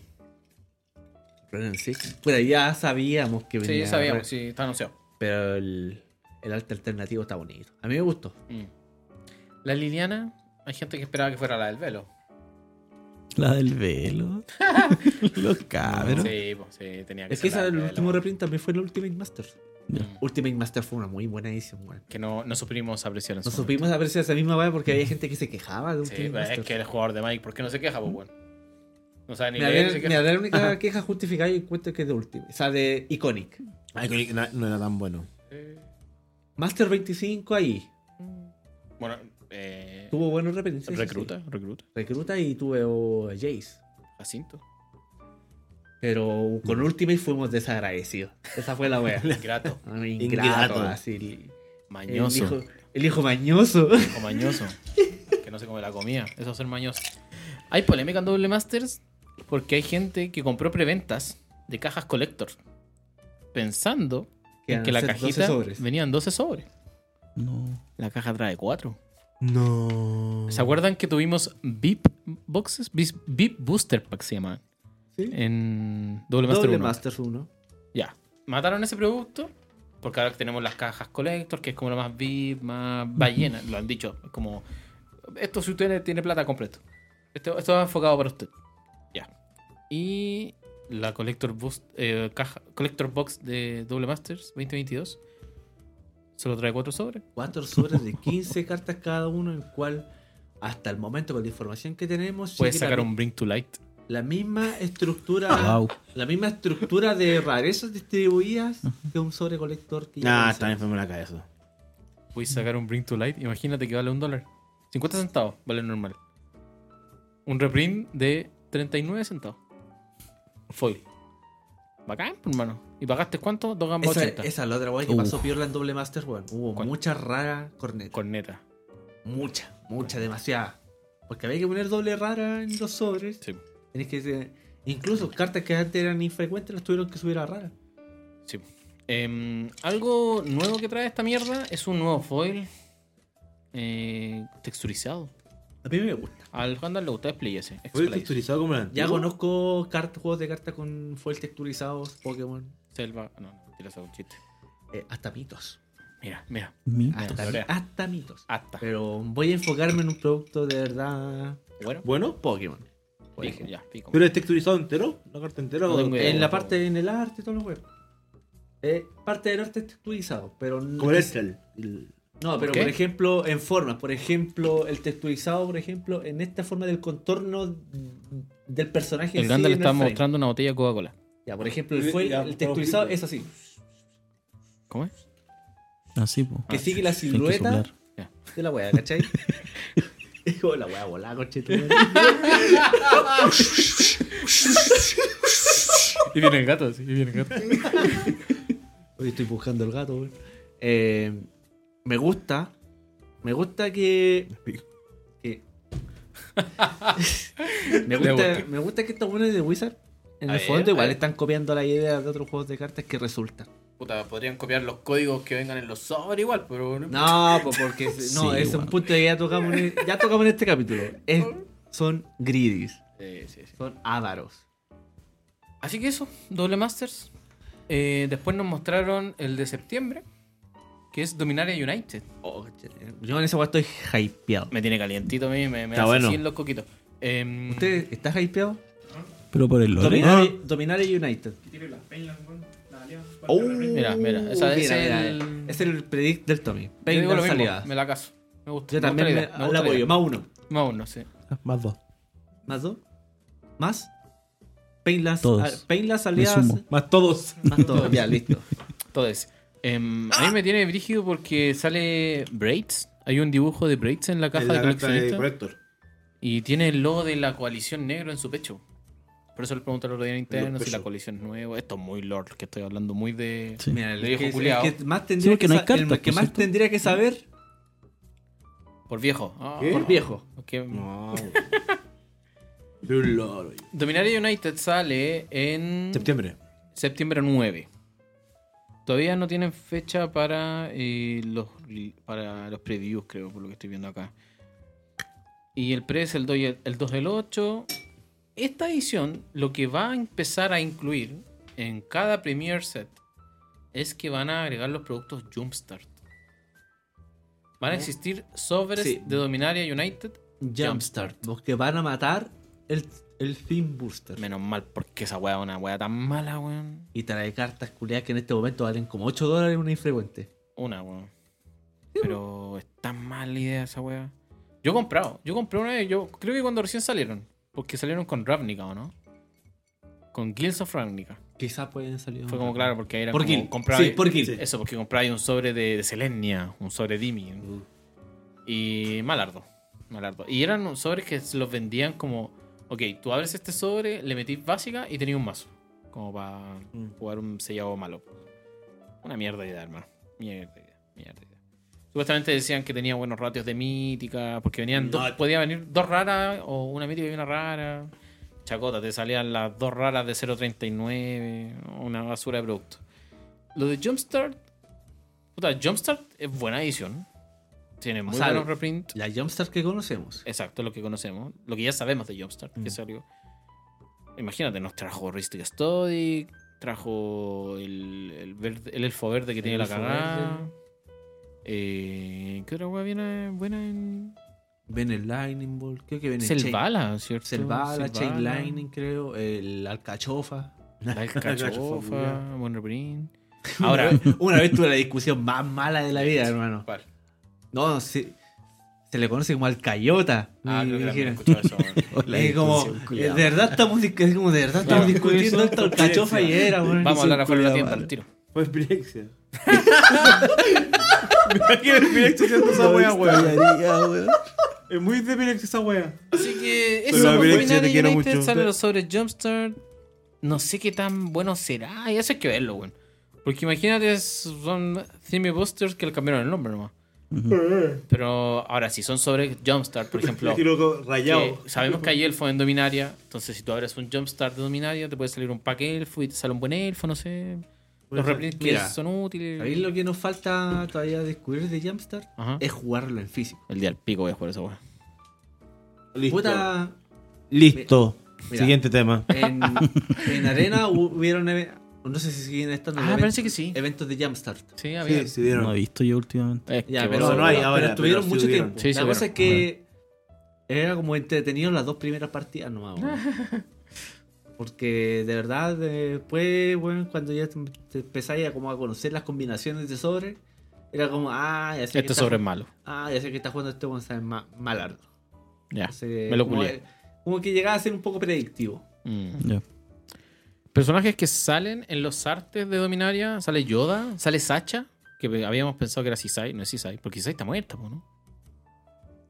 Speaker 2: Renan Six. Bueno, ya sabíamos que
Speaker 1: Sí,
Speaker 2: venía.
Speaker 1: sabíamos, sí, está anunciado.
Speaker 2: Pero el, el arte alternativo está bonito. A mí me gustó.
Speaker 1: Mm. La Liliana, hay gente que esperaba que fuera la del velo.
Speaker 3: La del velo. Los cabros.
Speaker 1: Sí, po, sí, tenía que
Speaker 2: Es que
Speaker 1: ser la
Speaker 2: esa,
Speaker 1: del
Speaker 2: el
Speaker 1: velo.
Speaker 2: último reprint también fue el Ultimate Master.
Speaker 3: Ya.
Speaker 1: Mm.
Speaker 2: Ultimate Master fue una muy buena edición, weón.
Speaker 1: Que no, no supimos apreciar en
Speaker 2: Nos
Speaker 1: su
Speaker 2: supimos a ver si esa misma weá porque había gente que se quejaba de
Speaker 1: momento. Sí,
Speaker 2: Ultimate
Speaker 1: pero
Speaker 2: Master.
Speaker 1: es que el jugador de Mike, ¿por qué no se queja, pues, bueno? No sabe ni
Speaker 2: Mm. Mira,
Speaker 1: leer,
Speaker 2: la-
Speaker 1: se queja.
Speaker 2: mira, la única queja justificada yo encuentro que es de Ultimate. O sea, de Iconic.
Speaker 4: Ay, con el- no, no era tan bueno.
Speaker 1: Eh,
Speaker 2: Master 25 ahí.
Speaker 1: Bueno, eh,
Speaker 2: Tuvo buenos reprints. sí, sí, sí.
Speaker 1: recruta, recruta.
Speaker 2: Recruta y tuve oh, Jace.
Speaker 1: Jacinto.
Speaker 2: Pero con Ultimate fuimos desagradecidos. Esa fue la wea.
Speaker 1: Ingrato.
Speaker 2: Ah, Ingrato,
Speaker 4: Ingrato.
Speaker 2: así. el- El
Speaker 1: Mañoso.
Speaker 2: hijo, el hijo mañoso.
Speaker 1: O mañoso. que no se come la comida. Eso es ser mañoso. Hay polémica en Double Masters porque hay gente que compró preventas de cajas Collector pensando
Speaker 2: Que
Speaker 1: en que la
Speaker 2: eran 12
Speaker 1: cajita
Speaker 2: sobres.
Speaker 1: venían 12 sobres.
Speaker 3: No.
Speaker 1: La caja trae 4.
Speaker 4: No.
Speaker 1: ¿Se acuerdan que tuvimos VIP boxes? Bis- VIP Booster Pack se llamaban.
Speaker 2: Sí.
Speaker 1: En Double eh, Master
Speaker 2: Doble
Speaker 1: 1.
Speaker 2: Masters 1.
Speaker 1: Ya. Mataron ese producto. Porque ahora tenemos las cajas Collector, que es como lo más VIP, más ballena. Lo han dicho. es Como. Esto si usted le tiene plata, completo. Esto, esto va enfocado para usted. Ya. Y la Collector, Boost, eh, caja, Collector Box de Double Masters 2022. Solo trae cuatro sobres.
Speaker 2: Cuatro sobres de 15 cartas cada uno, en cual hasta el momento con la información que tenemos
Speaker 1: Puedes
Speaker 2: sigue la
Speaker 1: sacar
Speaker 2: mi-
Speaker 1: un Bring to Light.
Speaker 2: la misma estructura
Speaker 3: Wow.
Speaker 2: la misma estructura de rarezas distribuidas que un sobre colector que ya
Speaker 4: Nah,
Speaker 2: conocemos.
Speaker 4: está enfermo la cabeza.
Speaker 1: Puedes sacar un Bring to Light. Imagínate que vale un dólar. 50 centavos, vale normal. Un reprint de 39 centavos. Foil. Bacán, pues, hermano. ¿Y pagaste cuánto? Dos gambas
Speaker 2: esa,
Speaker 1: 80.
Speaker 2: esa es la otra weá que
Speaker 3: Uf.
Speaker 2: pasó Piorla en doble master weón. hubo
Speaker 1: Con-
Speaker 2: mucha rara corneta
Speaker 1: Corneta.
Speaker 2: mucha mucha demasiada porque había que poner doble rara en los sobres
Speaker 1: Sí.
Speaker 2: Tenés que eh, incluso cartas que antes eran infrecuentes las tuvieron que subir a rara
Speaker 1: Sí. Em, algo nuevo que trae esta mierda es un nuevo foil eh, texturizado.
Speaker 2: a mí me gusta
Speaker 1: Al Juan le gusta display ese.
Speaker 4: ¿Fue
Speaker 1: X-Play.
Speaker 4: texturizado como el
Speaker 2: ya
Speaker 4: antiguo?
Speaker 2: conozco cart- juegos de cartas con foil texturizados Pokémon
Speaker 1: Selva. No, no, tiras un chiste.
Speaker 2: eh, hasta mitos
Speaker 1: Mira, mira.
Speaker 3: Mi-
Speaker 1: Mitos.
Speaker 2: hasta, hasta mitos
Speaker 1: Ah, Hasta.
Speaker 2: pero voy a enfocarme en un producto de verdad
Speaker 1: Bueno,
Speaker 4: Bueno,
Speaker 2: Pokémon.
Speaker 1: pico,
Speaker 2: por ejemplo.
Speaker 1: ya, pico.
Speaker 4: pero es texturizado entero, la carta entera.
Speaker 1: No
Speaker 4: o-
Speaker 1: tengo idea.
Speaker 2: En la parte, en el arte, todos los juegos. Eh, parte del arte es texturizado, pero no-
Speaker 4: Como el Excel. El-
Speaker 2: No, pero
Speaker 1: ¿Qué?
Speaker 2: por ejemplo, en formas. Por ejemplo, el texturizado, por ejemplo, en esta forma del contorno del personaje.
Speaker 1: El
Speaker 2: en sí,
Speaker 1: Gandalf
Speaker 2: en
Speaker 1: está
Speaker 2: frame.
Speaker 1: mostrando una botella de Coca-Cola.
Speaker 2: Ya, por ejemplo, el,
Speaker 4: Ya,
Speaker 2: foil-
Speaker 4: ya,
Speaker 2: el texturizado
Speaker 4: pero-
Speaker 2: es así.
Speaker 1: ¿Cómo es?
Speaker 3: Así, po.
Speaker 1: Ah,
Speaker 2: Que sigue la
Speaker 3: Tienes que
Speaker 2: silueta
Speaker 3: soplar.
Speaker 2: de la wea, ¿cachai? Digo, la wea volada, conchetumare.
Speaker 1: Y viene el gato, sí, y viene el gato.
Speaker 2: Hoy estoy buscando el gato, weón. Eh, me gusta. Me gusta que. que- me,
Speaker 1: Le
Speaker 2: gusta,
Speaker 1: gusta.
Speaker 2: me gusta que estos buenos de Wizard, en
Speaker 1: A
Speaker 2: el
Speaker 1: ver, a
Speaker 2: fondo, igual
Speaker 1: ver.
Speaker 2: están copiando la idea de otros juegos de cartas que resultan.
Speaker 1: Puta, podrían copiar los códigos que vengan en los sobres igual, pero...
Speaker 2: No, pues porque. No,
Speaker 3: Sí,
Speaker 2: es un
Speaker 3: bueno.
Speaker 2: punto que ya tocamos en, ya tocamos en este capítulo. Es- son greedies,
Speaker 1: Sí, sí, sí.
Speaker 2: son ávaros.
Speaker 1: Así que eso, doble Masters. Eh, después nos mostraron el de septiembre, que es Dominaria United.
Speaker 2: Oh, yo en esa weá estoy hypeado.
Speaker 1: Me tiene calientito a mí, me, me
Speaker 4: Está
Speaker 1: hace
Speaker 4: bueno.
Speaker 1: así en los coquitos. Em,
Speaker 2: ¿Usted está hypeado?
Speaker 3: Pero por el lore. Ah.
Speaker 2: Dominar, dominar United.
Speaker 1: Mira, mira, esa-
Speaker 2: Oh. Mira,
Speaker 1: ese
Speaker 2: mira,
Speaker 1: el-
Speaker 2: es el predict del Tommy.
Speaker 1: yo digo
Speaker 2: Peinar
Speaker 1: lo mismo,
Speaker 2: salida.
Speaker 1: me la caso. Me gusta. me gusta
Speaker 2: Yo también
Speaker 1: la
Speaker 2: me,
Speaker 1: idea, me gusta
Speaker 2: la
Speaker 1: la idea.
Speaker 2: apoyo. Más uno.
Speaker 1: Más uno, sí.
Speaker 4: Más dos.
Speaker 2: Más dos. Más. Painless.
Speaker 3: Todos.
Speaker 2: ah, Painless aliadas.
Speaker 3: sumo.
Speaker 4: Más todos.
Speaker 2: Más todos.
Speaker 4: ya, listo.
Speaker 1: Entonces, em, a mí me tiene brígido porque sale Braids. Hay un dibujo de Braids en la caja
Speaker 4: En la
Speaker 1: de
Speaker 4: carta de
Speaker 1: coleccionista.
Speaker 4: Collector.
Speaker 1: y tiene el logo de la coalición negro en su pecho. Por eso le pregunto al orden interno si
Speaker 4: pecho.
Speaker 1: la coalición es nueva. Esto es muy lord, que estoy hablando muy de.
Speaker 3: Sí.
Speaker 2: Mira, el
Speaker 1: Le dijo
Speaker 2: que, el
Speaker 1: culiao.
Speaker 2: que más tendría
Speaker 3: porque
Speaker 2: que,
Speaker 3: no hay
Speaker 2: sa-
Speaker 3: cartas,
Speaker 2: el
Speaker 3: por
Speaker 2: que más
Speaker 3: cierto.
Speaker 2: tendría que saber
Speaker 1: Por viejo. Ah,
Speaker 4: ¿Qué?
Speaker 1: por viejo. Ok.
Speaker 4: No, güey. Soy un loro. yo.
Speaker 1: Dominaria United sale en
Speaker 4: Septiembre.
Speaker 1: septiembre 9. Todavía no tienen fecha para, eh, los, re- para los previews, creo, por lo que estoy viendo acá. Y el pre es el 2, y el, el 2 del 8. Esta edición lo que va a empezar a incluir en cada premier set es que van a agregar los productos Jumpstart. Van a existir sobres
Speaker 2: Sí.
Speaker 1: de Dominaria United. Jumpstart.
Speaker 2: Jumpstart. Los que van a matar el, el Theme Booster.
Speaker 1: Menos mal, porque esa weá es una weá tan mala, weón.
Speaker 2: Y trae cartas culiadas que en este momento valen como 8 dólares una infrecuente.
Speaker 1: Una, weón.
Speaker 2: pues.
Speaker 1: Pero es tan mala idea esa weá. Yo he comprado. Yo compré una vez. Yo creo que cuando recién salieron. Porque salieron con Ravnica, ¿o no? Con Guilds of Ravnica.
Speaker 2: Quizás pueden salir.
Speaker 1: Fue como claro, porque era
Speaker 2: Por
Speaker 1: como
Speaker 2: Guild.
Speaker 1: compraba-
Speaker 2: Sí, por Guild.
Speaker 4: Sí.
Speaker 1: Eso, porque compraba ahí un sobre de, de Selenia, un sobre Dimi. Y Malardo. Malardo. Y eran unos sobres que se los vendían como. Ok, tú abres este sobre, le metís básica y tenías un mazo. Como para
Speaker 4: Mm.
Speaker 1: jugar un sellado malo. Una mierda de idea, hermano. Mierda de idea. Mierda de idea. Supuestamente decían que tenía buenos ratios de mítica. Porque venían
Speaker 4: No.
Speaker 1: dos. Podía venir dos raras o una mítica y una rara. Chacota, te salían las dos raras de 0.39. Una basura de producto. Lo de Jumpstart. Puta, Jumpstart es buena edición. Tiene muy
Speaker 2: sea,
Speaker 1: buenos reprints.
Speaker 2: La Jumpstart que conocemos.
Speaker 1: Exacto, lo que conocemos. Lo que ya sabemos de Jumpstart, que
Speaker 2: Mm.
Speaker 1: salió. Imagínate, nos trajo Ristic Study. Trajo el, el, verde- el elfo verde que tiene la
Speaker 2: elfo
Speaker 1: cagada.
Speaker 2: verde.
Speaker 1: Eh, ¿Qué otra hueá viene buena en.
Speaker 2: Ven el Lightning Ball. Creo que ven el
Speaker 1: Selvala, ¿cierto?
Speaker 2: Selvala, Chain
Speaker 1: Selvala.
Speaker 2: Lightning, creo. El Alcachofa.
Speaker 1: La Alcachofa,
Speaker 4: Alcachofa,
Speaker 1: buen reprint. Ahora,
Speaker 2: Una vez tuve la discusión más mala de la vida, hermano.
Speaker 1: ¿cuál?
Speaker 2: No, se, se le conoce como Alcayota.
Speaker 1: Ah,
Speaker 2: Me
Speaker 1: creo que también he
Speaker 2: dijeron.
Speaker 1: escuchado eso.
Speaker 3: La
Speaker 2: es como,
Speaker 3: discusión,
Speaker 2: eh, de
Speaker 3: culiao.
Speaker 2: verdad estamos, dis- es como de verdad estamos
Speaker 4: Claro.
Speaker 2: discutiendo esto Alcachofa y era, weón.
Speaker 1: Vamos a hablar afuera de la tienda
Speaker 3: Cuidado,
Speaker 1: al tiro.
Speaker 4: Fue Spirexia. Mira que Spirexia haciendo esa wea, weón.
Speaker 3: Estallaría, weón.
Speaker 4: Es muy de Spirexia esa wea.
Speaker 1: Así que
Speaker 4: Pero
Speaker 1: eso,
Speaker 4: la
Speaker 1: pues,
Speaker 4: Virexia te
Speaker 1: United
Speaker 4: quiero
Speaker 1: United
Speaker 4: mucho.
Speaker 1: sale los sobres Jumpstart. No sé qué tan bueno será. Y eso hay que verlo, weón. Porque imagínate, son Theme Busters que le cambiaron el nombre nomás. Pero ahora, si son sobre Jumpstart, por ejemplo,
Speaker 4: Y loco,
Speaker 1: que
Speaker 4: rayado.
Speaker 1: sabemos que hay elfo en Dominaria. Entonces, si tú abres un Jumpstart de Dominaria, te puede salir un pack elfo y te sale un buen elfo, no sé. Los reprints que
Speaker 2: mira,
Speaker 1: son útiles.
Speaker 2: ¿Sabéis lo que nos falta todavía descubrir de Jumpstart?
Speaker 1: Ajá.
Speaker 2: Es jugarlo en físico.
Speaker 1: El día del pico voy a jugar esa weón.
Speaker 4: Listo.
Speaker 2: Puta.
Speaker 4: Listo.
Speaker 2: Mira.
Speaker 4: Siguiente tema.
Speaker 2: En, en Arena hubieron. eve- No sé si siguen estando.
Speaker 1: Ah,
Speaker 2: eventos-
Speaker 1: parece que sí.
Speaker 2: Eventos de Jumpstart.
Speaker 1: Sí, a ver.
Speaker 4: Sí, sí, dieron.
Speaker 3: No he visto yo últimamente.
Speaker 1: Es que
Speaker 2: Ya,
Speaker 1: vos-
Speaker 2: pero,
Speaker 4: No, no hay
Speaker 2: pero
Speaker 4: ahora,
Speaker 2: estuvieron
Speaker 4: pero
Speaker 2: mucho
Speaker 4: sí hubieron.
Speaker 2: tiempo.
Speaker 1: Sí,
Speaker 2: la
Speaker 1: sí
Speaker 2: cosa es que era como entretenido las dos primeras partidas nomás. weón. Porque de verdad, eh, después, weón, cuando ya te te empezáis a, como a conocer las combinaciones de sobre, era como, ah, ya sé que
Speaker 1: Este
Speaker 2: está
Speaker 1: sobre es
Speaker 2: ju-
Speaker 1: malo.
Speaker 2: Ah, ya sé que está jugando este González ma Malardo.
Speaker 1: Ya.
Speaker 2: Entonces,
Speaker 1: me lo
Speaker 2: como,
Speaker 1: culié.
Speaker 2: eh, como que llegaba a ser un poco predictivo.
Speaker 1: Mm.
Speaker 3: Ya.
Speaker 1: Personajes que salen en los artes de Dominaria. Sale Yoda, sale Sacha, que pe- habíamos pensado que era Sisai, no es Sisai, porque Sisai está muerta, po, ¿no?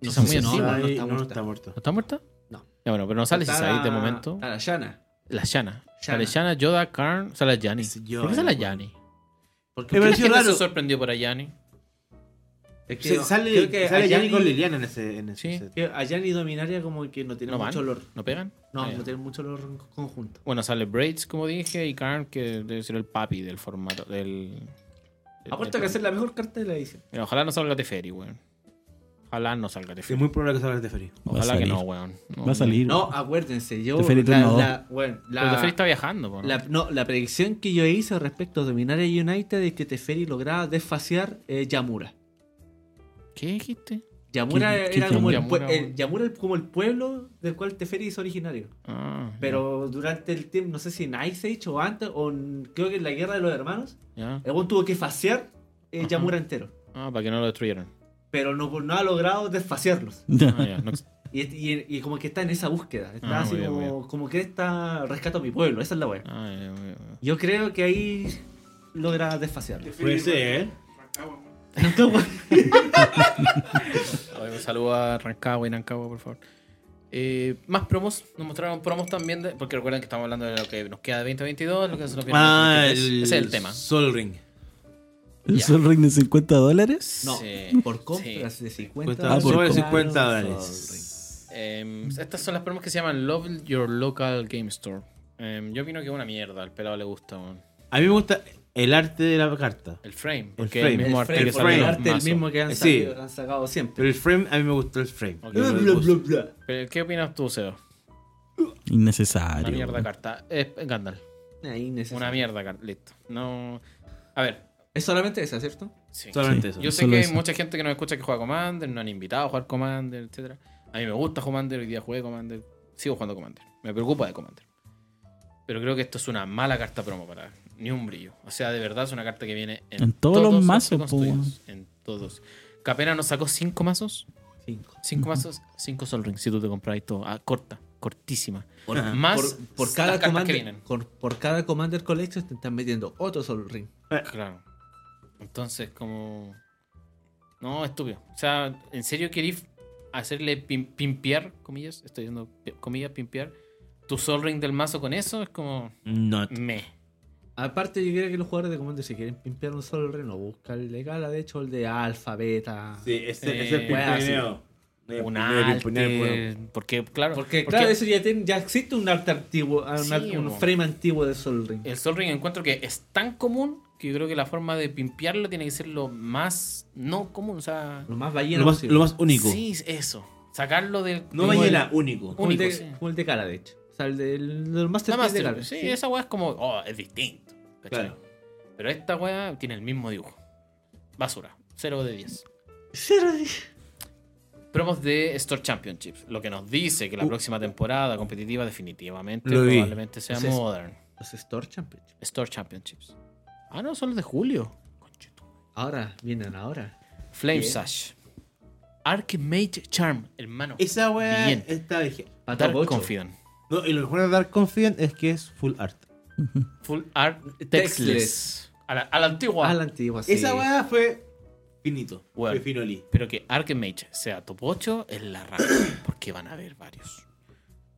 Speaker 2: No
Speaker 1: Esa
Speaker 2: sé
Speaker 1: es
Speaker 2: si
Speaker 1: muy
Speaker 2: no,
Speaker 1: antigua.
Speaker 2: no
Speaker 4: Ay,
Speaker 2: está
Speaker 4: no, no
Speaker 2: muerta.
Speaker 4: está muerto.
Speaker 1: ¿No está muerta?
Speaker 2: No.
Speaker 1: Ya bueno, pero no sale
Speaker 2: Está
Speaker 1: Sisai de
Speaker 2: la-
Speaker 1: momento.
Speaker 2: está la Yana.
Speaker 1: La Shana. Sale
Speaker 2: Shanna.
Speaker 1: Shana, Yoda, Karn, sale Yanni.
Speaker 4: Es
Speaker 1: ¿Por qué sale
Speaker 4: Yoda,
Speaker 1: Yanni?
Speaker 2: Porque
Speaker 4: Me
Speaker 1: ¿Por qué la
Speaker 4: pareció
Speaker 1: gente
Speaker 4: raro.
Speaker 1: se sorprendió por a Yanni?
Speaker 2: es que
Speaker 4: Se-
Speaker 2: no,
Speaker 4: sale
Speaker 2: creo que
Speaker 4: sale
Speaker 2: a
Speaker 4: Yanni
Speaker 2: Yanni-
Speaker 4: con Liliana en ese, en ese
Speaker 1: Sí.
Speaker 4: set.
Speaker 2: Que Allan y Dominaria como que no tienen
Speaker 1: No van.
Speaker 2: mucho olor.
Speaker 1: ¿No pegan?
Speaker 2: No,
Speaker 1: Ah, ya.
Speaker 2: no tienen mucho olor en conjunto.
Speaker 1: Bueno, sale Braids, como dije, y Karn, que debe ser el papi del formato. Del, del-
Speaker 2: Apuesto
Speaker 1: del-
Speaker 2: que hacer la mejor carta de la edición.
Speaker 1: Mira, Ojalá no salga Teferi, weón. Ojalá no salga
Speaker 4: Es
Speaker 1: Teferi.
Speaker 4: muy probable que salga de Ferry.
Speaker 3: Va a
Speaker 1: Ojalá que
Speaker 3: salir.
Speaker 1: no, weón. No,
Speaker 3: Va a salir.
Speaker 2: No, acuérdense, yo.
Speaker 3: Teferi
Speaker 2: la,
Speaker 3: turno
Speaker 2: la- bueno, la-
Speaker 1: Pero Teferi está viajando, po, ¿no?
Speaker 2: la- no, la predicción que yo hice respecto a Dominaria United es que Teferi lograba desfaciar eh, Yamura.
Speaker 1: ¿Qué dijiste?
Speaker 2: Yamura
Speaker 3: ¿Qué- qué
Speaker 2: era como, el,
Speaker 1: Yamura?
Speaker 2: pue- el- Yamura el- como el pueblo del cual Teferi es originario.
Speaker 1: Ah,
Speaker 2: Pero durante el tiempo, no sé si en Ice Age o antes, o en- creo que en la Guerra de los Hermanos,
Speaker 1: ya.
Speaker 2: el weón tuvo que faciar eh,
Speaker 1: Ajá.
Speaker 2: Yamura entero.
Speaker 1: Ah, para que no lo destruyeran.
Speaker 2: Pero no, no ha logrado desfaciarlos.
Speaker 1: Ah, ya. No,
Speaker 2: Y, este, y- y como que está en esa búsqueda. Está
Speaker 1: Ah,
Speaker 2: así
Speaker 1: muy bien, muy
Speaker 2: como, como que está rescato a mi pueblo. Esa es la wea.
Speaker 1: Ah, ya, ya, ya.
Speaker 2: Yo creo que ahí logra desfaciarlo.
Speaker 5: Puede ser.
Speaker 1: pues, A ver, Un saludo a Rancagua y Nancagua, por favor. Eh, más promos, nos mostraron promos también, de- porque recuerden que estamos hablando de lo que nos queda de 2022, lo que se nos viene
Speaker 5: Ah,
Speaker 1: 2023. Ese es el tema.
Speaker 5: Sol Ring.
Speaker 3: ¿El
Speaker 1: Ya.
Speaker 3: Sol Ring de 50 dólares?
Speaker 2: No,
Speaker 1: Sí,
Speaker 2: por compras de 50
Speaker 5: Cuenta
Speaker 1: Ah,
Speaker 3: por
Speaker 5: sobre
Speaker 3: compras.
Speaker 5: 50 dólares.
Speaker 1: Eh, estas son las promos que se llaman Love Your Local Game Store. Eh, yo opino que es una mierda, al pelado le gusta, weón.
Speaker 5: A mí me gusta el arte de la carta.
Speaker 1: El frame, porque es
Speaker 5: frame.
Speaker 1: el mismo
Speaker 2: el
Speaker 1: arte
Speaker 2: frame,
Speaker 1: que
Speaker 2: porque
Speaker 1: sale
Speaker 2: el
Speaker 1: en los
Speaker 2: arte es el
Speaker 1: mazos.
Speaker 2: mismo que han,
Speaker 5: Sí.
Speaker 2: salido- han sacado siempre.
Speaker 5: Pero el frame, a mí me gustó el frame.
Speaker 1: Ok.
Speaker 5: Yo me lo puse.
Speaker 1: Pero, ¿Qué opinas tú, Seba?
Speaker 3: Innecesario.
Speaker 1: Una mierda
Speaker 3: weón.
Speaker 1: de carta. Eh, Gandalf.
Speaker 2: Ahí necesario.
Speaker 1: Una mierda de carta. Listo. No. A ver.
Speaker 2: Es solamente esa, ¿cierto?
Speaker 1: Sí.
Speaker 5: Solamente
Speaker 3: Sí.
Speaker 5: eso.
Speaker 1: Yo sé
Speaker 3: Solo
Speaker 1: que
Speaker 3: eso.
Speaker 1: hay mucha gente que nos escucha que juega Commander, nos han invitado a jugar Commander, etcétera. A mí me gusta Commander, hoy día jugué Commander, sigo jugando Commander. Me preocupa de Commander. Pero creo que esto es una mala carta promo para ni un brillo. O sea, de verdad es una carta que viene en,
Speaker 3: En todos los mazos,
Speaker 1: construidos, En todos. Capena nos sacó cinco mazos.
Speaker 2: Cinco.
Speaker 1: Cinco mazos, cinco Sol Ring. Si tú te compráis todo. Ah, corta, cortísima.
Speaker 2: Por,
Speaker 1: Más
Speaker 2: por, por
Speaker 1: las
Speaker 2: cada
Speaker 1: cartas que
Speaker 2: Commander,
Speaker 1: vienen.
Speaker 2: por, por cada Commander Collection te están metiendo otro Sol Ring.
Speaker 1: Claro. Entonces, como. No, estúpido. O sea, ¿en serio querís hacerle pim- pimpear, comillas? Estoy diciendo pi- comillas, pimpear. Tu Sol Ring del mazo con eso es como.
Speaker 5: No.
Speaker 1: Me.
Speaker 2: Aparte, yo creo que los jugadores de Commander, si quieren pimpear un Sol Ring, no buscan el de Gala, de hecho, el de Alfa, Beta.
Speaker 5: Sí, ese
Speaker 1: Eh,
Speaker 5: ese es el
Speaker 2: bueno,
Speaker 5: pimpineo. Eh,
Speaker 1: Un
Speaker 5: pimpineo, pimpineo,
Speaker 1: arte. Porque, claro.
Speaker 2: Porque, claro, eso ya, tiene- ya existe un arte antiguo, un,
Speaker 1: Sí,
Speaker 2: arte- un
Speaker 1: bo.
Speaker 2: frame antiguo de Sol Ring.
Speaker 1: El Sol Ring encuentro que es tan común que yo creo que la forma de pimpearlo tiene que ser lo más no común. O sea.
Speaker 2: Lo
Speaker 5: pimpineo.
Speaker 2: más ballena
Speaker 5: Lo más,
Speaker 2: posible.
Speaker 5: lo más único.
Speaker 1: Sí, eso. Sacarlo del.
Speaker 5: No
Speaker 1: como
Speaker 5: ballena, único.
Speaker 2: como, el de,
Speaker 1: único, sí.
Speaker 2: como el de Gala, de hecho. O sea, el del, del
Speaker 1: La
Speaker 2: Master Piece
Speaker 1: Master,
Speaker 2: de Gala.
Speaker 1: sí,
Speaker 2: Sí.
Speaker 1: esa weá es como, oh, es distinto. ¿cachai?
Speaker 5: Claro.
Speaker 1: Pero esta weá tiene el mismo dibujo. Basura. 0 de 10.
Speaker 2: Cero de-
Speaker 1: Promos de Store Championships. Lo que nos dice que la próxima temporada competitiva definitivamente
Speaker 5: Lo vi.
Speaker 1: probablemente sea
Speaker 2: Entonces-
Speaker 1: Modern.
Speaker 2: Los Store Champions.
Speaker 1: Store Championships. Ah, no, son los de julio. Conchito.
Speaker 2: Ahora, vienen ahora.
Speaker 1: Flame
Speaker 2: Bien.
Speaker 1: Sash. Archimage Charm, hermano.
Speaker 4: Esa weá
Speaker 1: Bien.
Speaker 4: está vigente.
Speaker 2: Pato
Speaker 1: Dark
Speaker 2: Bocho.
Speaker 1: Confident.
Speaker 4: No, y lo mejor de Dark Confident es que es full art.
Speaker 1: Full Art
Speaker 2: Textless.
Speaker 1: Textless. A la, a la antigua.
Speaker 2: Ah, la antigua, sí.
Speaker 4: Esa weá fue
Speaker 5: Finito.
Speaker 1: Bueno.
Speaker 5: Fue finolí.
Speaker 1: Pero que Archimage sea top 8 es la raja, porque van a haber varios.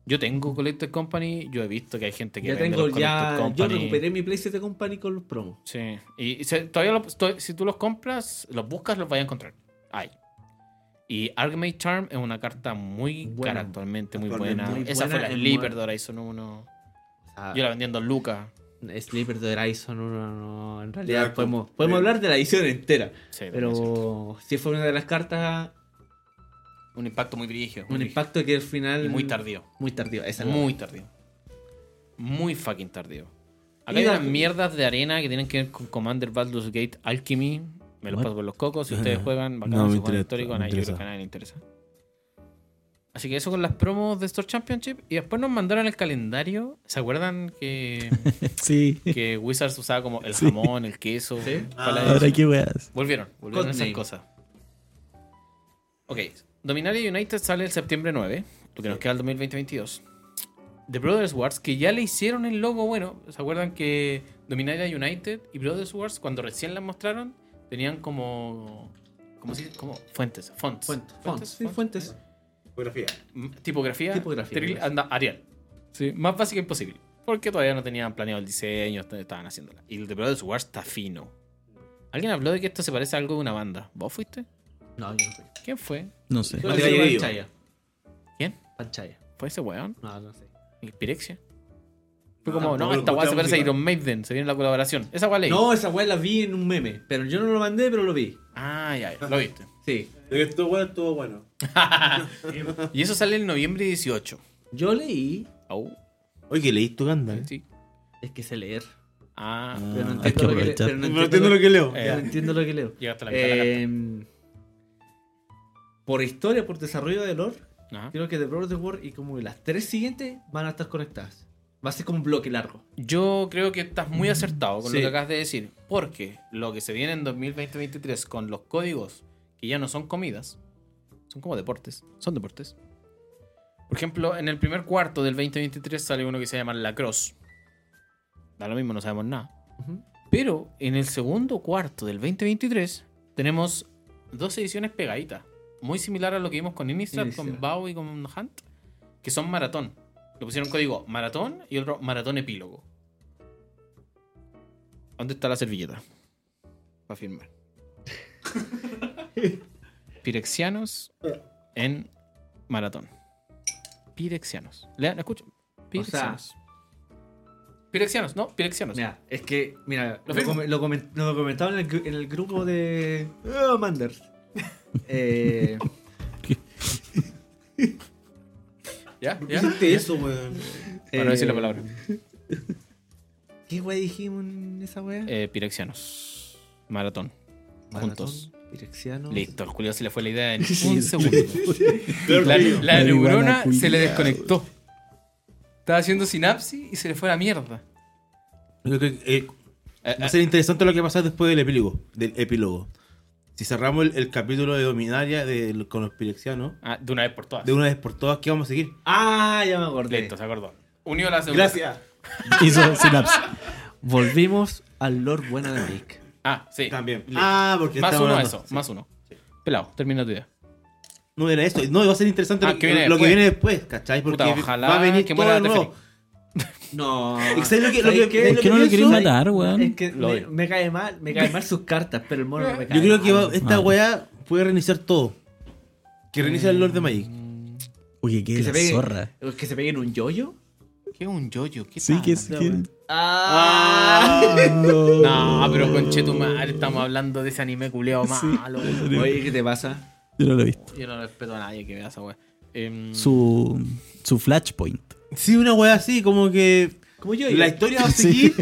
Speaker 1: Yo tengo Collector Company, yo he visto que hay gente que
Speaker 2: Ya
Speaker 1: vende
Speaker 2: tengo,
Speaker 1: los
Speaker 2: ya.
Speaker 1: Collector
Speaker 2: Yo
Speaker 1: Company.
Speaker 2: recuperé mi PlayStation Company con los promos.
Speaker 1: Sí, y y se- todavía lo- to- si tú los compras, los buscas, los vas a encontrar. Hay. Y Archimage Charm es una carta muy
Speaker 2: Buena.
Speaker 1: cara actualmente, muy
Speaker 5: Actualmente
Speaker 1: buena.
Speaker 2: muy
Speaker 1: Esa
Speaker 2: buena,
Speaker 1: fue la
Speaker 2: es
Speaker 1: Sleeper
Speaker 2: muy- Ah.
Speaker 1: de Horizon 1.
Speaker 2: O sea,
Speaker 1: Yo la vendí en 2 lucas.
Speaker 2: Sleeper de Horizon, no, no, no, en
Speaker 5: Ya,
Speaker 2: realidad
Speaker 5: con-
Speaker 2: podemos,
Speaker 1: eh.
Speaker 2: podemos hablar de la edición entera.
Speaker 1: Sí, también es cierto.
Speaker 2: Pero sí fue una de las cartas,
Speaker 1: Un impacto muy brillo.
Speaker 2: un impacto que al final...
Speaker 1: Muy tardío.
Speaker 2: Muy tardío, esa
Speaker 1: Muy tardío. Muy fucking tardío. Acá
Speaker 2: Y
Speaker 1: hay
Speaker 2: la-
Speaker 1: unas mierdas de arena que tienen que ver con Commander Baldur's Gate Alchemy. Me los
Speaker 3: What?
Speaker 1: paso por los cocos. Si ustedes juegan, bacán,
Speaker 5: No, me
Speaker 1: si
Speaker 5: interesa,
Speaker 1: juegan histórico,
Speaker 5: me
Speaker 1: a nadie- yo creo
Speaker 5: interesa.
Speaker 1: que a nadie le interesa. Así que eso con las promos de Store Championship. Y después nos mandaron el calendario. ¿Se acuerdan que,
Speaker 3: Sí.
Speaker 1: que Wizards usaba como el jamón, el queso?
Speaker 2: Sí.
Speaker 1: para la
Speaker 5: Ah,
Speaker 3: Ahora
Speaker 1: edición?
Speaker 3: qué weas.
Speaker 1: Volvieron, volvieron esas
Speaker 2: Codename.
Speaker 1: cosas. Ok, Dominaria United sale el septiembre 9, lo que nos queda el 2020-2022. The Brothers Wars, que ya le hicieron el logo bueno. ¿Se acuerdan que Dominaria United y Brothers Wars, cuando recién las mostraron, tenían como. ¿Cómo se dice? Como fuentes, fonts.
Speaker 2: Fuentes,
Speaker 1: Fuentes,
Speaker 2: sí,
Speaker 1: fonts.
Speaker 2: fuentes.
Speaker 5: Fotografía.
Speaker 1: M- Mm, Tipografía,
Speaker 2: Tipografía,
Speaker 1: terrible,
Speaker 2: gracias.
Speaker 1: anda, Arial. Sí, más básica imposible. Porque todavía no tenían planeado el diseño, est- estaban haciéndola. Y el de Brothers War está fino. Alguien habló de que esto se parece a algo de una banda. ¿Vos fuiste?
Speaker 2: No, yo no fui.
Speaker 1: ¿Quién fue?
Speaker 3: No sé.
Speaker 2: Yo le
Speaker 5: Panchaya
Speaker 2: digo
Speaker 5: yo.
Speaker 2: Panchaya.
Speaker 1: ¿Quién?
Speaker 2: Panchaya.
Speaker 1: ¿Fue ese weón?
Speaker 2: No, no sé.
Speaker 1: ¿El Pirexia? Fue
Speaker 5: No,
Speaker 1: como, no,
Speaker 5: tampoco
Speaker 1: esta weá se
Speaker 5: escuchamos
Speaker 1: parece a
Speaker 5: música.
Speaker 1: Iron Maiden, se viene la colaboración. Esa weá leí.
Speaker 2: No, esa weá la vi en un meme, pero yo no lo mandé, pero lo vi.
Speaker 1: Ah, ya, ya, lo viste.
Speaker 2: Sí.
Speaker 5: Lo que estuvo bueno, estuvo bueno.
Speaker 1: Y eso sale el noviembre 18.
Speaker 2: Yo leí,
Speaker 1: Au,
Speaker 5: Oye, leíste tu
Speaker 4: eh.
Speaker 5: Gandalf.
Speaker 1: sí.
Speaker 2: es que sé leer,
Speaker 1: Ah,
Speaker 2: pero no
Speaker 3: hay que
Speaker 2: entiendo lo que le-
Speaker 3: aprovechar.
Speaker 2: pero no
Speaker 5: No entiendo lo que leo.
Speaker 1: Eh,
Speaker 2: pero no entiendo lo que leo.
Speaker 1: llegaste a la mitad de la carta.
Speaker 2: Em, por historia, por desarrollo de lore,
Speaker 1: Ajá.
Speaker 2: creo que The Brothers War y como las tres siguientes van a estar conectadas. Va a ser como un bloque largo.
Speaker 1: Yo creo que estás muy acertado con
Speaker 5: Sí.
Speaker 1: lo que acabas de decir, porque lo que se viene en 2020-2023 con los códigos que ya no son comidas, son como deportes, son deportes, Por ejemplo, en el primer cuarto del 2023 sale uno que se llama La Cross. Da lo mismo, no sabemos nada. Pero en el segundo cuarto del 2023 tenemos dos ediciones pegaditas. Muy similar a lo que vimos con Innistrad, con
Speaker 2: Innistrad.
Speaker 1: Bow y con Hunt. Que son maratón. Le pusieron código maratón y otro maratón epílogo. ¿Dónde está la servilleta? Para firmar. Pirexianos en maratón. Pirexianos. Lean, escuchen. Pirexianos. Pirexianos, no, Pirexianos.
Speaker 2: Mira, es que, mira,
Speaker 1: Lo
Speaker 2: lo,
Speaker 1: firmo.
Speaker 2: come- lo comen- lo comentaba en el, gru- en el grupo de. Ah, Manders. Eh,
Speaker 1: ¿Ya?
Speaker 5: ¿Por qué
Speaker 1: ¿Ya?
Speaker 5: hiciste eso, weón?
Speaker 1: Para no decir la palabra.
Speaker 2: eh, ¿Qué wea dijimos en esa wea?
Speaker 1: Eh, Pirexianos. Maratón. Juntos.
Speaker 2: Maratón, Pirexiano.
Speaker 1: Listo, el Julio se le fue la idea en un segundo. La,
Speaker 5: Claro,
Speaker 1: la
Speaker 3: Marihuana
Speaker 1: neurona se le
Speaker 3: culiao.
Speaker 1: desconectó. Estaba haciendo sinapsis y se le fue la mierda.
Speaker 4: Lo que- eh,
Speaker 1: Eh,
Speaker 4: va a
Speaker 1: eh,
Speaker 4: ser interesante lo que pasa después del epílogo. Del epílogo. Si cerramos el, el capítulo de Dominaria de- con los pirexianos,
Speaker 1: ah, de una vez por todas.
Speaker 4: de una vez por todas, ¿qué vamos a seguir?
Speaker 2: Ah, ya me acordé.
Speaker 1: Listo, se acordó. Unió las neuronas.
Speaker 5: Gracias.
Speaker 3: Hizo sinapsis.
Speaker 2: Volvimos al Lord Buena de Rick.
Speaker 1: Ah, sí.
Speaker 4: También. Ah, porque
Speaker 1: Más
Speaker 4: estamos
Speaker 1: uno a
Speaker 4: hablando-
Speaker 1: eso, más uno. Pelado, termina tu idea.
Speaker 4: No era eso. No, va a ser interesante
Speaker 1: Ah,
Speaker 4: lo,
Speaker 1: que
Speaker 4: que,
Speaker 1: viene
Speaker 4: lo que
Speaker 1: después.
Speaker 4: viene después, ¿cachai? Porque
Speaker 1: Puta, ojalá
Speaker 4: va a venir
Speaker 1: que
Speaker 4: que
Speaker 1: muera
Speaker 4: todo
Speaker 1: de
Speaker 4: nuevo.
Speaker 2: No.
Speaker 4: ¿Sabes lo que- lo
Speaker 2: ¿Sabes
Speaker 4: que- lo
Speaker 3: ¿Por qué no lo queréis matar, weón?
Speaker 2: Es que
Speaker 1: Lo
Speaker 2: me,
Speaker 1: odio.
Speaker 2: me cae mal, me cae mal sus cartas, pero el mono no me cae
Speaker 4: Yo creo que
Speaker 2: mal.
Speaker 4: va- esta
Speaker 3: Ah.
Speaker 4: weá puede reiniciar todo. Que
Speaker 1: Mm.
Speaker 4: reinicia el Lord de Magic.
Speaker 3: Oye, qué
Speaker 2: que se
Speaker 3: la
Speaker 2: pegue,
Speaker 3: zorra.
Speaker 2: Que se peguen un yoyo.
Speaker 1: ¿Qué un yoyo? ¿Qué
Speaker 3: Sí,
Speaker 1: tal?
Speaker 3: que es que...
Speaker 2: Ah.
Speaker 4: Ah.
Speaker 1: Ah. No, pero conchetumar, estamos hablando de ese anime culeado malo.
Speaker 4: Ah.
Speaker 2: Oye, ¿qué te pasa?
Speaker 3: Yo no lo he visto.
Speaker 1: Yo no respeto a nadie que vea esa wea. Em,
Speaker 3: Su, su flashpoint.
Speaker 4: Sí, una weá así, como que
Speaker 2: Como yoyo.
Speaker 4: la historia va a seguir.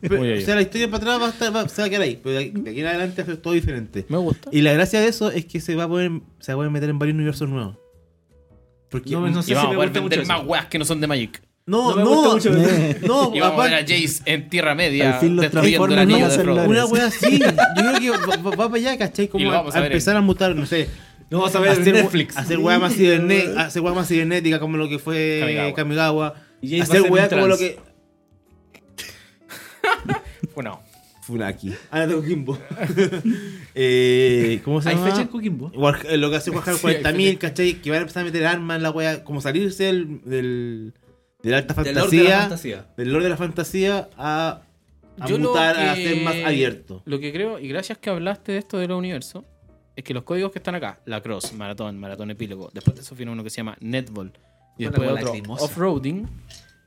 Speaker 4: pero-
Speaker 1: Oye,
Speaker 4: o sea, la historia para atrás va a estar, va- se va a quedar ahí. Pero de aquí- de aquí en adelante es todo diferente.
Speaker 1: Me gusta.
Speaker 4: Y la gracia de eso es que se va a poder, se va a poder meter en varios universos nuevos. Porque
Speaker 2: No, no
Speaker 1: y
Speaker 2: sé si
Speaker 1: vamos
Speaker 2: me
Speaker 1: a poder
Speaker 2: gusta mucho
Speaker 1: vender
Speaker 2: eso.
Speaker 1: más weas que no son de Magic.
Speaker 4: No,
Speaker 2: No me
Speaker 4: no,
Speaker 2: gusta
Speaker 4: no,
Speaker 2: mucho
Speaker 1: Y vamos a ver a
Speaker 4: Oh, aparte-
Speaker 1: Jace en Tierra Media
Speaker 3: Al fin los
Speaker 1: destruyendo el
Speaker 3: Transformers no
Speaker 1: anillo
Speaker 3: van a
Speaker 1: de
Speaker 3: ser
Speaker 1: Frodo.
Speaker 3: la-
Speaker 4: Una wea así. Yo creo que va, va- va para allá, ¿cachai?
Speaker 1: Y
Speaker 4: Como
Speaker 1: lo
Speaker 4: a,
Speaker 1: vamos a
Speaker 4: a
Speaker 1: ver
Speaker 4: empezar a mutar, no sé.
Speaker 2: No vas a ver
Speaker 4: Hacer,
Speaker 2: Netflix.
Speaker 4: hacer wea más ciberné- hacer wea más cibernética como lo que fue
Speaker 1: Kamigawa.
Speaker 4: Kamigawa.
Speaker 2: Y ahí va a
Speaker 4: hacer
Speaker 2: ser
Speaker 4: wea
Speaker 2: un
Speaker 4: como
Speaker 2: trans.
Speaker 4: lo que.
Speaker 1: Bueno,
Speaker 4: Funaki. Ahora tengo Ah, Kimbo. eh, ¿Cómo se
Speaker 2: Hay
Speaker 4: llama?
Speaker 2: fecha en Coquimbo.
Speaker 4: War- eh, lo que hace Warhammer
Speaker 1: Sí,
Speaker 4: 40.000, ¿cachai? Que van a empezar a meter armas en la wea. Como salirse del. del de la alta
Speaker 2: Del Lord de la
Speaker 4: fantasía.
Speaker 2: fantasía.
Speaker 4: Del lore de la fantasía a. a
Speaker 1: Yo lo
Speaker 4: mutar, a
Speaker 1: que-
Speaker 4: ser más abierto.
Speaker 1: Lo que creo, y gracias que hablaste de esto de los universos, es que los códigos que están acá, la cross, maratón, maratón epílogo, después de eso viene uno que se llama netball, y
Speaker 2: Bueno,
Speaker 1: después
Speaker 2: con
Speaker 1: otro
Speaker 2: lacrimosa.
Speaker 1: off-roading,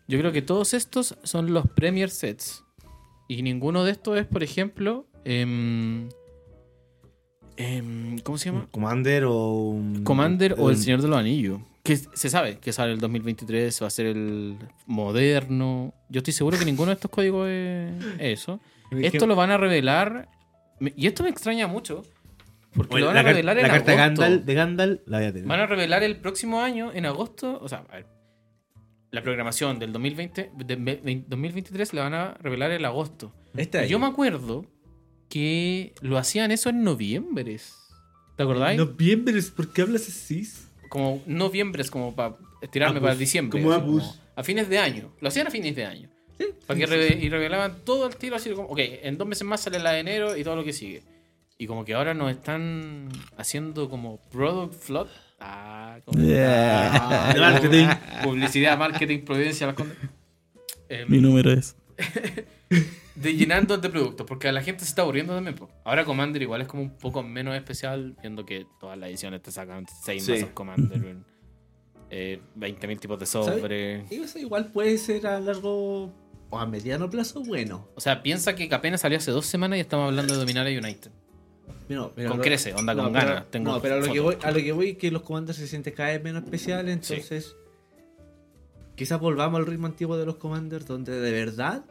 Speaker 1: yo creo que todos estos son los premier sets. Y ninguno de estos es, por ejemplo, em, em, ¿cómo se
Speaker 2: Mm.
Speaker 1: llama?
Speaker 4: Commander o.
Speaker 1: Commander o
Speaker 4: eh,
Speaker 1: El Señor de los Anillos. Que se sabe que sale el 2023, va a ser el moderno. Yo estoy seguro que ninguno de estos códigos es es eso. Esto lo van a revelar. me- Y esto me extraña mucho. Porque
Speaker 4: Oye,
Speaker 1: lo van a
Speaker 4: car-
Speaker 1: revelar en
Speaker 4: la carta
Speaker 1: agosto.
Speaker 4: Gandalf, de Gandalf la voy a tener.
Speaker 1: Van a revelar el próximo año, en agosto. O sea, a ver, La programación del 2020, de- de- 2023 la van a revelar en agosto.
Speaker 2: Esta
Speaker 1: Y
Speaker 2: es.
Speaker 1: Yo me acuerdo que lo hacían eso en noviembre. ¿Te acordáis?
Speaker 2: Noviembre, ¿por qué hablas así?
Speaker 1: como noviembre es como para estirarme
Speaker 5: Apus.
Speaker 1: para diciembre.
Speaker 5: Como
Speaker 1: así
Speaker 5: apus.
Speaker 1: a fines de año. Lo hacían a fines de año. Para que reve- y revelaban todo el tiro así como, ok, en dos meses más sale la de enero y todo lo que sigue. Y como que ahora nos están haciendo como product flop. Ah, como- Ah,
Speaker 4: Marketing.
Speaker 1: Publicidad, marketing, providencia, las cosas. Em,
Speaker 3: Mi número es.
Speaker 1: de llenando de productos, porque a la gente se está aburriendo también. po. Ahora Commander igual es como un poco menos especial, viendo que todas las ediciones te sacan 6
Speaker 4: Sí.
Speaker 1: mazos Commander, weón. eh, 20.000 tipos de sobre.
Speaker 2: Eso igual puede ser a largo o a mediano plazo bueno.
Speaker 1: O sea, piensa que Capena salió hace dos semanas y estamos hablando de dominar a United.
Speaker 2: No, pero
Speaker 1: Con
Speaker 2: lo-
Speaker 1: crece, onda, con
Speaker 2: pero-
Speaker 1: ganas, tengo
Speaker 2: no, pero a lo, que
Speaker 1: fotos.
Speaker 2: voy, a lo que voy es que los comandos se sienten cada vez menos especiales,
Speaker 1: Sí.
Speaker 2: entonces quizás volvamos al ritmo antiguo de los commanders, donde de verdad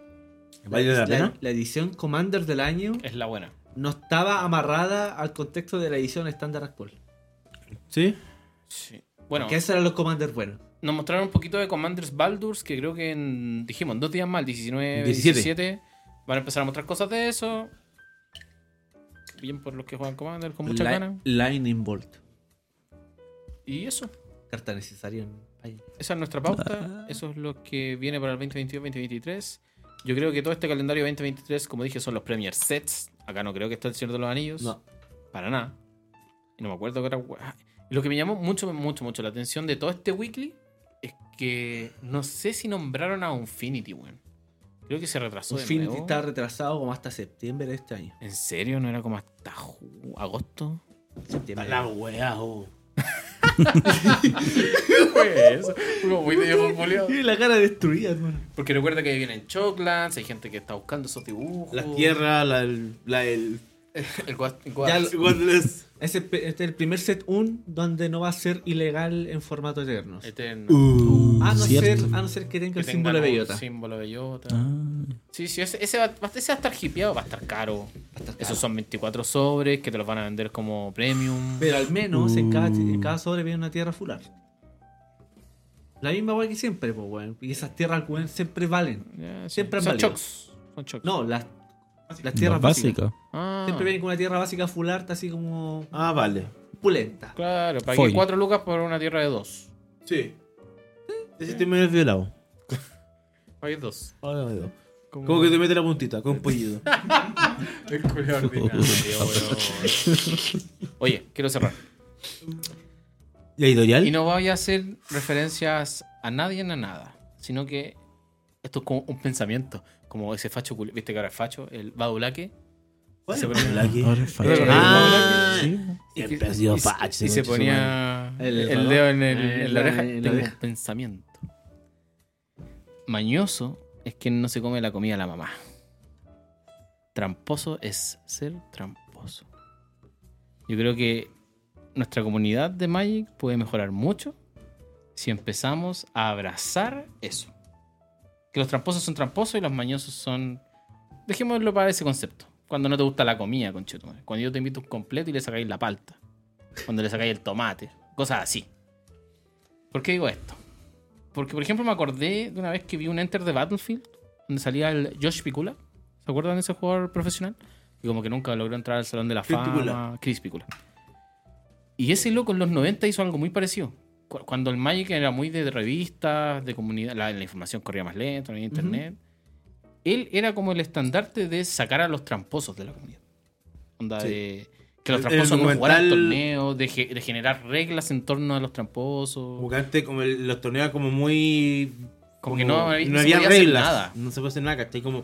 Speaker 4: ¿Vale la pena?
Speaker 2: la edición commander del año
Speaker 1: Es la buena.
Speaker 2: no estaba amarrada al contexto de la edición estándar actual.
Speaker 4: Sí.
Speaker 1: Sí. Bueno,
Speaker 2: Que esos eran los commanders buenos.
Speaker 1: nos mostraron un poquito de Commanders Baldur's, que creo que en- dijimos en dos días más, el 19, 17.
Speaker 4: 17.
Speaker 1: Van a empezar a mostrar cosas de eso. Bien por los que juegan Commander, con mucha
Speaker 2: Li-
Speaker 1: ganas.
Speaker 2: Lightning Bolt,
Speaker 1: Y eso.
Speaker 2: carta necesaria en
Speaker 1: Esa es nuestra
Speaker 4: Ah.
Speaker 1: pauta. Eso es lo que viene para el 2022-2023. Yo creo que todo este calendario 2023, como dije, son los Premier Sets. Acá no creo que esté el Señor de los Anillos.
Speaker 4: No.
Speaker 1: Para nada. Y no me acuerdo qué otra hue- Y Lo que me llamó mucho, mucho, mucho la atención de todo este weekly es que no sé si nombraron a Infinity, weón. Creo que se retrasó. de
Speaker 2: Infinity
Speaker 1: nuevo.
Speaker 2: está retrasado como hasta septiembre de este año.
Speaker 1: ¿En serio? ¿No era como hasta ju- agosto?
Speaker 2: Septiembre.
Speaker 5: La weá, oh.
Speaker 1: fue eso? Como muy medio populeado.
Speaker 2: Tiene la cara destruida, hermano.
Speaker 1: Porque recuerda que vienen Choclands, hay gente que está buscando esos dibujos.
Speaker 4: Las tierras, la, la, el.
Speaker 1: El guas- el
Speaker 2: Ya
Speaker 1: guas-
Speaker 2: lo-
Speaker 4: Godless.
Speaker 2: Ese pe- Este es el primer set 1 donde no va a ser ilegal en formato eterno.
Speaker 1: Eterno.
Speaker 4: Uh.
Speaker 2: A no, ser,
Speaker 3: Cierto.
Speaker 2: a no ser que tenga
Speaker 1: Eh, Este, Que
Speaker 2: Uh,
Speaker 1: tengan
Speaker 2: el símbolo de
Speaker 1: un
Speaker 2: bellota.
Speaker 1: Símbolo de bellota.
Speaker 3: Ah.
Speaker 1: Sí, sí, ese, ese va, va- ese va a estar hipeado, va a estar caro. Esos son 24 sobres que te los van a vender como premium.
Speaker 2: Pero al menos en,
Speaker 3: Uh.
Speaker 2: cada, en cada sobre viene una tierra fular. La misma weá que siempre, pues weón. Y esas tierras, weón, siempre valen.
Speaker 1: Ya, sí.
Speaker 2: siempre han
Speaker 1: son
Speaker 2: válido.
Speaker 1: chocs. Son chocs.
Speaker 2: No, las, las
Speaker 3: Tierra
Speaker 2: tierras básicas.
Speaker 3: básica.
Speaker 1: Ah,
Speaker 2: Siempre vienen con una tierra básica fular, así como
Speaker 4: Ah, vale.
Speaker 2: pulenta.
Speaker 1: Claro, pagué
Speaker 3: Foil.
Speaker 1: 4 lucas por una tierra de 2.
Speaker 5: Sí.
Speaker 4: Ese te me violado.
Speaker 1: Pagué 2.
Speaker 4: Como que te mete la puntita, con pollido.
Speaker 1: El culo ordinario, weón. Oye, quiero cerrar.
Speaker 4: ¿La editorial?
Speaker 1: Y no vaya a hacer referencias a nadie ni a nada, sino que esto es como un pensamiento, como ese facho, culi- viste que ahora es facho, el badulaque.
Speaker 5: ¿Cuál
Speaker 1: Se
Speaker 5: es
Speaker 1: pone-
Speaker 5: el Blacky?
Speaker 3: Ahora es
Speaker 1: Eh,
Speaker 3: fácil.
Speaker 4: ah,
Speaker 3: Sí.
Speaker 1: y-
Speaker 4: Siempre
Speaker 1: y-
Speaker 4: ha sido
Speaker 1: y-
Speaker 4: facho,
Speaker 1: Y se
Speaker 4: concha su
Speaker 1: ponía
Speaker 2: El-
Speaker 1: el,
Speaker 2: el
Speaker 1: dedo en, el-
Speaker 2: Eh,
Speaker 1: en la
Speaker 2: la-
Speaker 1: oreja.
Speaker 2: en la
Speaker 1: Tengo
Speaker 2: oreja.
Speaker 1: un pensamiento. Mañoso es quien no se come la comida de la mamá. Tramposo es ser tramposo. Yo creo que nuestra comunidad de Magic puede mejorar mucho si empezamos a abrazar eso. Que los tramposos son tramposos y los mañosos son... Dejémoslo para ese concepto. Cuando no te gusta la comida, conchetumare. Cuando yo te invito un completo y le sacáis la palta. Cuando le sacáis el tomate. Cosas así. ¿Por qué digo esto? Porque, por ejemplo, me acordé de una vez que vi un Enter de Battlefield donde salía el Josh Picula. ¿Se acuerdan de ese jugador profesional? Y como que nunca logró entrar al Salón de la
Speaker 5: Chris
Speaker 1: Fama.
Speaker 5: Picula.
Speaker 1: Chris Picula. Y ese loco en los 90 hizo algo muy parecido. Cu- Cuando el Magic era muy de revistas, de comunidad, la, la información corría más lento, no había internet. Él era como el estandarte de sacar a los tramposos de la comunidad. Onda
Speaker 4: Sí.
Speaker 1: de que los
Speaker 4: El- el
Speaker 1: tramposos no jugaran
Speaker 4: documental-
Speaker 1: torneos, de, ge- de generar reglas en torno a los tramposos.
Speaker 4: Como que antes como el- los torneos eran como muy...
Speaker 1: Como que no, no se
Speaker 4: había
Speaker 1: podía hacer
Speaker 4: reglas.
Speaker 1: nada.
Speaker 4: No se puede hacer nada, ¿cachai? Como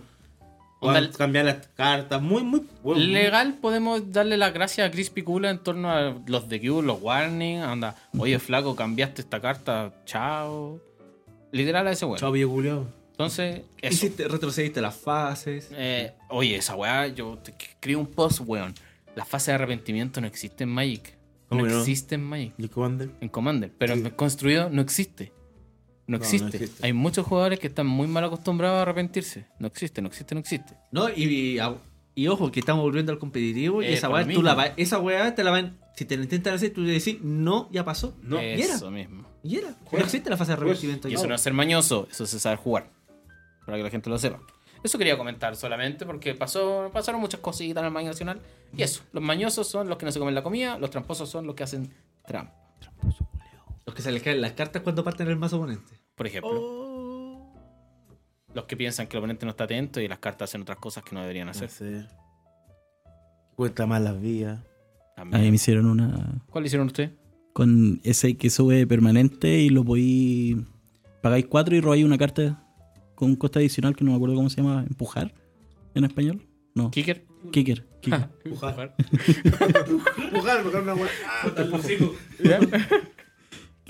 Speaker 1: Onda,
Speaker 4: jugar, cambiar las cartas, muy, muy... bueno, muy-
Speaker 1: Legal, podemos darle las gracias a Chris Picula en torno a los de Q, los warning, anda, oye flaco, cambiaste esta carta, chao. Literal a ese weón.
Speaker 4: Chao, pillo culiao.
Speaker 1: Entonces, eso.
Speaker 2: Hiciste, retrocediste las fases.
Speaker 1: Eh, oye, esa weá, yo te escribí un post, weón. La fase de arrepentimiento no existe en Magic. No,
Speaker 4: ¿Cómo que no?
Speaker 1: existe en Magic.
Speaker 4: ¿Y el Commander?
Speaker 1: en Commander, pero en construido no existe. No
Speaker 4: no
Speaker 1: existe.
Speaker 4: existe.
Speaker 1: Hay muchos jugadores que están muy mal acostumbrados a arrepentirse. No existe, no existe, no existe.
Speaker 2: No, y, y, a- y ojo, que estamos volviendo al competitivo. y
Speaker 1: Eh,
Speaker 2: esa
Speaker 1: por
Speaker 2: weá,
Speaker 1: lo
Speaker 2: tú la
Speaker 1: mismo.
Speaker 2: va- esa weá te la van. Si te la intentan hacer, tú le decís, no, ya pasó.
Speaker 5: No,
Speaker 2: y era.
Speaker 1: eso mismo.
Speaker 2: Y era. No existe la fase de revertimiento.
Speaker 1: Y eso no es ser mañoso, eso es saber jugar. Para que la gente lo sepa. Eso quería comentar solamente porque pasó, pasaron muchas cositas en el Magic Nacional. Y eso, los mañosos son los que no se comen la comida, los tramposos son los que hacen trampa,
Speaker 2: Los que se les caen las cartas cuando parten el mazo oponente.
Speaker 1: por ejemplo.
Speaker 4: Oh.
Speaker 1: Los que piensan que el oponente no está atento y las cartas hacen otras cosas que no deberían
Speaker 4: No
Speaker 1: hacer.
Speaker 4: sé. Cuenta más las vías.
Speaker 3: A mí
Speaker 1: También.
Speaker 3: Ah. me hicieron una
Speaker 1: ¿Cuál hicieron ustedes?
Speaker 3: con ese que sube permanente y lo podí. Pagáis cuatro y robáis una carta con un coste adicional que no me acuerdo cómo se llama. ¿Empujar? ¿En español? No.
Speaker 1: ¿Kicker?
Speaker 3: Kicker.
Speaker 4: Ah.
Speaker 3: Kicker.
Speaker 5: Empujar. Empujar, mejor una weá. Ah, el hocico.
Speaker 3: El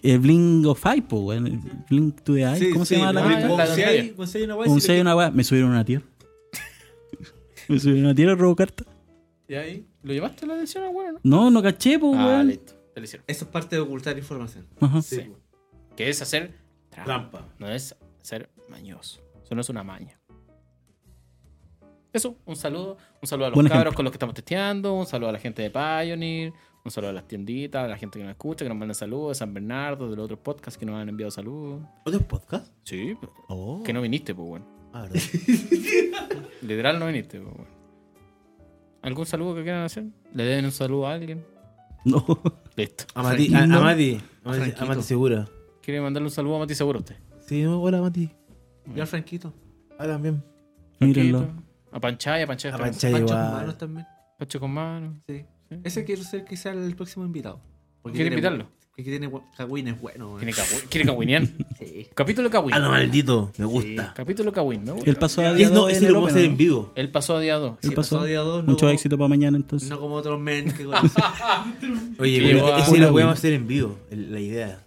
Speaker 3: Eh, Bling of Eye, po, weón. El Blink to the Eye. ¿Cómo se llama la
Speaker 1: Blink
Speaker 3: carta?
Speaker 1: of-
Speaker 2: Si hay-
Speaker 1: pues,
Speaker 2: si hay una weá,
Speaker 3: Un
Speaker 2: si
Speaker 3: 6
Speaker 2: le-
Speaker 3: y una weá. Me subieron una tierra. me subieron una tierra y robo carta.
Speaker 1: ¿Y ahí? ¿Lo llevaste a la edición al weón, no?
Speaker 3: No, no caché, po,
Speaker 1: Ah,
Speaker 3: Uh, weón. Ah.
Speaker 1: listo. Te lo hicieron.
Speaker 2: Eso es parte de ocultar información.
Speaker 3: Ajá.
Speaker 5: Sí,
Speaker 1: Sí. Que es hacer trampa.
Speaker 5: Trampa.
Speaker 1: No es ser mañoso. Eso no es una maña. Eso, un saludo. Un saludo a los
Speaker 3: Buen
Speaker 1: cabros
Speaker 3: ejemplo.
Speaker 1: con los que estamos testeando. Un saludo a la gente de Pioneer. Un saludo a las tienditas, a la gente que nos escucha, que nos manda saludos, de San Bernardo, de los otros podcasts que nos han enviado saludos.
Speaker 4: ¿Otro podcast?
Speaker 1: Sí, pues.
Speaker 4: Oh.
Speaker 1: que no viniste, pues bueno.
Speaker 4: Ah, verdad.
Speaker 1: Literal no viniste, pues bueno. ¿Algún saludo que quieran hacer? ¿Le deben un saludo a alguien?
Speaker 3: No.
Speaker 1: Listo.
Speaker 4: Amati,
Speaker 3: Tranquilo.
Speaker 4: a- Amati, Amati,
Speaker 2: Tranquilo.
Speaker 4: Amati segura.
Speaker 1: Quiere mandarle un saludo a Mati Seguro a usted.
Speaker 4: Sí, no, hola Mati.
Speaker 2: Y al Franquito.
Speaker 4: Ah, también.
Speaker 3: Mírenlo.
Speaker 1: Tranquilo. A Panchaya, a Panchaya.
Speaker 4: A
Speaker 1: Pancho.
Speaker 4: Pancha
Speaker 2: Pancho
Speaker 4: igual.
Speaker 2: Manos también.
Speaker 1: con mano.
Speaker 2: Sí.
Speaker 1: Sí.
Speaker 2: Ese quiero ser que sea el próximo invitado.
Speaker 1: ¿Quiere
Speaker 2: tiene-
Speaker 1: Mm. invitarlo?
Speaker 2: Que tiene gua- cagüín, es bueno. weón.
Speaker 1: Tiene cagüi- Quiere cagüinear.
Speaker 2: Sí.
Speaker 1: Capítulo Cagüín.
Speaker 4: Ah, no, maldito. Me gusta.
Speaker 1: Capítulo Cagüín, ¿no?
Speaker 3: El paso a
Speaker 4: Y es-
Speaker 3: día
Speaker 4: no,
Speaker 3: dos en
Speaker 4: ese
Speaker 3: el
Speaker 4: lo podemos
Speaker 3: Open,
Speaker 4: hacer
Speaker 3: ¿no?
Speaker 4: en vivo.
Speaker 1: Él pasó a día 2.
Speaker 3: El
Speaker 2: Sí,
Speaker 3: paso.
Speaker 2: pasó día dos, no
Speaker 3: Mucho
Speaker 2: como-
Speaker 3: éxito para mañana entonces.
Speaker 2: No como otros men que
Speaker 4: Oye,
Speaker 1: Sí,
Speaker 4: pero
Speaker 1: guau.
Speaker 4: ese lo
Speaker 3: Hola,
Speaker 4: podemos
Speaker 3: güey.
Speaker 4: hacer en vivo, el- la idea.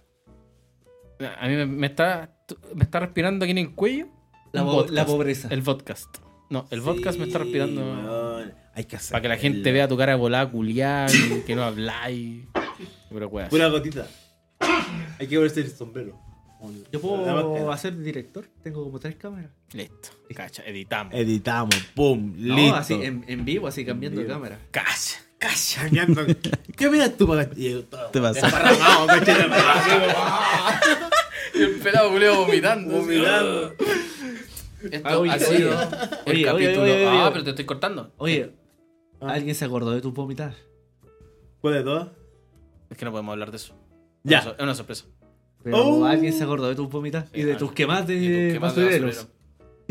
Speaker 1: A mí me, me está, me está respirando aquí en el cuello.
Speaker 2: la,
Speaker 1: un
Speaker 2: po-
Speaker 1: podcast.
Speaker 2: la pobreza.
Speaker 1: El podcast. No, el podcast me está
Speaker 4: Sí,
Speaker 1: respirando.
Speaker 4: weón. Hay que hacer.
Speaker 1: Para que la gente vea tu cara de volada, culiar, que no habláis. Pero weas.
Speaker 4: Pura gotita. Hay que ponerse el sombrero.
Speaker 2: Yo
Speaker 4: Nada
Speaker 2: puedo
Speaker 4: más
Speaker 2: hacer director. Tengo como tres cámaras.
Speaker 1: Listo. Cacha, editamos.
Speaker 4: que- Editamos, pum,
Speaker 2: No,
Speaker 4: listo.
Speaker 2: así en, en vivo, así cambiando de
Speaker 4: vivo.
Speaker 2: cámara.
Speaker 1: Cacha. Cacha.
Speaker 4: Chañando. ¿Qué opinas tú, para
Speaker 3: Te vas a-
Speaker 4: Desparramado, cachete.
Speaker 1: Y el pelado culeo vomitando.
Speaker 4: Vomitando.
Speaker 1: Esto
Speaker 2: Ah, oye,
Speaker 1: ha
Speaker 2: oye,
Speaker 1: sido
Speaker 2: oye.
Speaker 1: el
Speaker 2: Oye, oye,
Speaker 1: capítulo.
Speaker 2: oye, oye,
Speaker 1: ah,
Speaker 2: oye.
Speaker 1: pero te estoy cortando.
Speaker 4: Eh,
Speaker 2: Oye,
Speaker 4: ah.
Speaker 2: ¿alguien se acordó de tu vomitar?
Speaker 4: ¿Cuál de todas?
Speaker 1: Es que no podemos hablar de eso.
Speaker 4: Ya.
Speaker 1: Es una sorpresa.
Speaker 2: Pero
Speaker 4: Oh.
Speaker 2: alguien se acordó de tus vomitas y de
Speaker 1: Ah,
Speaker 2: tus quemas de,
Speaker 1: y tus quemas de
Speaker 2: basureros.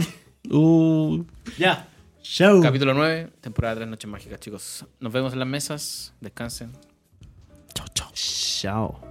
Speaker 1: basurero.
Speaker 3: Uh,
Speaker 4: Ya. Chau.
Speaker 1: Capítulo 9, temporada 3, Noches Mágicas, chicos. Nos vemos en las mesas. Descansen.
Speaker 4: Chao.